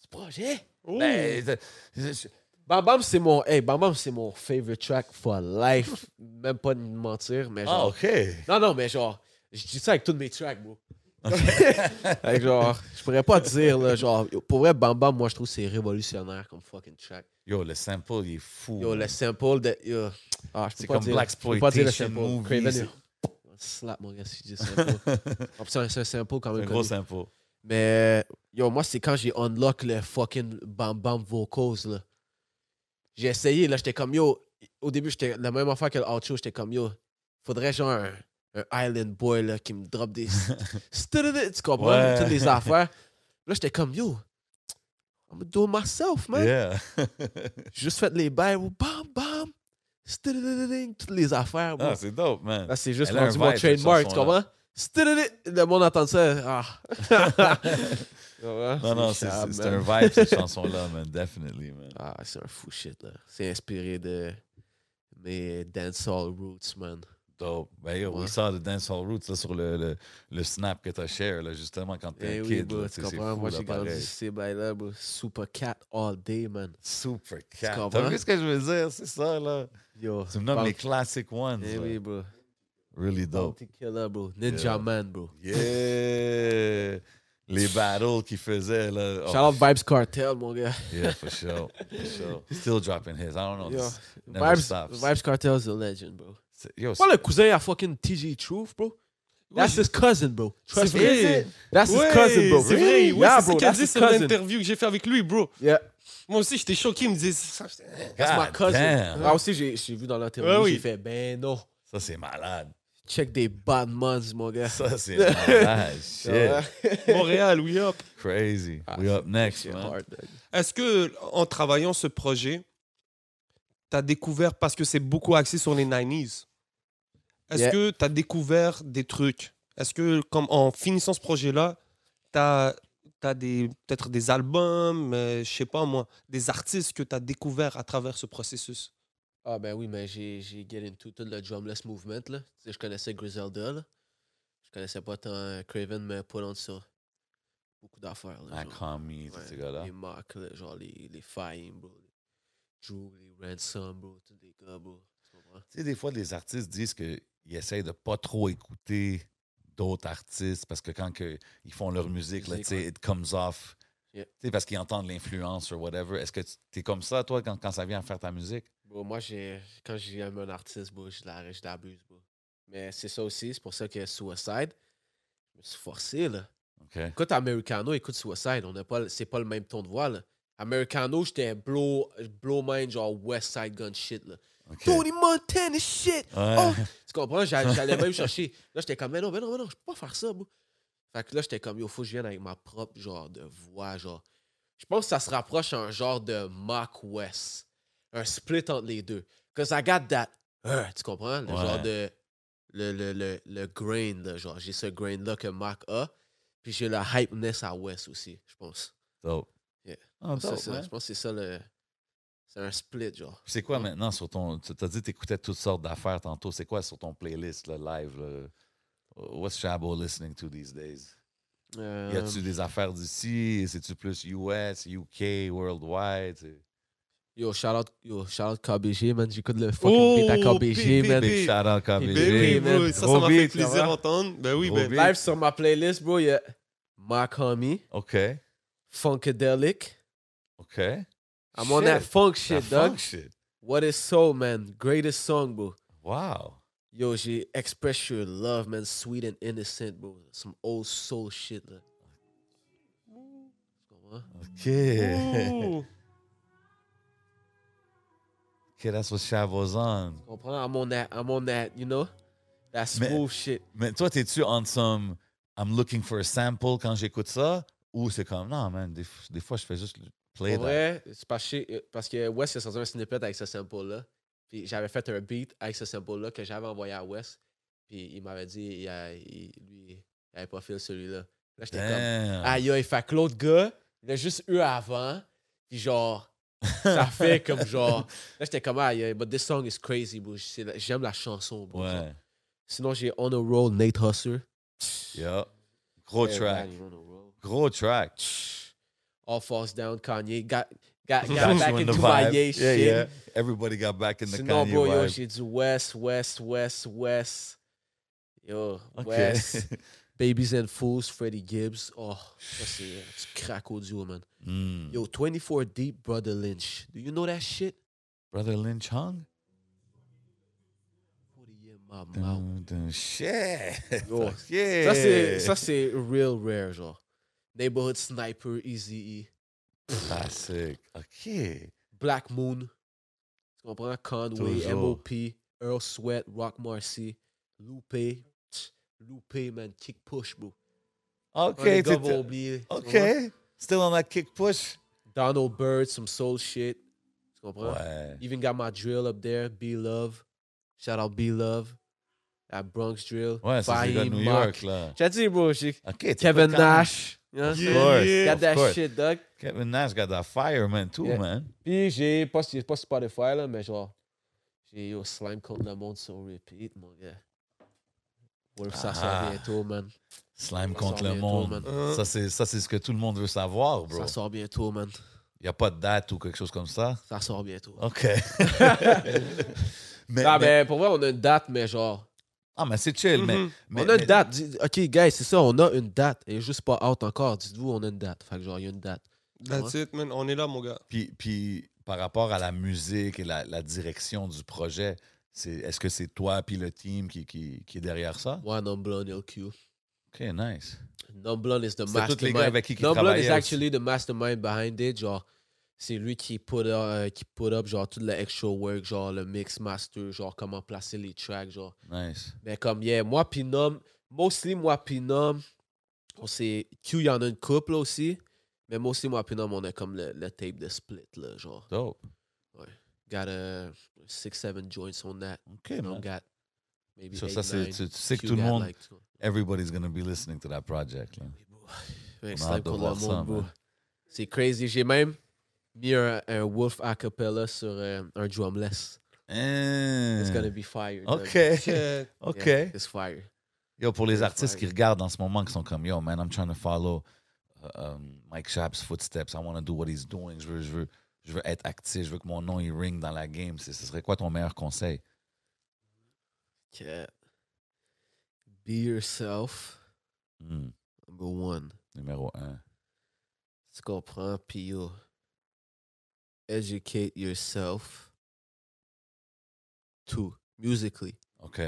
S5: Ce projet?
S4: Ben, c'est- c'est- c'est-
S5: Bam Bam, c'est mon, hey, Bam Bam, c'est mon favorite track for life. Même pas de mentir, mais
S4: Ah,
S5: genre.
S4: OK.
S5: Non, non, mais genre, je dis ça avec tous mes tracks, bro. Fait que genre, je pourrais pas dire, là, genre, yo, pour vrai, Bam Bam, moi, je trouve que c'est révolutionnaire comme fucking track.
S4: Yo, le sample, il est fou.
S5: Yo, le sample de. Yo. Ah, je peux
S4: C'est
S5: pas
S4: comme
S5: dire,
S4: Black
S5: je peux pas dire le sample.
S4: Movie.
S5: Craven,
S4: C'est
S5: yo. Slap, mon gars, si je dis sample. En plus, c'est un sample quand
S4: c'est
S5: même.
S4: un gros
S5: connu.
S4: sample.
S5: Mais yo, moi, c'est quand j'ai unlock le fucking Bam Bam vocals, là. J'ai essayé, là, j'étais comme yo. Au début, j'étais la même affaire que le outro, j'étais comme yo. Faudrait genre un, un Island Boy, là, qui me drop des. Stududu, tu comprends?
S4: Ouais.
S5: Toutes les affaires. Là, j'étais comme yo. I'm gonna do it myself, man.
S4: Yeah.
S5: J'ai juste fait les bails, ou bam, bam. Stududu, Toutes les affaires, bro.
S4: ah, c'est dope, man.
S5: Là, c'est juste
S4: Elle a un
S5: rendu mon
S4: vibe, cette
S5: trademark, tu
S4: chanson-là.
S5: comprends? Stududu, Le monde entend ça. Ah.
S4: Non, non, c'est
S5: Chab,
S4: c'est- c'est un
S5: man.
S4: vibe, cette chanson-là, man. Definitely, man.
S5: Ah, c'est un fou shit, là. C'est inspiré de mes dancehall roots, man.
S4: Dope. Ben, yo,
S5: Ouais.
S4: we saw the Dancehall Roots là, sur le, le, le snap que t'as share, là, justement, quand t'es
S5: Eh
S4: un
S5: oui,
S4: kid.
S5: bro,
S4: là,
S5: tu
S4: tu sais, c'est
S5: comprends?
S4: fou,
S5: Moi,
S4: là,
S5: j'ai grandi
S4: pareil.
S5: sur ces bails-là, bro. Super cat all day, man.
S4: Super
S5: Tu
S4: cat.
S5: comprends?
S4: T'as vu ce que je veux dire? C'est ça, là.
S5: Yo.
S4: Tu me nommes
S5: Bounty-
S4: les classic ones.
S5: Eh
S4: là.
S5: oui, bro.
S4: Really dope.
S5: Bounty Killer, bro. Ninja
S4: Yeah.
S5: Man, bro.
S4: Yeah! Les battles qu'ils faisaient, là. Oh,
S5: Shout out Vibes Cartel, mon gars.
S4: Yeah, for sure. For sure. Still dropping his. I don't know.
S5: Yo.
S4: this never
S5: Vibes,
S4: stops.
S5: Vibes Cartel is a legend, bro.
S4: C'est- Yo,
S5: Pas le cousin à fucking TG Truth, bro. That's his cousin, bro. Trust
S3: vrai.
S5: me. That's his
S3: Ouais,
S5: cousin, bro.
S3: Ah, C'est vrai, ouais,
S5: Yeah,
S3: Ah, c'est ce
S5: bro,
S3: qu'elle
S5: that's
S3: dit
S5: his
S3: sur
S5: cousin.
S3: l'interview que j'ai fait avec lui, bro.
S5: Yeah.
S3: Moi aussi, j'étais choqué, il me disait ça. j'étais-
S5: That's my
S4: God
S5: cousin.
S4: damn.
S5: Moi aussi, j'ai j'ai vu dans l'interview,
S3: Ouais,
S5: j'ai
S3: oui.
S5: fait, ben non,
S4: Ça, c'est malade.
S5: check des bad mons, mon gars.
S4: Ça, c'est malade. Shit.
S3: Montréal, oui, hop.
S4: Crazy.
S5: Ah,
S4: We up next,
S5: C'est
S4: man.
S5: hard, dog.
S3: Est-ce que en travaillant ce projet, tu as découvert, parce que c'est beaucoup axé sur les 90s, est-ce
S5: Yeah.
S3: que tu as découvert des trucs Est-ce que comme en finissant ce projet-là, tu as, peut-être des albums, euh, je sais pas moi, des artistes que tu as découvert à travers ce processus
S5: Ah ben oui, mais j'ai j'ai get into tout le drumless movement, là. Tu sais, je connaissais Griselda, là. Je connaissais pas tant euh, Craven, mais pas loin de ça. Beaucoup d'affaires, là.
S3: Ah,
S4: La
S5: genre.
S4: commie, tous
S5: Ouais,
S4: ces gars-là.
S5: Les Mark, là, genre les, les Fahim, bro. Les Drew, les Ransom, bro. Tous les gars, bro. Tu comprends?
S4: Tu sais, des fois, les artistes disent qu'ils essayent de pas trop écouter d'autres artistes parce que quand que ils font leur musique, là, tu
S5: Musique,
S4: sais,
S5: ouais.
S4: it comes off.
S5: Yeah.
S4: Tu sais, parce qu'ils entendent l'influence ou whatever. Est-ce que tu es comme ça, toi, quand, quand ça vient à faire ta musique?
S5: Bro, moi, j'ai quand j'aime un artiste, bro, je la- je l'abuse, bro. Mais c'est ça aussi, c'est pour ça que Suicide, je me suis forcé, là.
S4: OK.
S5: Écoute Americano, écoute Suicide, on n'a pas, le- c'est pas le même ton de voix, là. Americano, j'étais blow, blow mind, genre West Side Gun shit, là.
S4: OK.
S5: Tony Montana shit!
S4: Ouais.
S5: Oh! Tu comprends? J'a- J'allais même chercher. Là, j'étais comme, mais non, mais non, mais non, je peux pas faire ça, bro. Fait que là, j'étais comme, yo, faut que je vienne avec ma propre genre de voix, genre. Je pense que ça se rapproche à un genre de Mac West. Un split entre les deux. Cause I got that. euh, tu comprends? Le
S4: Ouais.
S5: genre de. Le, le, le, le grain, là, genre. J'ai ce grain-là que Mac a. Puis j'ai le hypeness à West aussi, je pense.
S4: Dope.
S5: Yeah.
S4: Ah,
S5: C'est
S4: dope,
S5: ça,
S4: man.
S5: Je pense que c'est ça le. C'est un split, genre.
S4: C'est quoi maintenant sur ton. Tu as dit que tu écoutais toutes sortes d'affaires tantôt. C'est quoi sur ton playlist là, live? là? What's Shabo listening to these days? Y
S5: Euh,
S4: a-tu des affaires d'ici? C'est-tu plus US, UK, worldwide? C'est-
S5: Yo, shout out, yo, shout out KBG, man. J'écoute le fucking beat à
S3: Oh,
S5: KBG, man.
S4: Big shout out KBG.
S5: Ben oui,
S3: Ben
S5: man.
S3: oui, ça, ça
S4: Gros
S3: m'a fait
S4: beat, ça
S3: plaisir
S4: va?
S3: d'entendre. Ben oui,
S4: Gros
S3: ben.
S4: beat.
S5: Live sur ma playlist, bro, il y a Mark Homie,
S4: OK.
S5: Funkadelic.
S4: OK.
S5: I'm on
S4: Shit.
S5: that funk
S4: La
S5: shit,
S4: funk
S5: dog.
S4: shit.
S5: What is soul, man? Greatest song, bro.
S4: Wow.
S5: Yo, j'ai Express Your Love, man. Sweet and Innocent, bro. Some old soul shit, là. Tu comprends?
S4: OK.
S3: Ouh.
S4: OK, that's what Shabo's on.
S5: Tu comprends? I'm on that, I'm on that, you know? That
S4: Mais-
S5: smooth shit.
S4: Mais toi, t'es-tu on some I'm looking for a sample quand j'écoute ça? Ou c'est comme non, man, des, f- des fois je fais juste le play
S5: Pour
S4: that.
S5: euh, vrai, c'est parce que, parce que Wes il a sorti un snippet avec ce sample-là. Puis j'avais fait un beat avec ce symbole-là que j'avais envoyé à West. Puis il m'avait dit, il, a- il- lui, il avait pas fait celui-là. Là, j'étais comme,
S4: Damn.
S5: aïe, aïe, fait que l'autre gars, il a juste eu avant. Puis genre, ça fait comme genre. Là, j'étais comme, aïe, aïe, but this song is crazy, bro. C'est la- J'aime la chanson, bro.
S4: Ouais.
S5: Sinon, j'ai On a Roll Nate Husser.
S4: Yeah. Gros
S5: Eh,
S4: track.
S5: man, On a Roll.
S4: Gros track.
S5: All Falls Down, Kanye. Got, got, got
S4: That's
S5: back
S4: when
S5: into
S4: the
S5: my
S4: vibe-
S5: yay
S4: Yeah,
S5: shit.
S4: yeah. Everybody got back in the
S5: Sinon,
S4: Kanye
S5: bro, yo,
S4: vibe.
S5: j'ai du West, West, West, West. Yo,
S4: Okay.
S5: West. Babies and Fools, Freddie Gibbs. Oh, ça, c'est du crack audio, man.
S4: Mm.
S5: Yo, 24 Deep, Brother Lynch. Do you know that shit?
S4: Brother Lynch Hung?
S5: Put it in my
S4: Mm.
S5: mouth.
S4: Dun, dun, Shit.
S5: Yo,
S4: Fuck yeah.
S5: Oh. Ça, c'est- Ça, c'est real rare, genre. Neighborhood Sniper, E Easy
S4: Classic. Ah, OK.
S5: Black Moon. Tu comprends? Conway,
S4: Toujours.
S5: MOP, Earl Sweat, Rock Marcy, Lupe. Tch, Lupe, man, kick push, bro.
S4: OK.
S5: Un des gars
S4: t'étais-
S5: va oublier. tu comprends?
S4: OK. Still on that kick push?
S5: Donald Byrd, some soul shit. Tu comprends?
S4: Ouais.
S5: Even got my drill up there, B Love. Shout out B Love. That Bronx drill.
S4: Ouais, ça, c'est les gars de
S5: Fahim
S4: New
S5: Mock.
S4: York, là.
S5: J'ai dit, bro, j'ai
S4: OK. t'es
S5: Kevin
S4: pas calme.
S5: Nash. You know what I'm
S4: Of
S5: saying?
S4: course,
S5: Got
S4: of
S5: that
S4: course.
S5: shit, dog.
S4: Kevin Nash got that fireman too,
S5: Yeah.
S4: man.
S5: Puis j'ai pas, j'ai pas Spotify là, mais genre, j'ai eu Slime contre le monde sur repeat, mon gars. Wolf, ça
S4: Ah.
S5: sort bientôt, man.
S4: Slime
S5: Ça
S4: contre
S5: sort
S4: le
S5: bientôt,
S4: monde.
S5: man. Hein?
S3: Euh,
S4: Ça, c'est ça, c'est ce que tout le monde veut savoir, Oh, bro.
S5: Ça sort bientôt, man.
S4: Il n'y a pas de date ou quelque chose comme ça.
S5: Ça sort bientôt.
S4: OK. mais,
S5: ah,
S4: mais-
S5: mais pour vrai, on a une date, mais genre.
S4: ah, mais c'est chill. mais,
S3: Mhm.
S4: mais-
S5: on a une
S4: mais-
S5: date. Dis- Ok, guys, c'est ça, on a une date. Elle est juste pas out encore. Dites-vous, on a une date. Fait que genre, il y a une date.
S3: That's it, man. On est là, mon gars.
S4: Puis, puis par rapport à la musique et la, la direction du projet, c'est, est-ce que c'est toi puis le team qui, qui, qui est derrière ça?
S5: Moi, Nomblon, LQ.
S4: OK, nice.
S5: Nomblon is the
S4: C'est
S5: mastermind.
S4: tous les gars avec qui euh, qui
S5: Nomblon
S4: travaillaient
S5: is
S4: aussi.
S5: actually the mastermind behind it. Genre, c'est lui qui put, euh, qui put up genre toute la extra work, genre le mix master, genre comment placer les tracks, genre.
S4: Nice.
S5: Mais comme yeah, moi puis Nom, mostly moi puis Nom, on s'est Q, il y en a une couple là, aussi. Mais mostly moi puis Nom, on a comme le, le tape de split là, genre.
S4: Dope.
S5: Got a 6-7 joints on that.
S4: OK,
S5: Nom
S4: man.
S5: got maybe
S4: So
S5: eight,
S4: ça, c'est,
S5: nine.
S4: tu, tu sais que
S5: Q
S4: tout le
S5: got
S4: monde,
S5: like-
S4: everybody's going to be listening to that project. Là.
S5: Fait que
S4: On a
S5: Slime
S4: hâte de
S5: contre
S4: voir
S5: le
S4: ça,
S5: monde, bro.
S4: man.
S5: C'est crazy. J'ai même mis un, un uh, Wolf a cappella sur euh, un drumless. It's
S4: Hein.
S5: gonna be fire. dog.
S4: OK.
S3: Shit.
S4: OK.
S5: Yeah, it's fire.
S4: Yo, pour les
S5: Yeah,
S4: artistes qui
S5: fire.
S4: regardent en ce moment, qui sont comme Yo, man, I'm trying to follow uh, um, Mike Schapp's footsteps. I want to do what he's doing. Je veux, je, veux, je veux être actif. Je veux que mon nom il ring dans la game. C'est- Ce serait quoi ton meilleur conseil?
S5: Yeah. Be yourself,
S4: Hmm,
S5: number one.
S4: numéro un.
S5: Tu comprends? Puis yo, educate yourself. Two, musically.
S4: OK.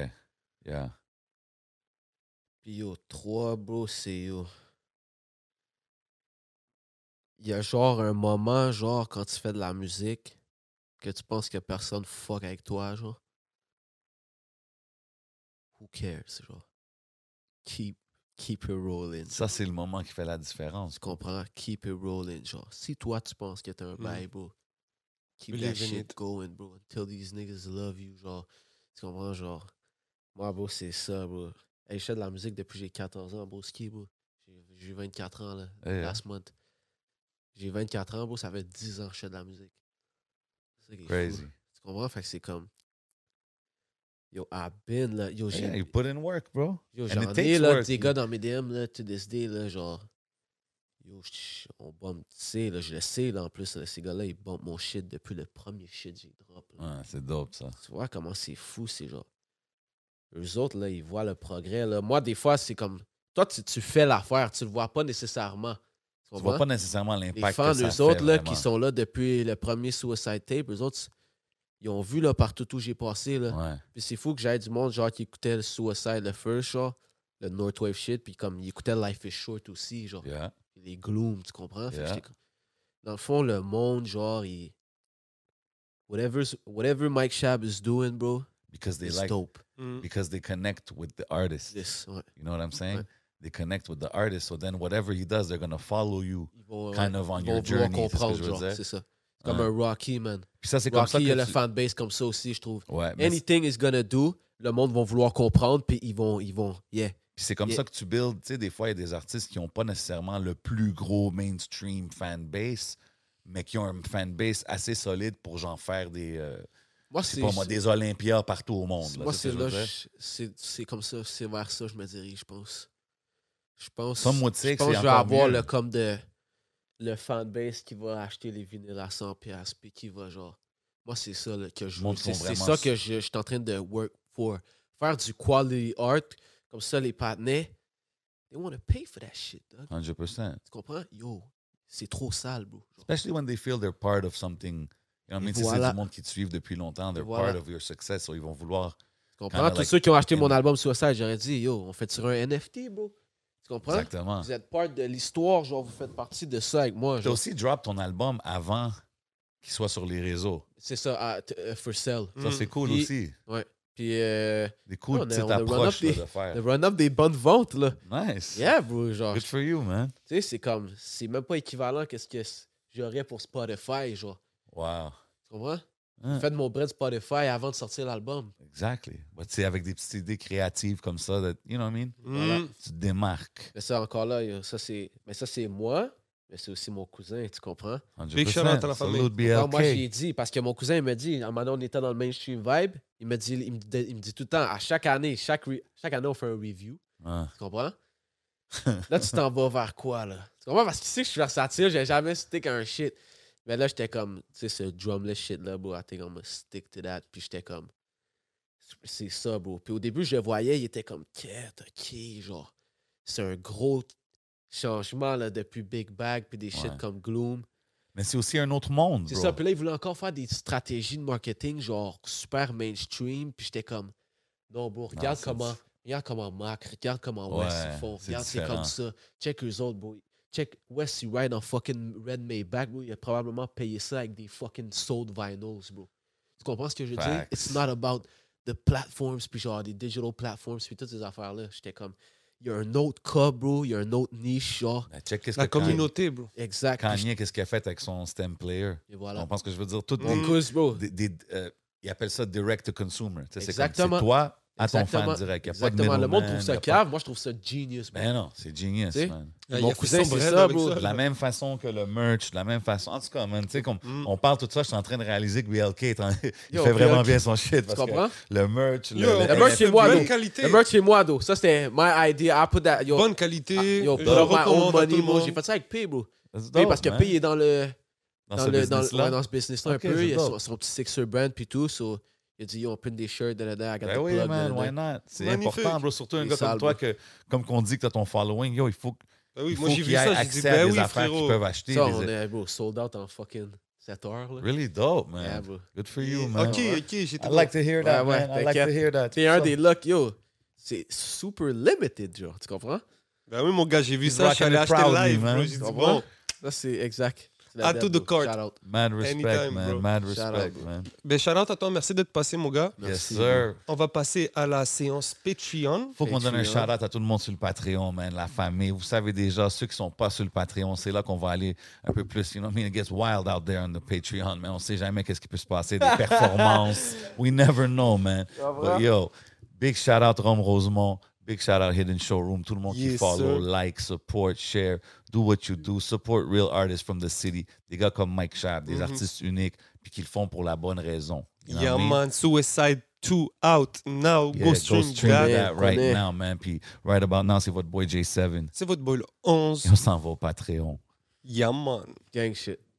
S4: Yeah.
S5: Puis yo, 3, bro, c'est yo. Il y a genre un moment, genre, quand tu fais de la musique, que tu penses que personne fuck avec toi, genre. Who cares, genre. Keep, keep it rolling.
S4: Ça, c'est le moment qui fait la différence.
S5: Tu comprends? Keep it rolling, genre. Si toi, tu penses que t'es un
S3: Mm.
S5: bail, bro, keep that
S3: Believe in
S5: shit
S3: it.
S5: going, bro, until these niggas love you, genre. Tu comprends, genre? Moi, bro, c'est ça, bro. Hey, je fais de la musique depuis que j'ai 14 ans, bro, ski, bro. J'ai- J'ai 24 ans, là,
S4: Eh, hein.
S5: last month. J'ai 24 ans, bro, ça fait 10 ans que je fais de la musique. C'est ça qui est fou.
S4: Crazy.
S5: Tu comprends? Fait que c'est comme... Yo, I've been, là. Yo, j'ai...
S4: Yeah, you put in work, bro.
S5: Yo,
S4: And it
S5: j'en ai
S4: takes
S5: là,
S4: work,
S5: des
S4: you-
S5: gars dans mes DM, là, to this day, là, genre. Yo, ch- on bombe, tu sais, là, je le sais, là, en plus, là, ces gars-là, ils bombent mon shit depuis le premier shit que j'ai drop. là.
S4: Ouais, c'est dope, ça.
S5: Tu vois comment c'est fou, c'est genre. Eux autres, là, ils voient le progrès, là. Moi, des fois, c'est comme. Toi, tu, tu fais l'affaire, tu le vois pas nécessairement.
S4: Tu
S5: comprends?
S4: vois pas nécessairement
S5: Les
S4: l'impact
S5: fans,
S4: que ça
S5: eux
S4: fait,
S5: autres, là,
S4: vraiment.
S5: qui sont là depuis le premier Suicide Tape, eux autres, ils ont vu, là, partout où j'ai passé, là.
S4: Ouais.
S5: Puis c'est fou que j'avais du monde, genre, qui écoutait le Suicide, le First, genre, le Northwave shit, puis comme, il écoutait Life is Short aussi, genre,
S4: Yeah.
S5: puis les Gloom, tu comprends? Fait que
S4: Yeah.
S5: j'étais comme- Dans le fond, le monde, genre, il... Whatever's, whatever Mike Shab is doing, bro,
S4: Because they
S5: is
S4: like...
S5: dope.
S3: Mm.
S4: Because they connect with the artist.
S5: Yes, ouais.
S4: You know what I'm saying?
S5: Ouais.
S4: They connect with the artist. So then whatever he does, they're going to follow you
S5: Ils vont,
S4: kind of on
S5: ils vont
S4: your
S5: vouloir
S4: journey. c'est ce que
S5: comprendre,
S4: je veux
S5: genre,
S4: dire.
S5: c'est ça. Comme
S4: Ouais.
S5: un Rocky, man.
S4: Puis ça, c'est comme
S5: Rocky,
S4: ça
S5: il y a
S4: que
S5: le
S4: tu-
S5: fanbase comme ça aussi, je trouve.
S4: Ouais, mais c'est-
S5: Anything is gonna do, le monde va vouloir comprendre, puis ils vont, ils vont, yeah.
S4: puis c'est comme
S5: Yeah.
S4: ça que tu builds. Tu sais, des fois, il y a des artistes qui n'ont pas nécessairement le plus gros mainstream fanbase, mais qui ont un fanbase assez solide pour j'en faire des, euh,
S5: Moi,
S4: je sais
S5: c'est.
S4: pas moi, des Olympias partout au monde. là,
S5: Moi,
S4: tu
S5: c'est
S4: sais ce que
S5: là,
S4: je veux dire?
S5: je- c'est c'est comme ça, c'est vers ça que je me dirige, je pense. Je pense.
S4: Some would
S5: je
S4: say que
S5: pense
S4: c'est
S5: que je vais
S4: encore
S5: avoir
S4: mieux.
S5: le comme de le fanbase qui va acheter les vinyles à 100 pièces puis qui va genre. Moi, c'est ça là, que je veux.
S4: Monde qui
S5: C'est
S4: sont
S5: c'est
S4: vraiment
S5: ça que je, je suis en train de work for. Faire du quality art comme ça, les partenaires, they want to pay for that shit. dog.
S4: 100%.
S5: Tu comprends? Yo, c'est trop sale, bro. Genre,
S4: Especially when they feel they're part of something. You know what I mean?
S5: Et
S4: Tu sais, C'est
S5: voilà.
S4: du monde qui te suivent depuis longtemps. They're
S5: voilà.
S4: part of your success. so ils vont vouloir.
S5: Tu comprends?
S4: Kinda
S5: Tous
S4: like-
S5: ceux qui ont acheté
S4: in-
S5: mon album Suicide, j'aurais dit, yo, on fait tirer un NFT, bro. Tu comprends?
S4: Exactement.
S5: Vous êtes part de l'histoire, genre, vous faites partie de ça avec moi.
S4: Tu as
S5: genre.
S4: aussi drop ton album avant qu'il soit sur les réseaux.
S5: C'est ça, à- t- euh, For Sale.
S4: Ça, c'est cool
S5: Puis-
S4: aussi.
S5: Puis euh,
S4: Des cool
S5: on a-
S4: petites
S5: on a run-up
S4: approches là,
S5: des-
S4: de faire.
S5: le run-up des bonnes ventes, là.
S4: Nice.
S5: Yeah, bro, genre,
S4: Good
S5: tu
S4: for you, man.
S5: sais, c'est comme, c'est même pas équivalent qu'est-ce que s- j'aurais pour Spotify, genre.
S4: Wow.
S5: Tu comprends?
S4: Hein,
S5: Faites mon bread Spotify avant de sortir l'album.
S4: Exactly. But c'est avec des petites idées créatives comme ça, that, you know what I mean?
S3: Hmm.
S4: Tu te démarques.
S5: Mais ça, encore là, yo, ça, c'est... Mais ça, c'est moi, mais c'est aussi mon cousin, tu comprends?
S4: 100%.
S3: Big shout out à la famille.
S4: Salute BLK.
S5: Non, moi, j'ai dit, parce que mon cousin, il me dit, un moment donné, on était dans le mainstream vibe, il me dit, il me, dit- il me dit tout le temps, à chaque année, chaque, re- chaque année, on fait un review.
S4: Ah.
S5: Tu comprends? là, tu t'en vas vers quoi, là? Tu comprends? Parce que tu sais que je suis versatile, j'ai jamais stick à un shit. Mais là, j'étais comme, tu sais, ce drumless shit-là, bro, I think I'm gonna stick to that. Puis j'étais comme, c'est ça, bro. Puis au début, je le voyais, il était comme, quête, ok, genre, c'est un gros changement, là, depuis Big Bag, puis des shit
S4: Ouais.
S5: comme Gloom.
S4: Mais c'est aussi un autre monde,
S5: C'est
S4: bro.
S5: ça. Puis là, ils voulaient encore faire des stratégies de marketing, genre super mainstream. Puis j'étais comme, non, bro, regarde
S4: c'est
S5: comment,
S4: diff-
S5: regarde comment Mac, regarde comment
S4: Ouais,
S5: West ils font.
S4: c'est
S5: Regarde, c'est
S4: différent.
S5: comme ça. Check eux autres, bro. Check West, il ride en fucking Red Maybach, bro. Il a probablement payé ça avec des fucking sold vinyls, bro. Tu comprends ce que je veux dire?
S4: Facts.
S5: It's not about the platforms, puis genre des digital platforms, puis toutes ces affaires-là. J'étais comme, il y a un autre cas, bro. Il y a un autre niche, genre.
S4: Mais Ben, check qu'est-ce
S3: La
S4: que Kanye-
S3: communauté, bro.
S5: Exact. Puis
S4: Kanye, qu'est-ce qu'il a fait avec son stem player.
S5: je- Et voilà.
S4: On pense que je veux dire tout
S5: Mon
S4: des-
S5: cousin, bro.
S4: des, des- euh, ils appellent ça direct to consumer. Tu sais, C'est comme
S5: Exactement.
S4: c'est toi à ton
S5: Exactement.
S4: fan direct. Y a pas de
S5: Exactement. Le monde
S4: middleman,
S5: trouve
S4: y
S5: ça
S4: a pas-
S5: cave. Moi, je trouve ça genius. bro.
S4: Ben non, c'est genius,
S5: Tu sais?
S4: man.
S3: Il a
S5: Mon
S3: fait
S5: cousin,
S3: son
S5: c'est
S3: bread
S5: ça,
S3: avec
S5: bro.
S3: ça.
S4: De la même façon que le merch, de la même façon. En tout cas, man, tu sais, qu'on-
S3: Mm.
S4: on parle tout ça, je suis en train de réaliser que BLK, est en- il
S5: Yo,
S4: fait vraiment
S5: BLK,
S4: bien son shit.
S5: Tu
S4: Parce que
S5: comprends?
S4: le merch, le,
S3: Yo,
S4: le-
S5: Le merch, c'est moi,
S3: Bonne
S5: bro.
S3: qualité.
S5: Le merch, c'est moi, though. Ça, c'était my idea. I put that. Yo,
S3: Bonne qualité.
S5: ah, yo
S3: je
S5: put
S4: ben,
S3: le
S5: up my own
S3: recommande à tout
S5: money,
S3: le
S5: bro. J'ai
S3: monde.
S5: fait ça avec P, bro.
S4: That's
S5: P,
S4: dope,
S5: parce que
S4: man.
S5: P est dans le.
S4: dans,
S5: dans,
S4: ce
S5: le, dans, le-
S4: business-là.
S5: ouais, dans ce business-là
S4: Ok,
S5: un peu.
S4: c'est
S5: Il a son,
S4: dope.
S5: son petit Sixer brand puis tout. So, il a dit, yo, on print des shirts, da, da, da, I got
S4: Ben
S5: the
S4: oui,
S5: plug, da,
S4: man,
S5: da, da.
S4: why not? C'est
S3: Magnifique.
S4: important, bro. Surtout un
S5: Les
S4: gars comme
S5: salles,
S4: toi,
S5: bro.
S4: que, comme qu'on dit que t'as ton following, yo, il faut,
S3: Ben oui,
S4: il
S3: moi,
S4: faut
S3: j'ai
S4: qu'il
S3: vu
S4: y ait
S3: ça. J'ai dit,
S4: accès à
S3: ben
S4: des
S3: oui,
S4: affaires qu'ils
S3: frérot.
S4: peuvent acheter.
S5: Ça,
S4: des-
S5: on est, bro, sold out en fucking 7 heures, là.
S4: Really dope, man.
S5: Yeah, bro.
S4: Good for you, man.
S3: Ok, ok, j'étais
S4: hein. I like to hear that,
S5: Ouais, ouais,
S4: man. I like to
S5: t'inquiète.
S4: hear that.
S5: T'es un des locks, yo. C'est super limited, genre. Tu comprends?
S3: Ben oui, mon gars, j'ai vu
S4: He's
S3: ça. Je suis allé
S4: rocking it
S3: acheter
S4: proudly,
S3: live,
S4: man.
S3: bro. J'ai dit,
S5: Tu comprends?
S3: bon.
S5: Ça, c'est exact. C'est la
S3: Add
S5: date,
S3: to the
S5: bro.
S3: cart.
S5: Shout out.
S4: Mad respect,
S3: Anytime,
S4: man.
S3: bro.
S4: Mad
S5: Shout out,
S4: respect,
S5: bro.
S4: man.
S3: Ben, shout out à toi. Merci d'être passé, mon gars.
S5: Merci,
S4: yes, sir.
S3: On va passer à la séance Patreon.
S4: Faut qu'on donne un
S5: Patreon.
S4: shout-out à tout le monde sur le Patreon, man, la famille. Vous savez déjà, ceux qui sont pas sur le Patreon, c'est là qu'on va aller un peu plus. You know, what I mean, it gets wild out there on the Patreon, man. On sait jamais qu'est-ce qui peut se passer, des performances. We never know, man. But yo, big shout-out Rome Rosemont. Big shout-out Hidden Showroom. Tout le monde qui
S3: Yes, sir.
S4: follow, like, support, share. Do what you do. Support real artists from the city. Des gars comme Mike Schaab, des
S3: Mhm.
S4: artistes uniques, puis qu'ils font pour la bonne raison. You know what I
S3: Yeah,
S4: mean?
S3: man. Suicide 2 out now.
S4: Yeah,
S3: go stream, that.
S5: that.
S4: that right
S5: Connais.
S4: now, man. Puis right about now, c'est votre boy J7.
S3: C'est votre boy le
S4: Et
S3: 11.
S4: on s'en va au Patreon.
S3: Yeah, man.
S5: Gang shit.